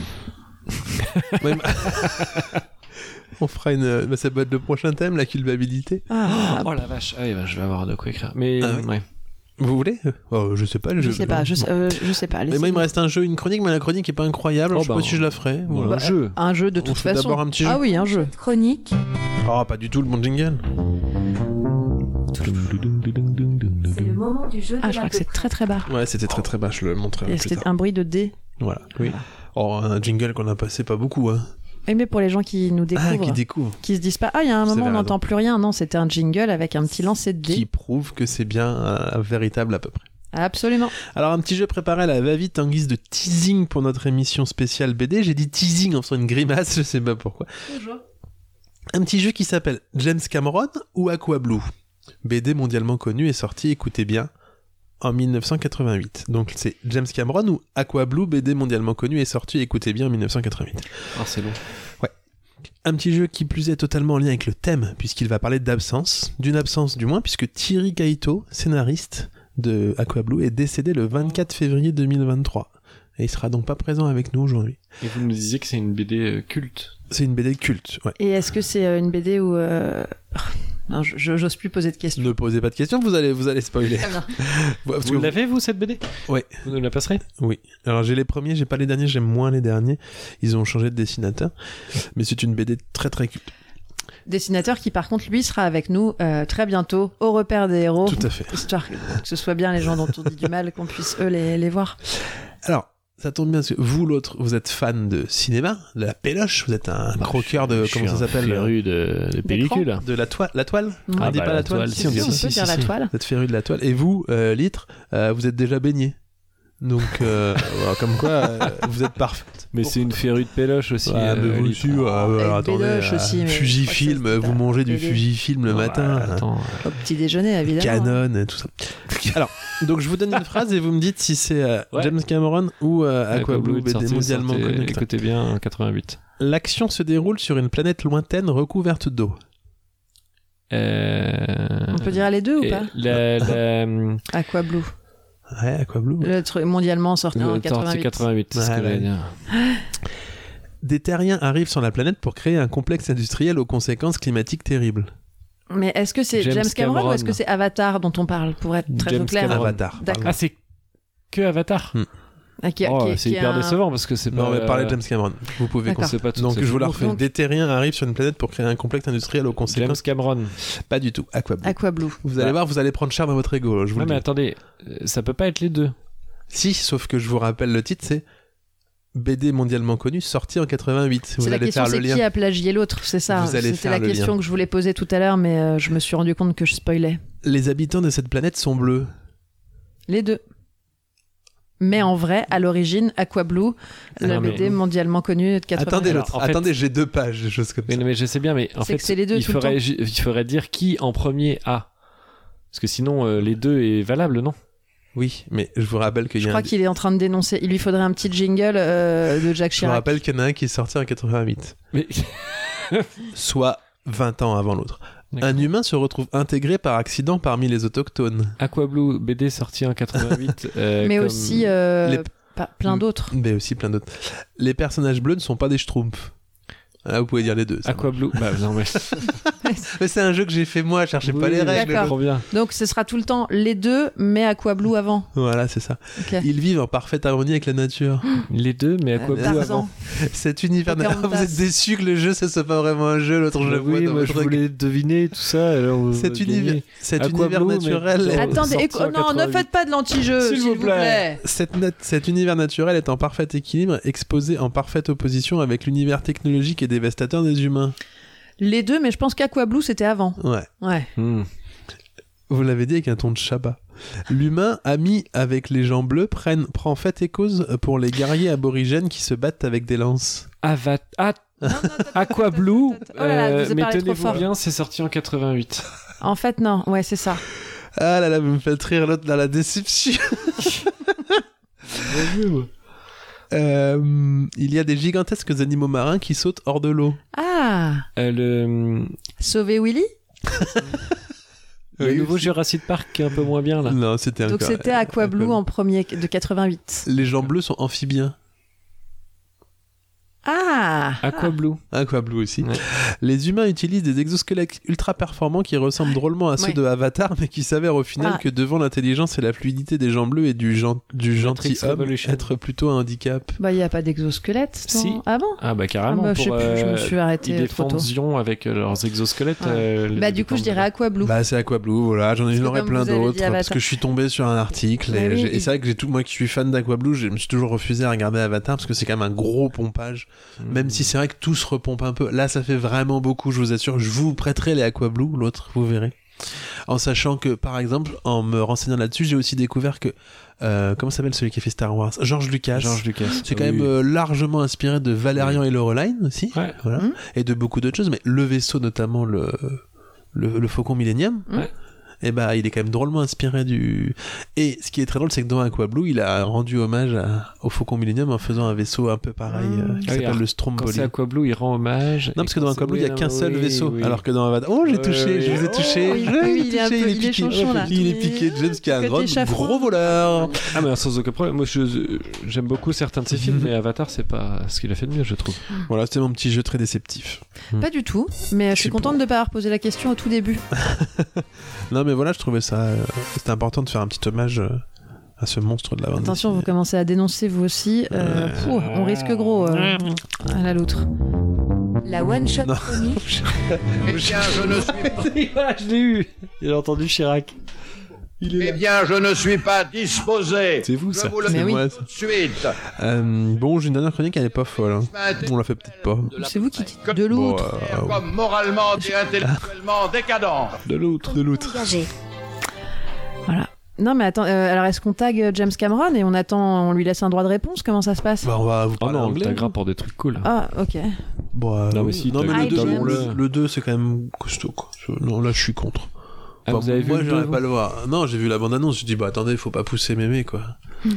S1: On fera une... Bah, ça peut être le prochain thème, la culpabilité.
S6: Ah,
S3: Oh la vache. Ah oui, bah, je vais avoir de quoi écrire. Mais,
S1: Ah oui.
S3: ouais.
S1: Vous voulez oh, Je sais pas.
S6: Je sais pas, je, sais- euh, je sais pas.
S1: Mais moi, il me
S6: laissez-moi.
S1: reste un jeu, une chronique, mais la chronique est pas incroyable.
S3: Oh,
S1: je sais
S3: bah,
S1: pas si je la ferai.
S3: Bon,
S1: Voilà.
S3: un jeu.
S6: un jeu de
S1: On
S6: toute
S1: fait
S6: façon.
S1: d'abord un petit jeu.
S6: Ah oui, un jeu.
S11: Chronique.
S1: Ah, pas du tout le bon jingle.
S11: C'est le moment du jeu de
S6: Ah, je
S11: la
S6: crois que c'est très très bas.
S1: Ouais, c'était très très bas, je le montrerai
S6: Et
S1: Ah, plus tard.
S6: C'était un bruit de dé.
S1: Voilà. Oui. Oh, un jingle qu'on a passé pas beaucoup, hein.
S6: Et mais pour les gens qui nous
S1: Ah,
S6: découvrent,
S1: qui
S6: qui,
S1: découvre.
S6: se disent pas, ah, il y a un
S1: Vous
S6: moment, on
S1: avez
S6: n'entend
S1: raison.
S6: plus rien. Non, c'était un jingle avec un petit lancer de dés.
S1: Qui prouve que c'est bien euh, un- un véritable à peu près.
S6: Absolument.
S1: Alors, un petit jeu préparé à la va-vite en guise de teasing pour notre émission spéciale BD. J'ai dit teasing en faisant une grimace, je sais pas pourquoi. Un petit jeu qui s'appelle James Cameron ou Aqua Blue. BD mondialement connu et sorti, écoutez bien, en 1988. Donc c'est James Cameron ou Aqua Blue, BD mondialement connu et sorti, écoutez bien, en 1988.
S3: Ah, c'est long.
S1: Un petit jeu qui plus est totalement en lien avec le thème, puisqu'il va parler d'absence, d'une absence du moins, puisque Thierry Kaito, scénariste de Aqua Blue, est décédé le 24 février 2023. Et il sera donc pas présent avec nous aujourd'hui.
S3: Et vous nous disiez que c'est une BD euh, culte.
S1: C'est une BD culte, ouais.
S6: Et est-ce que c'est euh, une BD où. euh, Non, je- je- j'ose plus poser de questions.
S1: Ne posez pas de questions, vous allez, vous allez spoiler.
S6: Très bien.
S1: Parce que
S3: vous l'avez, vous, cette BD
S1: Ouais.
S3: Vous nous la passerez
S1: Oui. Alors j'ai les premiers, j'ai pas les derniers, j'aime moins les derniers. Ils ont changé de dessinateur. Mais c'est une BD très très culte.
S6: Dessinateur qui, par contre, lui, sera avec nous euh, très bientôt au repère des héros.
S1: Tout à fait.
S6: Histoire que que ce soit bien les gens dont on dit du mal, qu'on puisse eux les, les voir.
S1: Alors, ça tombe bien parce que vous l'autre, vous êtes fan de cinéma, de la péloche, vous êtes un
S3: Bah,
S1: croqueur de comment ça s'appelle
S3: Rue de, de pellicule.
S1: De la toile, la toile
S6: Ouais.
S1: On
S3: Ah
S1: dit
S3: bah,
S1: pas la
S3: la
S1: toile,
S3: toile,
S6: si, on dit- si, si, si.
S1: Vous êtes féru de la toile. Et vous, euh, Litre, euh, vous êtes déjà baigné. Donc, euh, voilà, comme quoi, euh, vous êtes parfaite.
S3: Mais c'est une férue de péloche aussi.
S1: Ouais, mais
S3: euh,
S1: vous
S3: Lily.
S1: aussi, ouais, ouais,
S6: Et
S1: attendez,
S6: Béloche
S1: euh,
S6: Ah, aussi, mais-
S1: Fujifilm,
S6: Ouais, ça, c'est
S1: vous mangez du
S6: BD.
S1: Fujifilm le
S3: Bon, bah,
S1: matin. hein.
S3: attends.
S6: Au petit déjeuner, évidemment.
S1: Canon, et tout ça. Alors, donc je vous donne une phrase et vous me dites si c'est euh,
S3: Ouais.
S1: James Cameron ou euh, Aqua Blue,
S3: Blue,
S1: BD
S3: sorti-
S1: mondialement
S3: sorti- euh,
S1: connu.
S3: Écoutez bien, en 88.
S1: L'action se déroule sur une planète lointaine recouverte d'eau.
S3: Euh,
S6: On peut dire les deux ou
S3: et
S6: pas
S3: la, la, hum,
S6: Aqua Blue.
S1: Ouais, Aqua Blue.
S6: Le truc mondialement sorti
S3: le
S6: en
S3: Euh, sorti
S6: 88.
S3: 88, c'est ce que
S1: Ouais,
S3: j'allais
S1: ouais.
S3: dire.
S1: Des terriens arrivent sur la planète pour créer un complexe industriel aux conséquences climatiques terribles.
S6: Mais est-ce que c'est
S3: James
S6: James, Cameron,
S3: Cameron.
S6: ou est-ce que c'est Avatar dont on parle pour être très
S3: James
S6: au clair
S3: Cameron.
S1: Avatar.
S6: D'accord.
S3: Ah, c'est que Avatar
S6: Ah, qui-
S3: Oh,
S6: qui-
S3: C'est
S6: qui
S3: hyper
S6: a un-
S3: décevant parce que c'est pas. euh,
S1: Non, mais parlez de James Cameron. Vous pouvez.
S3: On sait pas toutes
S1: Donc
S3: ces
S1: je vous la
S3: choses.
S1: refais.
S6: Donc-
S1: Des terriens arrivent sur une planète pour créer un complexe industriel aux
S3: James
S1: conséquences.
S3: Cameron.
S1: Pas du tout. Aqua Blue.
S6: Aqua Blue.
S1: Vous allez voir, vous allez prendre cher dans votre ego. Je vous
S3: Non,
S1: le
S3: mais
S1: dis.
S3: attendez, euh, ça peut pas être les deux.
S1: Si, sauf que je vous rappelle le titre, c'est BD mondialement connu, sorti en 88.
S6: C'est
S1: Vous
S6: la
S1: allez
S6: question,
S1: faire le
S6: c'est
S1: lien.
S6: qui a plagié l'autre, c'est ça. hein
S1: Vous allez
S6: C'était
S1: faire
S6: la
S1: le
S6: question
S1: lien.
S6: que je voulais poser tout à l'heure, mais euh, je me suis rendu compte que je spoilais.
S1: Les habitants de cette planète sont bleus.
S6: Les deux. Mais en vrai, à l'origine, Aqua Blue,
S3: Ah,
S6: la
S3: Non, mais-
S6: BD mondialement connue de 80.
S1: Attendez,
S3: Alors,
S1: l'autre.
S3: en fait-
S1: attendez, j'ai deux pages, des choses comme
S3: Mais,
S1: ça.
S3: non, mais je sais bien, mais en
S6: C'est
S3: fait,
S6: que c'est les deux
S3: il,
S6: tout le
S3: faudrait,
S6: temps.
S3: ju- il faudrait dire qui en premier a. Parce que sinon, euh, les deux est valable, non
S1: Oui, mais je vous rappelle qu'il y
S6: Je
S1: a. un-
S6: crois qu'il est en train de dénoncer. Il lui faudrait un petit jingle euh, de Jacques
S1: Je vous
S6: Chirac.
S1: rappelle qu'il y en a un qui est sorti en 88.
S3: Mais
S1: soit 20 ans avant l'autre.
S3: D'accord.
S1: Un humain se retrouve intégré par accident parmi les autochtones.
S3: Aqua Blue, BD sorti en 88. euh,
S6: mais
S3: comme- Hmm.
S6: aussi euh,
S1: les-
S6: pas- plein d'autres.
S1: Mais aussi plein d'autres. Les personnages bleus ne sont pas des schtroumpfs. Ah, vous pouvez dire les deux. ça
S3: Aqua Blue. Bah, non, mais.
S1: va. Mais c'est un jeu que j'ai fait moi, cherchez pas
S3: Oui,
S1: les
S3: mais
S1: règles.
S3: Trop bien.
S6: Donc ce sera tout le temps les deux, mais Aqua Blue avant.
S1: Voilà, c'est ça.
S6: Ok.
S1: Ils vivent en parfaite harmonie avec la nature.
S3: Les deux, mais Aqua Blue
S6: Euh, Tarzan.
S3: avant.
S1: Cet univers. Ah,
S6: Pocahontas.
S1: vous êtes déçu que le jeu, ce soit pas vraiment un jeu, l'autre je le vois
S3: oui,
S1: dans
S3: moi, je
S1: votre regard.
S3: voulais deviner tout ça. alors,
S1: Cet
S3: euh, gagner.
S1: univers, cet
S3: Aqua
S1: univers
S3: Blue, mais-
S1: naturel. est-
S3: Attends.
S6: Attendez,
S3: Oh, sorti
S6: éco-
S3: en
S6: non, ne
S3: 88.
S6: faites pas de l'anti-jeu,
S3: S'il
S6: s'il
S3: vous
S6: vous,
S3: plaît.
S6: plaît.
S1: Cette nat- cet univers naturel est en parfait équilibre, exposé en parfaite opposition avec l'univers technologique et dévastateur des humains.
S6: Les deux, mais je pense qu'Aqua Blue c'était avant.
S1: Ouais.
S6: Ouais.
S3: Hmm.
S1: Vous l'avez dit avec un ton de Shabbat. L'humain, ami avec les gens bleus, prennent, prend fait et cause pour les guerriers aborigènes qui se battent avec des lances.
S3: Ava- Ah, Aqua Blue.
S6: Oh là là,
S3: euh,
S6: vous avez
S3: mais
S6: parlé trop
S3: tenez-vous
S6: fort.
S3: bien, c'est sorti en 88.
S6: En fait, non, ouais, c'est ça.
S1: Ah là là, vous me faites rire l'autre dans la déception. Euh, il y a des gigantesques animaux marins qui sautent hors de l'eau.
S6: Ah,
S3: Euh, le
S6: sauver Willy
S3: le
S1: Ah Oui,
S3: nouveau
S1: aussi.
S3: Jurassic Park qui est un peu moins bien là.
S1: Non, c'était
S6: Donc
S1: encore-
S6: c'était Aqua Blue
S1: Blue.
S6: en premier de 88.
S1: Les gens bleus sont amphibiens.
S6: Ah
S3: Aquablue.
S1: Aquablue Hein, aussi. Les humains utilisent des exosquelettes ultra performants qui ressemblent drôlement à ceux
S6: Ouais.
S1: de Avatar, mais qui s'avèrent au final
S6: Ah.
S1: que devant l'intelligence et la fluidité des gens bleus et du, gen- du gentil
S3: Matrix
S1: homme,
S3: Revolution.
S1: être plutôt un handicap.
S6: Bah, il n'y a pas d'exosquelette. dans-
S3: Si.
S6: Ah bon
S3: Ah bah carrément.
S6: Ah bah, je
S3: pour,
S6: sais plus, je me
S3: euh,
S6: suis arrêtée
S3: Ils
S6: trop
S3: défendent
S6: tôt.
S3: Zion avec euh, leurs exosquelettes.
S6: Ouais.
S3: euh, les
S6: Bah, du coup, je
S3: défendent.
S6: dirais Aquablue.
S1: Bah c'est Aquablue, voilà, j'en ai
S6: que
S1: j'en ai
S6: comme
S1: plein
S6: vous avez dit
S1: d'autres parce
S6: Avatar.
S1: que je suis tombé sur un article
S6: Bah
S1: et,
S6: oui,
S1: j'ai- et
S6: il-
S1: c'est vrai que j'ai tout moi qui suis fan d'Aquablue, je me suis toujours refusé à regarder Avatar parce que c'est quand même un gros pompage, même si c'est vrai que tout se repompe un peu. Là ça fait vraiment beaucoup, je vous assure, je vous prêterai les Aquablue, l'autre vous verrez. En sachant que par exemple, en me renseignant là-dessus, j'ai aussi découvert que euh, comment s'appelle celui qui a fait Star Wars, George Lucas.
S3: George Lucas.
S1: C'est
S3: Ah
S1: quand
S3: oui,
S1: même
S3: oui.
S1: euh, largement inspiré de Valérian et Loreline aussi,
S3: Ouais.
S1: voilà,
S6: Hum.
S1: et de beaucoup d'autres choses, mais le vaisseau notamment le le, le Faucon Millenium,
S6: Ouais.
S1: et bah il est quand même drôlement inspiré du. Et ce qui est très drôle, c'est que dans Aquablue, il a rendu hommage à- au Faucon Millenium en faisant un vaisseau un peu pareil
S6: Hum.
S1: euh, qui
S3: Ah oui,
S1: s'appelle
S3: alors,
S1: le
S3: Quand
S1: Stromboli.
S3: c'est Aquablue, il rend hommage.
S1: Non,
S3: Et
S1: parce que
S3: quand
S1: dans
S3: c'est-
S1: Aquablue, il y a
S3: oui,
S1: qu'un
S3: non,
S1: seul
S3: oui,
S1: vaisseau,
S3: oui.
S1: alors que dans Avatar, oh j'ai
S3: Ouais,
S1: touché,
S3: ouais,
S1: je vous ai
S3: ouais.
S1: touché,
S6: Oui,
S1: je l'ai
S6: oui, Oh, il est un
S1: touché,
S6: peu-
S1: il est
S6: il est
S1: piqué,
S6: chonchon, là.
S1: il est piqué, James qui est un
S6: Côté
S1: gros,
S6: chafouin.
S1: gros voleur.
S3: Ah, mais sans aucun problème. Moi, je- j'aime beaucoup certains de ses
S1: Mhm.
S3: films, mais Avatar, c'est pas ce qu'il a fait de mieux, je trouve.
S1: Voilà, c'était mon petit jeu très déceptif.
S6: Pas du tout, mais euh, je suis
S1: Super.
S6: contente de ne pas avoir posé la question au tout début.
S1: Non, mais voilà, je trouvais ça, euh, c'était important de faire un petit hommage euh, à ce monstre de la
S3: Ah,
S1: bande.
S6: Attention, vous commencez à dénoncer vous aussi. euh, pouh, on risque gros euh, à la loutre.
S12: La one shot
S1: Non.
S12: chronique.
S13: Eh bien, je ne suis pas.
S3: voilà, Ah, je l'ai eu. Il a entendu Chirac.
S13: Eh bien, je ne suis pas disposé.
S1: C'est vous,
S13: je
S1: ça.
S13: vous le
S1: C'est
S13: dis
S1: moi, ça.
S13: tout de suite.
S1: Euh, bon, j'ai une dernière chronique, elle est pas folle. hein. On la fait peut-être pas. euh,
S6: C'est vous qui dites de l'outre.
S13: Comme moralement et intellectuellement décadent.
S1: Ah. De l'outre, de l'outre.
S6: Voilà. Non, mais attends, euh, alors est-ce qu'on tag euh, James Cameron et on attend, on lui laisse un droit de réponse Comment ça se passe
S1: Bah, on va vous
S3: Oh
S1: parler
S3: non, on
S1: anglais.
S3: t'agra pour des trucs cool.
S6: Ah, ok.
S1: Bon, euh,
S3: Non, mais
S1: oui.
S3: si,
S1: non,
S3: t'as-
S1: mais
S6: Ah,
S1: le 2,
S6: j'aime.
S1: le, le 2, c'est quand même costaud. Quoi. Je- Non, là, je suis contre.
S3: Ah,
S1: Bah,
S3: vous avez vu
S1: moi,
S3: le
S1: j'aurais
S3: deux,
S1: pas le voir. Non, j'ai vu la bande-annonce. J'ai dit, bah attendez, faut pas pousser mémé, quoi.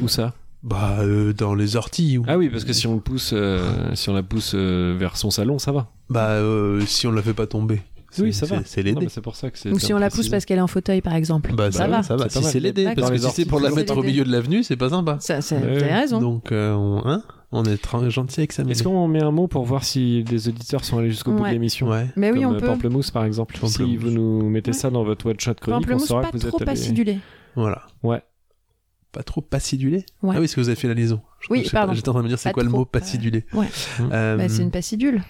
S3: Où ça
S1: Bah, euh, dans les orties. ou-
S3: Ah oui, parce que si on le pousse, euh, si on la pousse euh, vers son salon, ça va.
S1: Bah, euh, si on la fait pas tomber.
S3: Oui,
S1: C'est-
S3: ça va.
S1: c'est- C'est l'aider.
S3: Non, mais C'est pour ça que c'est.
S6: Ou si on la pousse parce qu'elle est en fauteuil, par exemple.
S1: Bah,
S6: ça
S1: oui,
S6: va.
S1: ça va.
S3: C'est
S1: Si
S3: pas mal.
S1: c'est l'aider,
S6: D'accord.
S1: parce que
S3: Dans
S1: si
S3: les
S1: c'est pour la
S6: orties, c'est
S1: mettre au
S6: l'aider.
S1: milieu de l'avenue, c'est pas sympa.
S6: Ça, ça-
S3: Ouais.
S6: T'as raison.
S1: Donc, euh, on, hein on est tra- gentil avec sa mémé.
S3: Est-ce qu'on met un mot pour voir si des auditeurs sont allés jusqu'au bout
S6: Ouais.
S3: de l'émission
S1: Ouais.
S6: mais oui,
S3: Comme,
S6: on
S3: euh,
S6: peut.
S3: Pamplemousse, par exemple. Si
S1: Pamplemousse.
S3: vous nous mettez ça dans votre one shot chronique, on
S6: Pamplemousse
S3: saura
S6: pas
S3: que vous
S6: trop
S3: êtes allés.
S6: acidulé.
S1: Voilà.
S3: Ouais.
S1: Pas trop passidulé
S6: Ouais.
S1: Ah oui, parce que vous avez fait la liaison. Je-
S6: Oui,
S1: je-
S6: pardon.
S1: J'étais en train de me dire, c'est
S6: Pas
S1: quoi le
S6: trop,
S1: mot
S6: euh,
S1: passidulé
S6: ouais.
S1: Euh,
S6: Bah, c'est
S3: Hum.
S6: une passidule.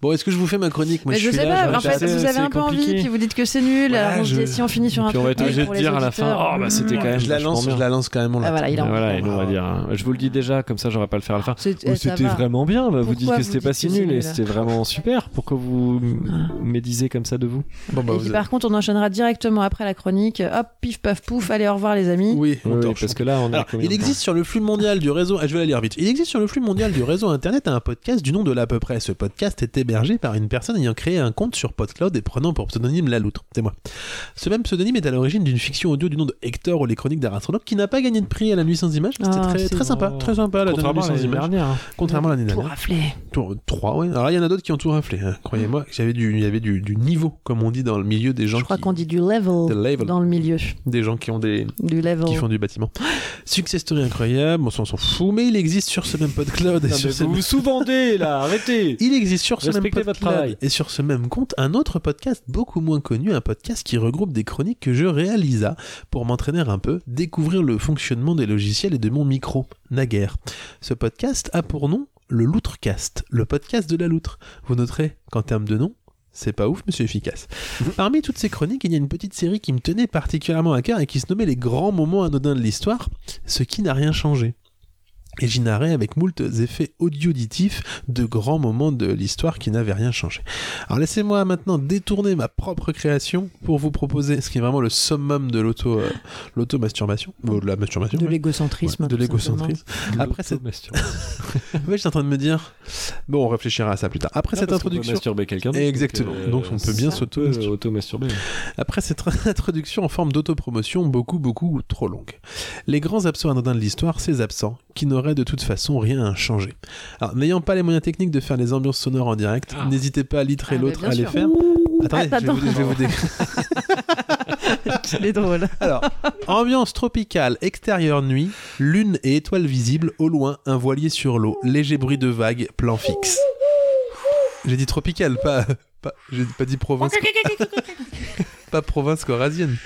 S1: Bon, est-ce que je vous fais ma chronique Moi,
S6: mais Bah, je,
S1: suis
S6: sais
S1: là,
S6: pas, en
S1: j'ai
S6: fait,
S1: hâte.
S3: c'est-
S6: vous avez un peu
S3: compliqué.
S6: envie, puis vous dites que c'est nul.
S1: Ouais,
S6: alors on se
S1: je-
S6: dit, si on finit sur un
S3: Puis on
S6: truc
S3: va être
S6: nul
S3: obligé de
S6: pour les
S3: dire à la
S6: auditeurs. Mmh.
S3: fin, oh bah c'était quand même.
S1: Je la
S3: vachement
S1: lance,
S3: bien.
S1: je la lance quand même. on
S6: Ah,
S1: la
S6: voilà, il a
S3: Et
S6: envie.
S3: Voilà, et nous on va dire. hein, Je vous le dis déjà, comme ça j'aurais pas à le faire à la fin.
S6: C'est-
S3: Oh,
S6: eh, ça
S3: C'était
S6: va.
S3: vraiment bien, bah, vous
S6: Pourquoi
S3: dites que
S6: vous
S3: c'était
S6: dites
S3: pas
S6: que
S3: si
S6: c'est
S3: nul et
S6: nul Ah.
S3: c'était vraiment super. Pourquoi vous m- médisez comme ça de vous
S1: Bon, bah, vous
S6: Et puis
S1: êtes-
S6: par contre, on enchaînera directement après la chronique. Hop, pif, paf, pouf, allez, au revoir les amis.
S1: Oui, on
S3: Oui,
S1: torche.
S3: Parce que là on est à
S1: Alors,
S3: combien
S1: il
S3: de temps
S1: existe sur le flux mondial du réseau. ah, je vais la lire vite. Il existe sur le flux mondial du réseau internet un podcast du nom de l'à peu près. Ce podcast est hébergé par une personne ayant créé un compte sur PodCloud et prenant pour pseudonyme La Loutre. C'est moi. Ce même pseudonyme est à l'origine d'une fiction audio du nom de Hector ou les chroniques d'un astronaute qui n'a pas gagné de prix à la nuit sans image. C'était
S6: Ah,
S1: très,
S6: c'est
S1: très sympa,
S3: bon.
S1: très sympa la nuit
S3: Contrairement à
S1: sans
S3: l'année
S1: image.
S3: dernière. hein.
S1: Contrairement à l'année
S6: Tout
S1: dernière.
S6: rafler.
S1: Tour- Trois, ouais. Alors il y en a d'autres qui ont tout raflé. hein. Croyez-moi, j'avais du, il y avait du, du niveau, comme on dit dans le milieu des gens,
S6: Je crois
S1: qui-
S6: qu'on dit du level,
S1: The level.
S6: dans le milieu.
S1: des gens qui ont des
S6: Du level.
S1: qui font du bâtiment. Success story incroyable, on s'en s'en fout, mais il existe sur ce même PodCloud et
S3: Non, mais
S1: sur ce
S3: vous vous sous-vendez là, arrêtez
S1: il existe sur ce même
S3: Respectez votre
S1: PodCloud
S3: travail.
S1: et sur ce même compte un autre podcast beaucoup moins connu, un podcast qui regroupe des chroniques que je réalisa pour m'entraîner un peu, découvrir le fonctionnement des logiciels et de mon micro, naguère. Ce podcast a pour nom le Loutrecast, le podcast de la loutre. Vous noterez qu'en termes de nom, c'est pas ouf, mais c'est efficace. Parmi toutes ces chroniques, il y a une petite série qui me tenait particulièrement à cœur et qui se nommait Les grands moments anodins de l'histoire, ce qui n'a rien changé. Et j'y narrais avec moult effets audio-auditifs de grands moments de l'histoire qui n'avaient rien changé. Alors laissez-moi maintenant détourner ma propre création pour vous proposer ce qui est vraiment le summum de l'auto, euh, l'auto-masturbation, ou de la masturbation.
S6: De
S1: ouais.
S6: l'égocentrisme.
S1: Ouais, de
S6: tout simplement.
S1: l'égocentrisme. Après cette...
S3: L'auto-masturbation.
S1: Ouais, j'étais en train de me dire... Bon, on réfléchira à ça plus tard. Après
S3: Non,
S1: cette
S3: Ah, parce qu'on peut
S1: introduction...
S3: masturber quelqu'un d'autre, euh,
S1: Exactement. Donc, on peut bien
S3: ça
S1: s'auto-
S3: peut auto-masturber.
S1: Après cette introduction en forme d'autopromotion beaucoup beaucoup trop longue. Les grands absents anodins de l'histoire, ces absents, qui n'auraient de toute façon rien à changer. Alors n'ayant pas les moyens techniques de faire les ambiances sonores en direct, n'hésitez pas à l'ître et
S6: Ah,
S1: l'autre
S6: bah,
S1: à
S6: bien
S1: les
S6: sûr.
S1: faire. Attendez,
S6: Ah,
S1: je vais vous,
S6: pardon.
S1: je vais vous dé-
S6: Il est drôle.
S1: Alors, ambiance tropicale, extérieure nuit, lune et étoiles visibles, au loin, un voilier sur l'eau, léger bruit de vagues, plan fixe. J'ai dit tropical, pas, pas j'ai pas dit province. pas province corasienne.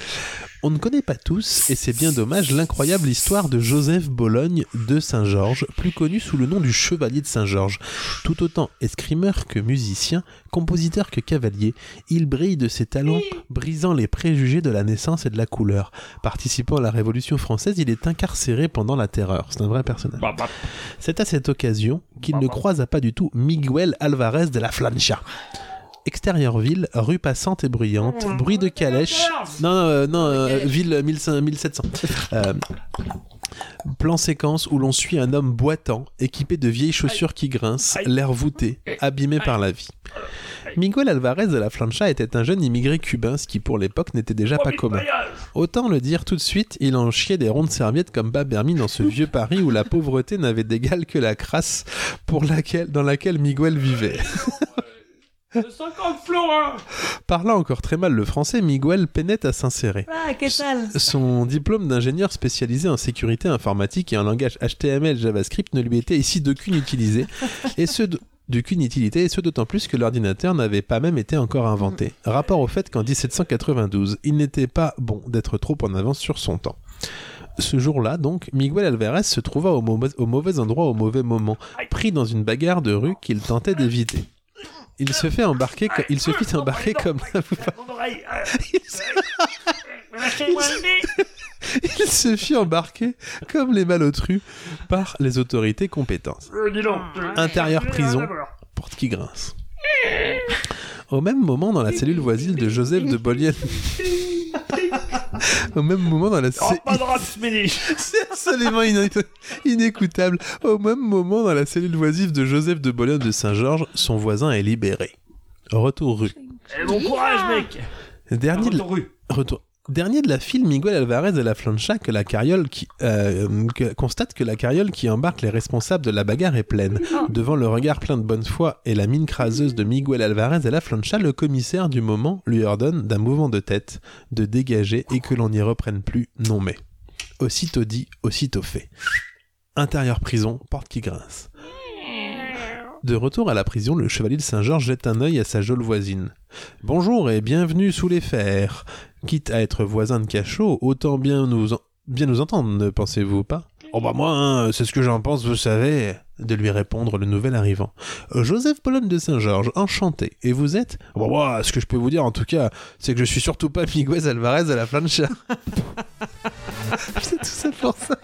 S1: On ne connaît pas tous, et c'est bien dommage, l'incroyable histoire de Joseph Bologne de Saint-Georges, plus connu sous le nom du Chevalier de Saint-Georges. Tout autant escrimeur que musicien, compositeur que cavalier, il brille de ses talents, brisant les préjugés de la naissance et de la couleur. Participant à la Révolution française, il est incarcéré pendant la Terreur. C'est un vrai personnage. C'est à cette occasion qu'il ne croisa pas du tout Miguel Alvarez de la Flancha extérieure ville, rue passante et bruyante, bruit de calèche. Non, euh, non, euh, ville 1500, 1700. Euh, plan séquence où l'on suit un homme boitant, équipé de vieilles chaussures qui grincent, l'air voûté, abîmé par la vie. Miguel Alvarez de la Plancha était un jeune immigré cubain, ce qui pour l'époque n'était déjà pas commun. Autant le dire tout de suite, il en chiait des rondes serviettes comme pas permis dans ce vieux Paris où la pauvreté n'avait d'égal que la crasse pour laquelle, dans laquelle Miguel vivait.
S14: 50 florins
S1: Parlant encore très mal le français, Miguel peinait à s'insérer.
S10: Ah, tal
S1: Son diplôme d'ingénieur spécialisé en sécurité informatique et en langage HTML JavaScript ne lui était ici d'aucune utilité, et ce d'aucune utilité, et ce d'autant plus que l'ordinateur n'avait pas même été encore inventé. Rapport au fait qu'en 1792, il n'était pas bon d'être trop en avance sur son temps. Ce jour-là, donc, Miguel Alvarez se trouva au, au mauvais endroit au mauvais moment, pris dans une bagarre de rue qu'il tentait d'éviter. Il se fait embarquer, co il se fit embarquer comme la il, se... il, se... il se fit embarquer comme les malotrus par les autorités compétentes.
S14: Euh,
S1: Intérieur prison, porte qui grince. Au même moment, dans la cellule voisine de Joseph de Bolienne. Au même moment
S14: Oh,
S1: dans la cellule. C'est absolument inécoutable. Au même moment dans la cellule voisine de Joseph de Bologne de Saint-Georges, son voisin est libéré. Retour rue.
S14: Eh, bon courage, mec
S1: Dernier
S14: Retour rue.
S1: Retour... Dernier de la file, Miguel Alvarez de la Flancha que la carriole qui, euh, que, constate que la carriole qui embarque les responsables de la bagarre est pleine. Devant le regard plein de bonne foi et la mine craseuse de Miguel Alvarez de la Flancha, le commissaire du moment lui ordonne d'un mouvement de tête de dégager et que l'on n'y reprenne plus, non mais. Aussitôt dit, aussitôt fait. Intérieur prison, porte qui grince. De retour à la prison, le chevalier de Saint-Georges jette un œil à sa geôle voisine. Bonjour et bienvenue sous les fers. Quitte à être voisin de cachot, autant bien nous, en... bien nous entendre, ne pensez-vous pas Oh bah moi, hein, c'est ce que j'en pense, vous savez, de lui répondre le nouvel arrivant. Euh, Joseph Pologne de Saint-Georges, enchanté. Et vous êtes Oh bah moi, ce que je peux vous dire en tout cas, c'est que je suis surtout pas Miguel Alvarez à la plancha. c'est tout ça pour ça.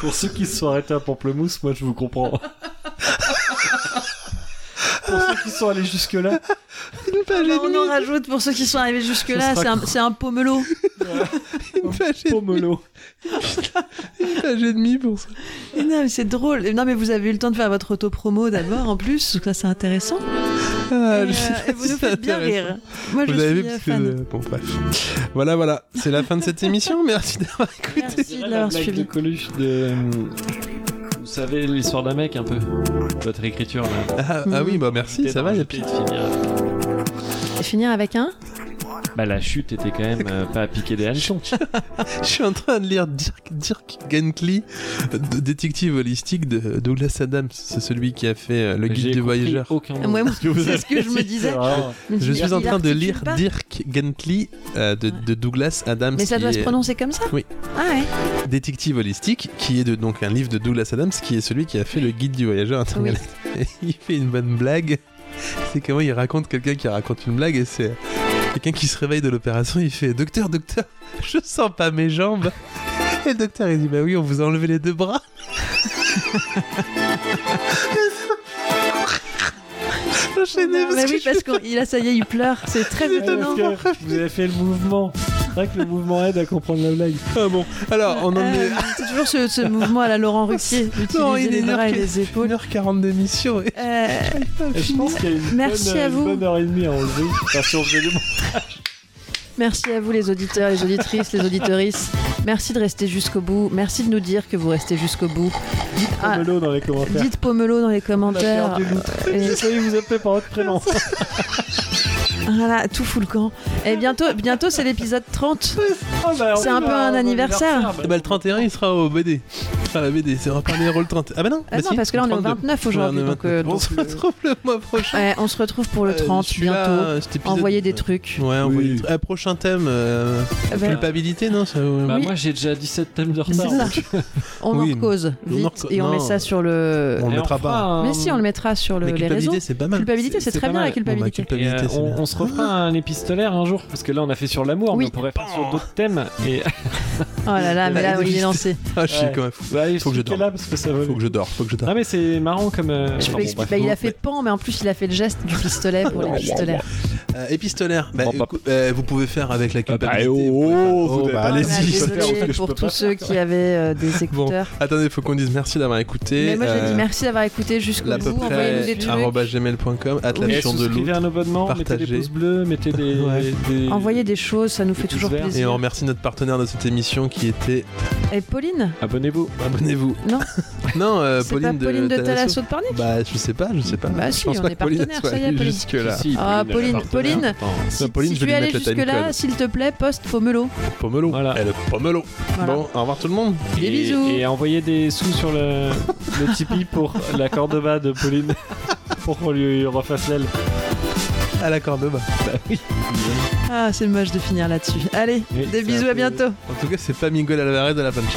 S3: Pour ceux qui se sont arrêtés à Pamplemousse, moi je vous comprends. pour ceux qui sont allés jusque-là.
S1: Une page et
S10: Bah, On en
S1: demie.
S10: rajoute pour ceux qui sont arrivés jusque-là,
S3: Ce sera
S10: c'est un,
S3: cool.
S10: c'est un pomelo.
S1: Une page et demie.
S3: Pomelo.
S1: Une page et demie pour ça.
S10: Et non, mais c'est drôle. Et Non, mais vous avez eu le temps de faire votre auto-promo d'abord, en plus, donc ça c'est intéressant.
S1: Ah,
S10: Et,
S1: je sais
S10: euh,
S1: pas
S10: et vous
S1: si
S10: nous
S1: c'est
S10: faites bien
S1: intéressant.
S10: rire. Moi, je
S1: vous
S10: suis
S1: avez vu
S10: euh,
S1: parce que
S10: fan.
S1: euh, bon bref. Voilà voilà, c'est la fin de cette émission. Merci d'avoir écouté.
S10: Merci de
S3: La
S10: l'avoir
S3: blague
S10: suivi.
S3: de Coluche de... Vous savez l'histoire d'un mec un peu Votre écriture là.
S1: Ah, ah oui bah merci, ça va. il y a
S3: Puis
S1: pire.
S3: de finir.
S6: Et finir avec un
S3: Bah la chute était quand même euh, pas à piquer des hanches.
S1: Je suis en train de lire Dirk, Dirk Gently, euh, de- détective holistique de Douglas Adams. C'est celui qui a fait euh, le guide
S3: J'ai
S1: du
S3: compris
S1: voyageur.
S3: Aucun mot.
S10: Moi, moi,
S1: que vous
S10: c'est ce que je me disais.
S3: Ah,
S10: Mais
S1: Je
S10: il-
S1: suis en
S10: il
S1: train de
S10: articule
S1: lire
S10: pas.
S1: Dirk Gently euh, de, de Douglas Adams.
S10: Mais ça
S1: qui
S10: doit se
S1: est-
S10: prononcer comme ça
S1: Oui.
S10: Ah ouais.
S1: Détective holistique, qui est de- donc un livre de Douglas Adams, qui est celui qui a fait le guide du voyageur intergalactique. Et Il fait une bonne blague. C'est comment il raconte quelqu'un qui raconte une blague et c'est quelqu'un qui se réveille de l'opération. Il fait Docteur, docteur, je sens pas mes jambes. Et le docteur il dit Bah oui, on vous a enlevé les deux bras. Enchaînez parce
S10: Bah
S1: que
S10: oui,
S1: je-
S10: parce qu'il a ça y est, il pleure. C'est très étonnant.
S3: vous avez fait le mouvement. C'est vrai que le mouvement aide à comprendre la blague.
S1: Ah bon, alors on en
S10: Euh,
S1: est.
S10: c'est toujours ce, ce mouvement à la Laurent Ruquier,
S1: Non,
S10: d'utiliser
S1: il est
S10: les bras et les épaules.
S1: 1h40 d'émission et
S10: Euh,
S1: j'arrive pas à
S3: Et je
S1: finir.
S3: pense qu'il y a une
S10: Merci
S3: bonne,
S10: à
S3: une
S10: vous.
S3: bonne heure et demie à enlever. Enfin, si on faisait le
S6: Merci à vous les auditeurs, les auditrices, les auditorices. Merci de rester jusqu'au bout. Merci de nous dire que vous restez jusqu'au bout.
S15: Dites
S6: Ah,
S15: pomelo dans les commentaires.
S6: Dites euh, pomelo dans les commentaires.
S15: On a perdu l'outre.
S6: Et-
S15: J'ai failli vous appeler par votre prénom.
S6: Voilà, ah tout fout le camp. Et bientôt, bientôt c'est l'épisode 30.
S3: Oh, bah,
S6: C'est un peu un anniversaire.
S1: Eh ben, le 31, il sera au BD. Enfin, la BD, c'est un premier rôle 30. Ah bah non,
S6: Ah
S1: bah
S6: non,
S1: si,
S6: parce que là on est au
S1: 32.
S6: 29 aujourd'hui.
S1: Ouais, on est
S6: donc,
S1: 29.
S6: euh,
S1: On
S6: donc,
S1: se
S6: euh,
S1: retrouve le mois prochain.
S6: ouais, on se retrouve pour le
S1: Euh,
S6: 30
S1: celui-là,
S6: bientôt.
S1: euh, cet épisode-
S6: Envoyez des trucs.
S1: Ouais, on voit les trucs. Ah, prochain thème, euh,
S6: Ah bah-
S1: culpabilité, non ça, ouais.
S3: Bah, Moi, j'ai déjà 17 thèmes de
S6: C'est
S3: retard.
S6: ça.
S3: donc.
S6: On
S1: Oui,
S6: en cause
S1: on en
S6: vite
S1: reco-
S6: et on
S1: non.
S6: met ça sur le.
S1: On le
S3: Et
S1: mettra
S3: fera
S1: pas.
S3: un-
S6: Mais si, on le mettra sur le,
S1: Mais
S6: les réseaux.
S1: culpabilité, c'est pas mal.
S6: Culpabilité, c'est très
S3: pas
S6: bien la
S3: mal.
S6: culpabilité.
S1: Bon, bah, culpabilité,
S3: Et, euh,
S1: c'est
S3: on,
S1: bien.
S3: on se refera un épistolaire un jour, parce que là on a fait sur l'amour, mais on pourrait faire sur d'autres thèmes. Bah, Et...
S6: Oh là là, mais là, il est lancé.
S1: Ah, je suis
S3: Ouais.
S1: quand même fou.
S3: Bah,
S1: Faut que je dorme.
S3: là parce que ça va.
S1: Faut que je dors, faut que je
S3: Ah
S1: dors.
S3: mais c'est marrant comme. euh,
S6: Je
S3: enfin,
S6: peux
S3: bon,
S6: expliquer.
S3: bref.
S6: Bah, il a fait pan, mais en plus, il a fait le geste du pistolet pour les pistolaires.
S1: Euh, épistolaire, bah,
S3: Bon, bah,
S1: écou- euh, vous pouvez faire avec la culpabilité.
S15: oh,
S1: eh, vous pouvez faire-
S15: oh, vous
S1: bah,
S15: avez-
S1: allez-y.
S15: je peux faire ce que
S6: Désolé
S15: je
S6: pour
S15: peux
S6: tous
S15: pas
S6: ceux qui avaient euh, des écouteurs.
S1: Attendez, faut qu'on dise merci d'avoir écouté.
S6: Mais moi, j'ai dit
S1: Euh,
S6: merci d'avoir écouté jusqu'au
S1: l'à peu
S6: bout. Envoyez-nous des
S1: près,
S6: trucs.
S1: arobase gmail.com, at la
S3: Et
S1: mission de
S3: souscrivez
S1: l'autre.
S3: à un abonnement, mettez
S1: partagez.
S3: des pouces bleus, mettez des.
S1: Ouais.
S3: des-
S6: Envoyez des choses, ça nous fait
S3: pouces
S6: toujours
S3: verts.
S1: Et on
S6: plaisir.
S1: remercie notre partenaire de cette émission qui était.
S6: Et Pauline
S3: Abonnez-vous.
S1: Abonnez-vous.
S6: Non,
S1: Non, euh,
S6: c'est pas
S1: Pauline de,
S6: Pauline de
S1: Thalasso.
S6: Talasso de Parnic
S1: Bah, je sais pas, je sais pas.
S6: Bah
S1: je
S6: si,
S1: pense
S6: on
S1: pas
S6: est
S1: que Pauline
S6: partenaires,
S1: soit
S6: ça y est,
S1: allée
S6: Pauline.
S1: jusque-là.
S3: Si,
S6: Ah, Pauline,
S3: est
S6: Pauline,
S3: partenaire. Attends.
S6: si,
S1: Pauline,
S6: si
S1: je vais
S6: tu es
S1: lui
S6: allé
S1: mettre le timecode.
S6: jusque-là, s'il te plaît, poste Pomelo.
S1: Pomelo.
S3: Voilà.
S1: Elle est pomelo.
S6: Voilà.
S1: Bon, au revoir tout le monde.
S6: Des
S3: et,
S6: bisous.
S3: et envoyez des sous sur le, le Tipeee pour la Cordoba de Pauline pour qu'on lui refasse l'aile.
S1: À la Cordoba.
S6: Bah Ah, c'est moche de finir là-dessus. Allez,
S3: Oui,
S6: des
S3: c'est
S6: bisous,
S3: un
S6: à
S3: peu-
S6: bientôt.
S1: En tout cas, c'est pas Miguel Alvarez à la punch.